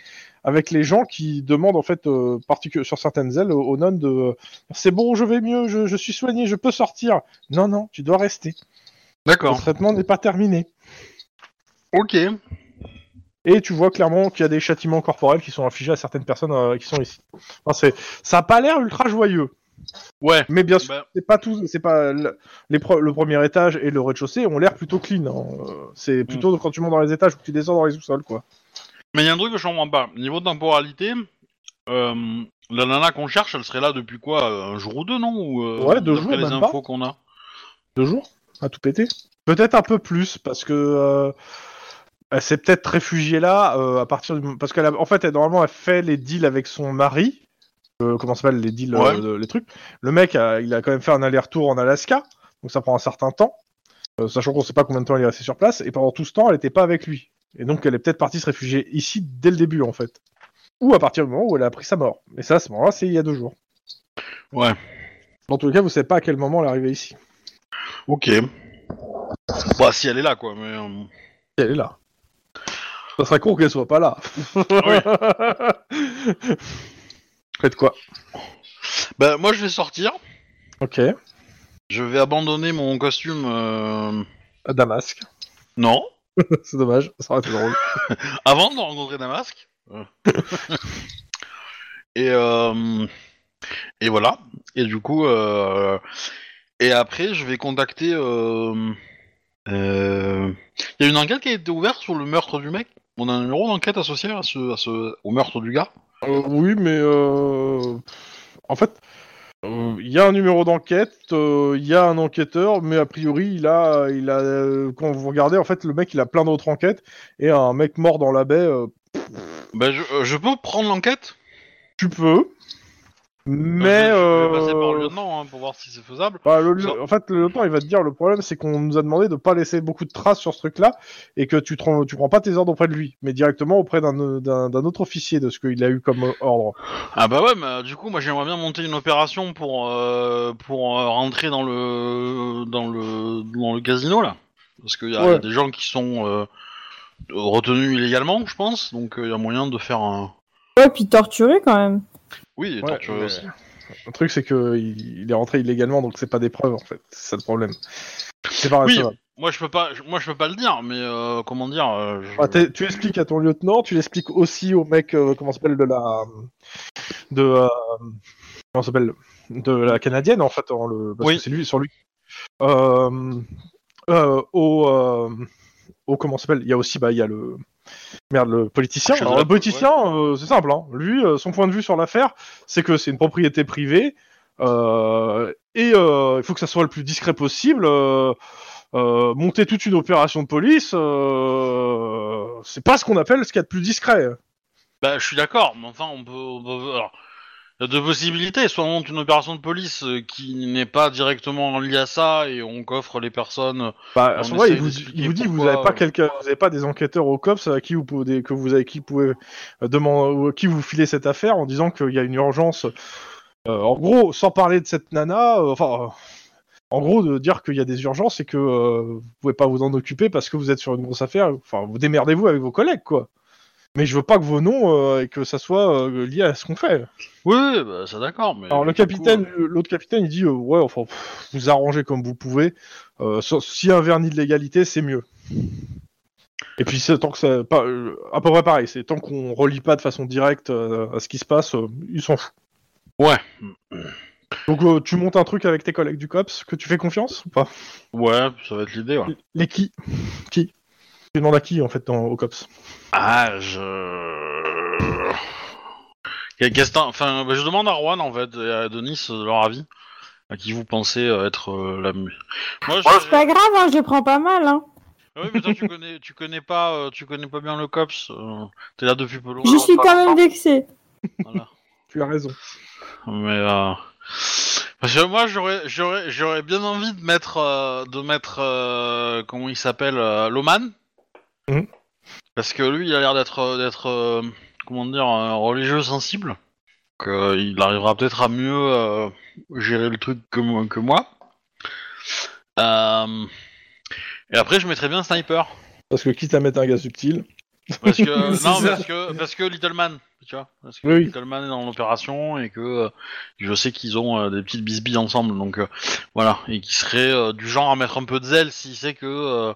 [SPEAKER 2] avec les gens qui demandent en fait euh, particu- sur certaines ailes euh, aux nonnes de euh, c'est bon, je vais mieux, je, je suis soigné, je peux sortir. Non, non, tu dois rester. Le
[SPEAKER 1] D'accord.
[SPEAKER 2] traitement n'est pas terminé.
[SPEAKER 1] Ok.
[SPEAKER 2] Et tu vois clairement qu'il y a des châtiments corporels qui sont infligés à certaines personnes euh, qui sont ici. Enfin, c'est- ça a pas l'air ultra joyeux,
[SPEAKER 1] Ouais.
[SPEAKER 2] mais bien sûr.
[SPEAKER 1] Bah,
[SPEAKER 2] c'est pas tout, c'est pas le, les pre- le premier étage et le rez-de-chaussée ont l'air plutôt clean. hein. Euh, C'est plutôt quand tu montes dans les étages ou que tu descends dans les sous-sols, quoi.
[SPEAKER 1] mais il y a un truc que je comprends pas. Niveau temporalité, euh, la nana qu'on cherche, elle serait là depuis quoi euh, Un jour ou deux, non ou, euh,
[SPEAKER 2] Ouais, deux
[SPEAKER 1] d'après
[SPEAKER 2] jours,
[SPEAKER 1] les
[SPEAKER 2] même
[SPEAKER 1] infos qu'on a.
[SPEAKER 2] Deux jours à tout péter. Peut-être un peu plus parce que euh, elle s'est peut-être réfugiée là euh, à partir du parce qu'elle a- en fait elle, normalement elle fait les deals avec son mari. Euh, comment ça s'appelle les deals, euh,
[SPEAKER 1] Ouais.
[SPEAKER 2] de- les trucs. Le mec a- il a quand même fait un aller-retour en Alaska, donc ça prend un certain temps. Euh, sachant qu'on sait pas combien de temps il est resté sur place, et pendant tout ce temps, elle n'était pas avec lui. Et donc, elle est peut-être partie se réfugier ici dès le début, en fait. Ou à partir du moment où elle a appris sa mort. Mais ça, à ce moment-là, c'est il y a deux jours.
[SPEAKER 1] Ouais.
[SPEAKER 2] Dans tous les cas, vous savez pas à quel moment elle est arrivée ici.
[SPEAKER 1] Ok. Bah, si elle est là, quoi. Mais, euh,
[SPEAKER 2] Elle est là. Ça serait con qu'elle soit pas là. Faites quoi
[SPEAKER 1] Bah, moi, je vais sortir.
[SPEAKER 2] Ok.
[SPEAKER 1] Je vais abandonner mon costume. euh,
[SPEAKER 2] À Damasque.
[SPEAKER 1] Non.
[SPEAKER 2] C'est dommage, ça aurait été drôle.
[SPEAKER 1] Avant de rencontrer Damasque. Euh. et, euh, et voilà. Et du coup. euh, Et après, je vais contacter. euh, euh, Il y a une enquête qui a été ouverte sur le meurtre du mec. On a un numéro d'enquête associé à ce, à ce- au meurtre du gars.
[SPEAKER 2] Euh, oui, mais euh, en fait, euh, il y a un numéro d'enquête, euh, il y a un enquêteur, mais a priori, il a, il a, euh, quand vous regardez, en fait, le mec, il a plein d'autres enquêtes et un mec mort dans la baie. euh,
[SPEAKER 1] Bah, je, euh, je peux prendre l'enquête
[SPEAKER 2] tu peux, mais
[SPEAKER 1] Je- je vais passer
[SPEAKER 2] euh,
[SPEAKER 1] par le lieutenant hein, pour voir si c'est faisable.
[SPEAKER 2] bah, le- le- en fait, le lieutenant, il va te dire le problème, c'est qu'on nous a demandé de pas laisser beaucoup de traces sur ce truc-là et que tu, te rends- tu prends pas tes ordres auprès de lui, mais directement auprès d'un d'un- d'un autre officier de ce qu'il a eu comme euh, ordre.
[SPEAKER 1] Ah bah ouais, mais euh, du coup, moi j'aimerais bien monter une opération pour euh, pour euh, rentrer dans le dans le dans le casino là, parce qu'il y, a il y a
[SPEAKER 2] Ouais.
[SPEAKER 1] des gens qui sont euh, retenus illégalement, je pense, donc euh, il y a moyen de faire un.
[SPEAKER 6] Ouais, puis torturé quand même.
[SPEAKER 1] Oui,
[SPEAKER 2] Ouais,
[SPEAKER 1] torturé
[SPEAKER 2] mais-
[SPEAKER 1] aussi.
[SPEAKER 2] Le truc, c'est que il, il est rentré illégalement, donc c'est pas des preuves en fait. C'est ça le problème. C'est pas
[SPEAKER 1] Oui.
[SPEAKER 2] recevable.
[SPEAKER 1] Moi je peux pas, je- moi je peux pas le dire, mais euh, comment dire. euh, je-
[SPEAKER 2] Ah, t'es- tu expliques à ton lieutenant, tu l'expliques aussi au mec, euh, comment s'appelle de la, de, euh, comment s'appelle, de la canadienne en fait, en le, parce
[SPEAKER 1] Oui.
[SPEAKER 2] que c'est lui, sur lui. Euh, euh, au, euh, au comment s'appelle Il y a aussi, bah, il y a le. Merde, le politicien.
[SPEAKER 1] Chef de
[SPEAKER 2] Alors,
[SPEAKER 1] la
[SPEAKER 2] le politicien, euh, c'est simple. hein. Lui, euh, son point de vue sur l'affaire, c'est que c'est une propriété privée euh, et euh, il faut que ça soit le plus discret possible. euh, euh, monter toute une opération de police, euh, c'est pas ce qu'on appelle ce qu'il y a de plus discret.
[SPEAKER 1] Bah, je suis d'accord, mais enfin, on peut. on peut- alors, il y a deux possibilités. Soit on monte une opération de police euh, qui n'est pas directement liée à ça et on coffre les personnes.
[SPEAKER 2] Bah,
[SPEAKER 1] On
[SPEAKER 2] à ce moment-là,
[SPEAKER 1] essaye
[SPEAKER 2] il vous,
[SPEAKER 1] d'expliquer
[SPEAKER 2] il vous dit que vous
[SPEAKER 1] pourquoi,
[SPEAKER 2] n'avez pas
[SPEAKER 1] euh,
[SPEAKER 2] quelqu'un, vous avez pas des enquêteurs au cops à qui vous pouvez, que vous avez, qui pouvez euh, demander, ou à qui vous filez cette affaire en disant qu'il y a une urgence. Euh, en gros, sans parler de cette nana, euh, enfin, euh, en gros, de dire qu'il y a des urgences et que euh, vous pouvez pas vous en occuper parce que vous êtes sur une grosse affaire. Enfin, vous démerdez-vous avec vos collègues, quoi. Mais je veux pas que vos noms euh, et que ça soit euh, lié à ce qu'on fait.
[SPEAKER 1] Oui, oui, bah, ça d'accord, mais.
[SPEAKER 2] Alors le
[SPEAKER 1] du coup,
[SPEAKER 2] capitaine,
[SPEAKER 1] euh,
[SPEAKER 2] euh, l'autre capitaine, il dit euh, ouais, enfin, pff, vous arrangez comme vous pouvez. Euh, sauf- S'il y a un vernis de légalité, c'est mieux. Et puis c'est tant que ça, pas, euh, à peu près pareil, c'est tant qu'on relie pas de façon directe euh, à ce qui se passe, euh, ils s'en foutent.
[SPEAKER 1] Ouais.
[SPEAKER 2] Donc euh, tu montes un truc avec tes collègues du cops que tu fais confiance ou pas
[SPEAKER 1] Ouais, ça va être l'idée, ouais.
[SPEAKER 2] Les qui Qui Tu demandes à qui en fait dans, au cops
[SPEAKER 1] Ah, je. Quel- qu'est-ce t'en- Enfin, bah, je demande à Rouen, en fait, et à Denis euh, leur avis. À qui vous pensez euh, être euh, la. mu- Moi, je.
[SPEAKER 6] C'est pas grave, hein, je les prends pas mal. Hein.
[SPEAKER 1] Ah oui, mais toi, tu connais, tu connais pas, euh, tu connais pas bien le cops. euh, T'es là depuis peu longtemps.
[SPEAKER 6] Je suis quand même vexée.
[SPEAKER 1] Voilà.
[SPEAKER 2] Tu as raison.
[SPEAKER 1] Mais euh, parce que moi j'aurais j'aurais j'aurais bien envie de mettre euh, de mettre euh, comment il s'appelle euh, Loman
[SPEAKER 2] Mhm.
[SPEAKER 1] parce que lui il a l'air d'être euh, d'être euh, comment dire un religieux sensible donc euh, il arrivera peut-être à mieux euh, gérer le truc que moi que moi Euh, et après je mettrais bien Sniper
[SPEAKER 2] Parce que quitte à mettre un gars subtil.
[SPEAKER 1] parce que
[SPEAKER 5] C'est
[SPEAKER 1] non
[SPEAKER 5] ça.
[SPEAKER 1] parce que parce que Little Man tu vois parce que
[SPEAKER 2] Oui, oui.
[SPEAKER 1] Little Man est dans l'opération et que euh, je sais qu'ils ont euh, des petites bisbilles ensemble donc euh, voilà et qui serait euh, du genre à mettre un peu de zèle s'il sait que euh,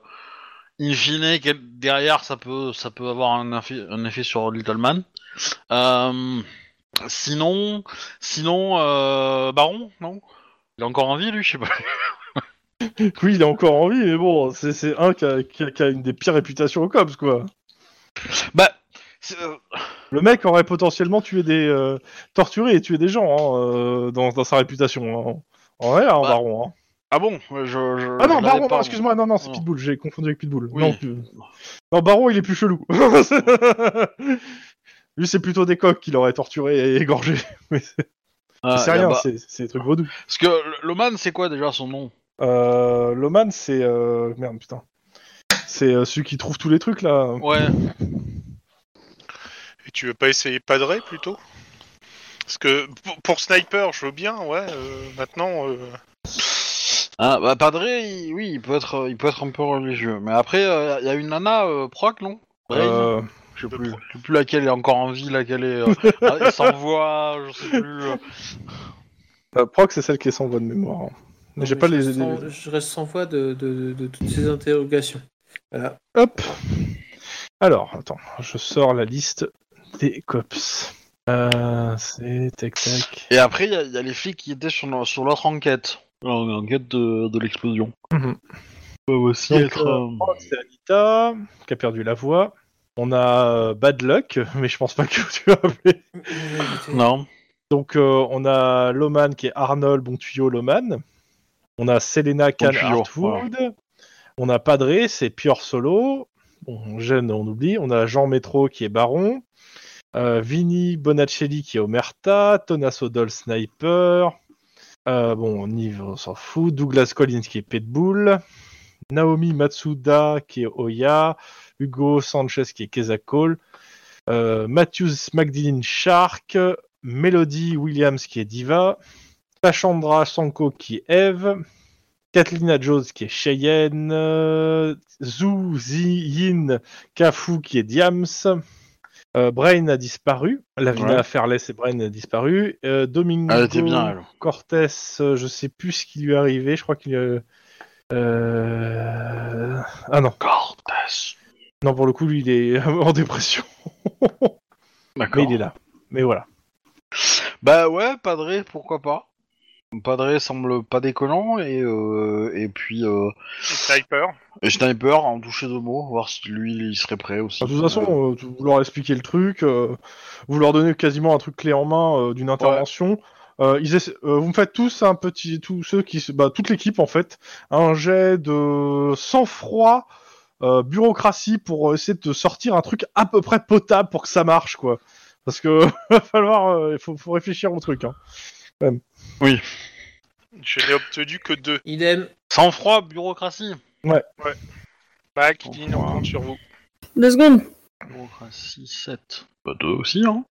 [SPEAKER 1] in fine quel- derrière ça peut ça peut avoir un effet, un effet sur Little Man Euh, sinon sinon euh, Baron non il est encore en vie lui je sais pas
[SPEAKER 2] Oui, il est encore en vie, mais bon, c'est- c'est un qui a, qui a- qui a une des pires réputations au cops quoi.
[SPEAKER 1] bah c'est- euh,
[SPEAKER 2] Le mec aurait potentiellement tué des euh, torturé et tué des gens hein, euh, dans, dans sa réputation. Hein. En vrai, hein,
[SPEAKER 1] Bah,
[SPEAKER 2] Baron. hein.
[SPEAKER 1] ah bon je, je-
[SPEAKER 2] Ah non,
[SPEAKER 1] je l'avais
[SPEAKER 2] Baron,
[SPEAKER 1] pas,
[SPEAKER 2] non,
[SPEAKER 1] moi.
[SPEAKER 2] excuse-moi, non, non, c'est
[SPEAKER 1] Non.
[SPEAKER 2] Pitbull, j'ai confondu avec Pitbull.
[SPEAKER 1] Oui.
[SPEAKER 2] Non, tu- non, Baron, il est plus chelou. Lui, c'est plutôt des coqs qu'il aurait torturé et égorgé. Mais c'est
[SPEAKER 1] Ah,
[SPEAKER 2] c'est
[SPEAKER 1] y a
[SPEAKER 2] rien,
[SPEAKER 1] Ba-
[SPEAKER 2] c'est c'est des trucs vaudous.
[SPEAKER 1] parce que Loman c'est quoi déjà son nom
[SPEAKER 2] Euh, Loman, c'est. euh, Merde, putain. C'est euh, celui qui trouve tous les trucs là.
[SPEAKER 1] Ouais.
[SPEAKER 4] Et tu veux pas essayer Padré plutôt Parce que pour, pour sniper, je veux bien, ouais. euh, maintenant, euh,
[SPEAKER 1] Ah, bah, Padre, il- oui, il peut être, euh, il peut être un peu religieux. Mais après, euh, il y a une nana euh, proc, non Braise
[SPEAKER 2] Euh,
[SPEAKER 1] Je sais plus, je sais plus laquelle est encore en vie, laquelle est euh, ah, sans voix, je sais plus. euh.
[SPEAKER 2] euh, Proc, c'est celle qui est sans voix de mémoire. hein. Mais j'ai
[SPEAKER 3] Non,
[SPEAKER 2] pas
[SPEAKER 3] je
[SPEAKER 2] les.
[SPEAKER 3] reste sans- Je reste sans voix de, de- de- de toutes ces interrogations. Voilà.
[SPEAKER 2] Hop. Alors, attends, je sors la liste des cops. Euh, c'est tac tac.
[SPEAKER 1] Et après, il y, a- il y a les flics qui étaient sur, no- sur l'autre enquête. L'enquête de, de l'explosion.
[SPEAKER 2] Mhm.
[SPEAKER 1] Ils peuvent aussi
[SPEAKER 2] Donc,
[SPEAKER 1] être.
[SPEAKER 2] euh,
[SPEAKER 1] euh,
[SPEAKER 2] Proc, c'est Anita qui a perdu la voix. On a euh, Bad Luck, mais je pense pas que tu as appelé.
[SPEAKER 1] Non.
[SPEAKER 2] Donc euh, on a Loman qui est Arnold, bon tuyau Loman. On a Selena Khan
[SPEAKER 1] tuyau,
[SPEAKER 2] Hartwood. On a Padré, c'est Pior Solo. Bon, jeune, on oublie. On a Jean Métro qui est Baron. Euh, Vini Bonaccelli qui est Omerta. Tonasodol Sniper. Euh, bon, Nive, on s'en fout. Douglas Collins qui est Pitbull. Naomi Matsuda qui est Oya. Hugo Sanchez qui est Kezakol. Euh, Matthews Magdalene Shark. Melody Williams qui est Diva, Tachandra Sanko qui est Eve, Kathleen Jones qui est Cheyenne, euh, Zhu Ziyin Kafu qui est Diams, euh, Brain a disparu, Lavina
[SPEAKER 1] Ouais. Ah,
[SPEAKER 2] Fairless et Brain a disparu, euh, Domingo
[SPEAKER 1] Elle était bien, elle.
[SPEAKER 2] Cortés, euh, je sais plus ce qui lui est arrivé, je crois qu'il euh, euh, Ah non,
[SPEAKER 1] Cortez.
[SPEAKER 2] non pour le coup lui il est en dépression, mais
[SPEAKER 1] D'accord.
[SPEAKER 2] il est là. Mais voilà.
[SPEAKER 1] Bah ouais, Padré, pourquoi pas. Padré semble pas déconnant et, euh, et puis euh,
[SPEAKER 4] sniper.
[SPEAKER 1] et Sniper en toucher deux mots, voir si lui il serait prêt aussi.
[SPEAKER 2] De toute façon, euh, tu- vous leur expliquez le truc, euh, vous leur donnez quasiment un truc clé en main euh, d'une intervention. Euh, ils essa- euh, vous me faites tous un petit, tous ceux qui, se- bah, toute l'équipe en fait, un jet de sang-froid, euh, bureaucratie pour euh, essayer de sortir un truc à peu près potable pour que ça marche quoi. Parce que va falloir, euh, il faut, faut réfléchir au truc. Hein.
[SPEAKER 4] Je n'ai obtenu que deux.
[SPEAKER 3] Idem.
[SPEAKER 1] Sans froid, bureaucratie.
[SPEAKER 4] Mac, Lynn, on compte sur vous.
[SPEAKER 6] Deux secondes.
[SPEAKER 1] Bureaucratie 7. Bah deux aussi, hein.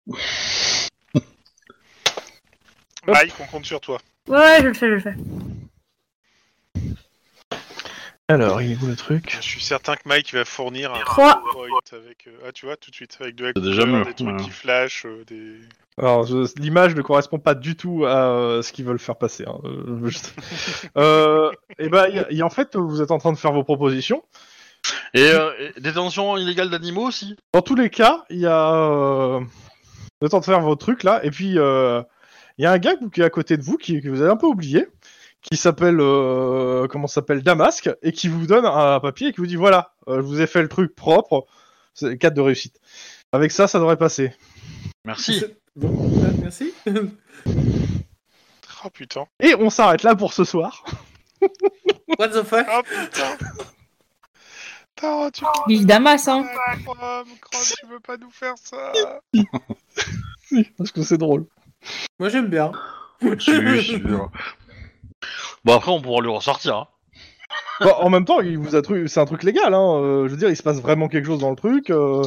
[SPEAKER 4] Mike, on compte sur toi.
[SPEAKER 6] Ouais, je le fais, je le fais.
[SPEAKER 2] Alors, il est où le truc
[SPEAKER 4] Je suis certain que Mike va fournir un
[SPEAKER 6] Trois.
[SPEAKER 4] PowerPoint avec. euh, ah, tu vois, tout de suite, avec de la
[SPEAKER 1] C'est déjà
[SPEAKER 4] couleur,
[SPEAKER 1] mieux,
[SPEAKER 4] des trucs
[SPEAKER 1] ouais.
[SPEAKER 4] qui flashent, euh, des.
[SPEAKER 2] Alors, je- l'image ne correspond pas du tout à euh, ce qu'ils veulent faire passer. hein, euh, juste. Euh, et ben, y a- y a- en fait, vous êtes en train de faire vos propositions.
[SPEAKER 1] Et, euh, et détention illégale d'animaux aussi.
[SPEAKER 2] Dans tous les cas, il y a euh, vous êtes en train de faire vos trucs là, et puis euh, il y a un gars que vous- qui est à côté de vous, qui, que vous avez un peu oublié, qui s'appelle euh, comment ça s'appelle Damasque, et qui vous donne un papier et qui vous dit voilà, euh, je vous ai fait le truc propre, c'est 4 de réussite. Avec ça, ça devrait passer.
[SPEAKER 1] Merci.
[SPEAKER 3] Bon, bah, merci.
[SPEAKER 4] Oh putain.
[SPEAKER 2] Et on s'arrête là pour ce soir.
[SPEAKER 3] What the fuck
[SPEAKER 4] Oh putain. Putain, tu
[SPEAKER 6] L'île Damas, hein.
[SPEAKER 4] Ah, Chrome, Chrome, tu veux pas nous faire ça
[SPEAKER 2] Parce que c'est drôle.
[SPEAKER 3] Moi j'aime bien.
[SPEAKER 1] Sûr, sûr. Bon Bah, après on pourra lui ressortir. hein.
[SPEAKER 2] Bon, Bah, en même temps, il vous a tru- c'est un truc légal. Hein. euh, je veux dire, il se passe vraiment quelque chose dans le truc. euh,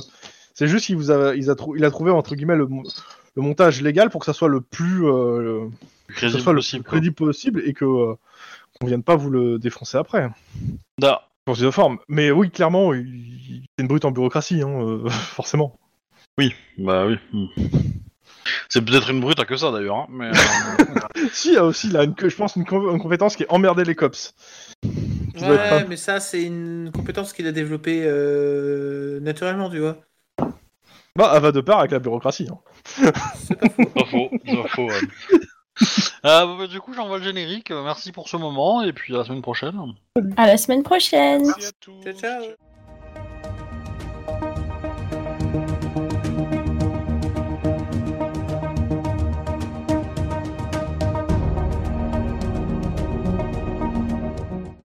[SPEAKER 2] c'est juste qu'il vous a, il a, trou- il a trouvé entre guillemets le, mo- le montage légal pour que ça soit le plus, euh, le- que ça
[SPEAKER 1] Crédible
[SPEAKER 2] soit le
[SPEAKER 1] possible,
[SPEAKER 2] plus
[SPEAKER 1] quoi.
[SPEAKER 2] crédible possible et que euh, qu'on vienne pas vous le défoncer après.
[SPEAKER 1] Da.
[SPEAKER 2] Pour de forme. Mais oui, clairement, il- il- c'est une brute en bureaucratie, hein, euh, forcément.
[SPEAKER 1] Bah oui. Hmm. C'est peut-être une brute à que ça d'ailleurs. hein, mais, euh,
[SPEAKER 2] Si, il y a aussi, là, une, que- je pense, une, com- une compétence qui est emmerder les cops. Ça doit être
[SPEAKER 3] Ouais, mais ça c'est une compétence qu'il a développée euh, naturellement, tu vois.
[SPEAKER 2] Bah, elle va de part avec la bureaucratie. hein.
[SPEAKER 1] Pas faux, pas faux. ouais. Euh, bah, bah, du coup, j'envoie le générique. Euh, Merci pour ce moment et puis à la semaine prochaine.
[SPEAKER 6] À la semaine prochaine.
[SPEAKER 4] Merci à tous.
[SPEAKER 3] Ciao, ciao.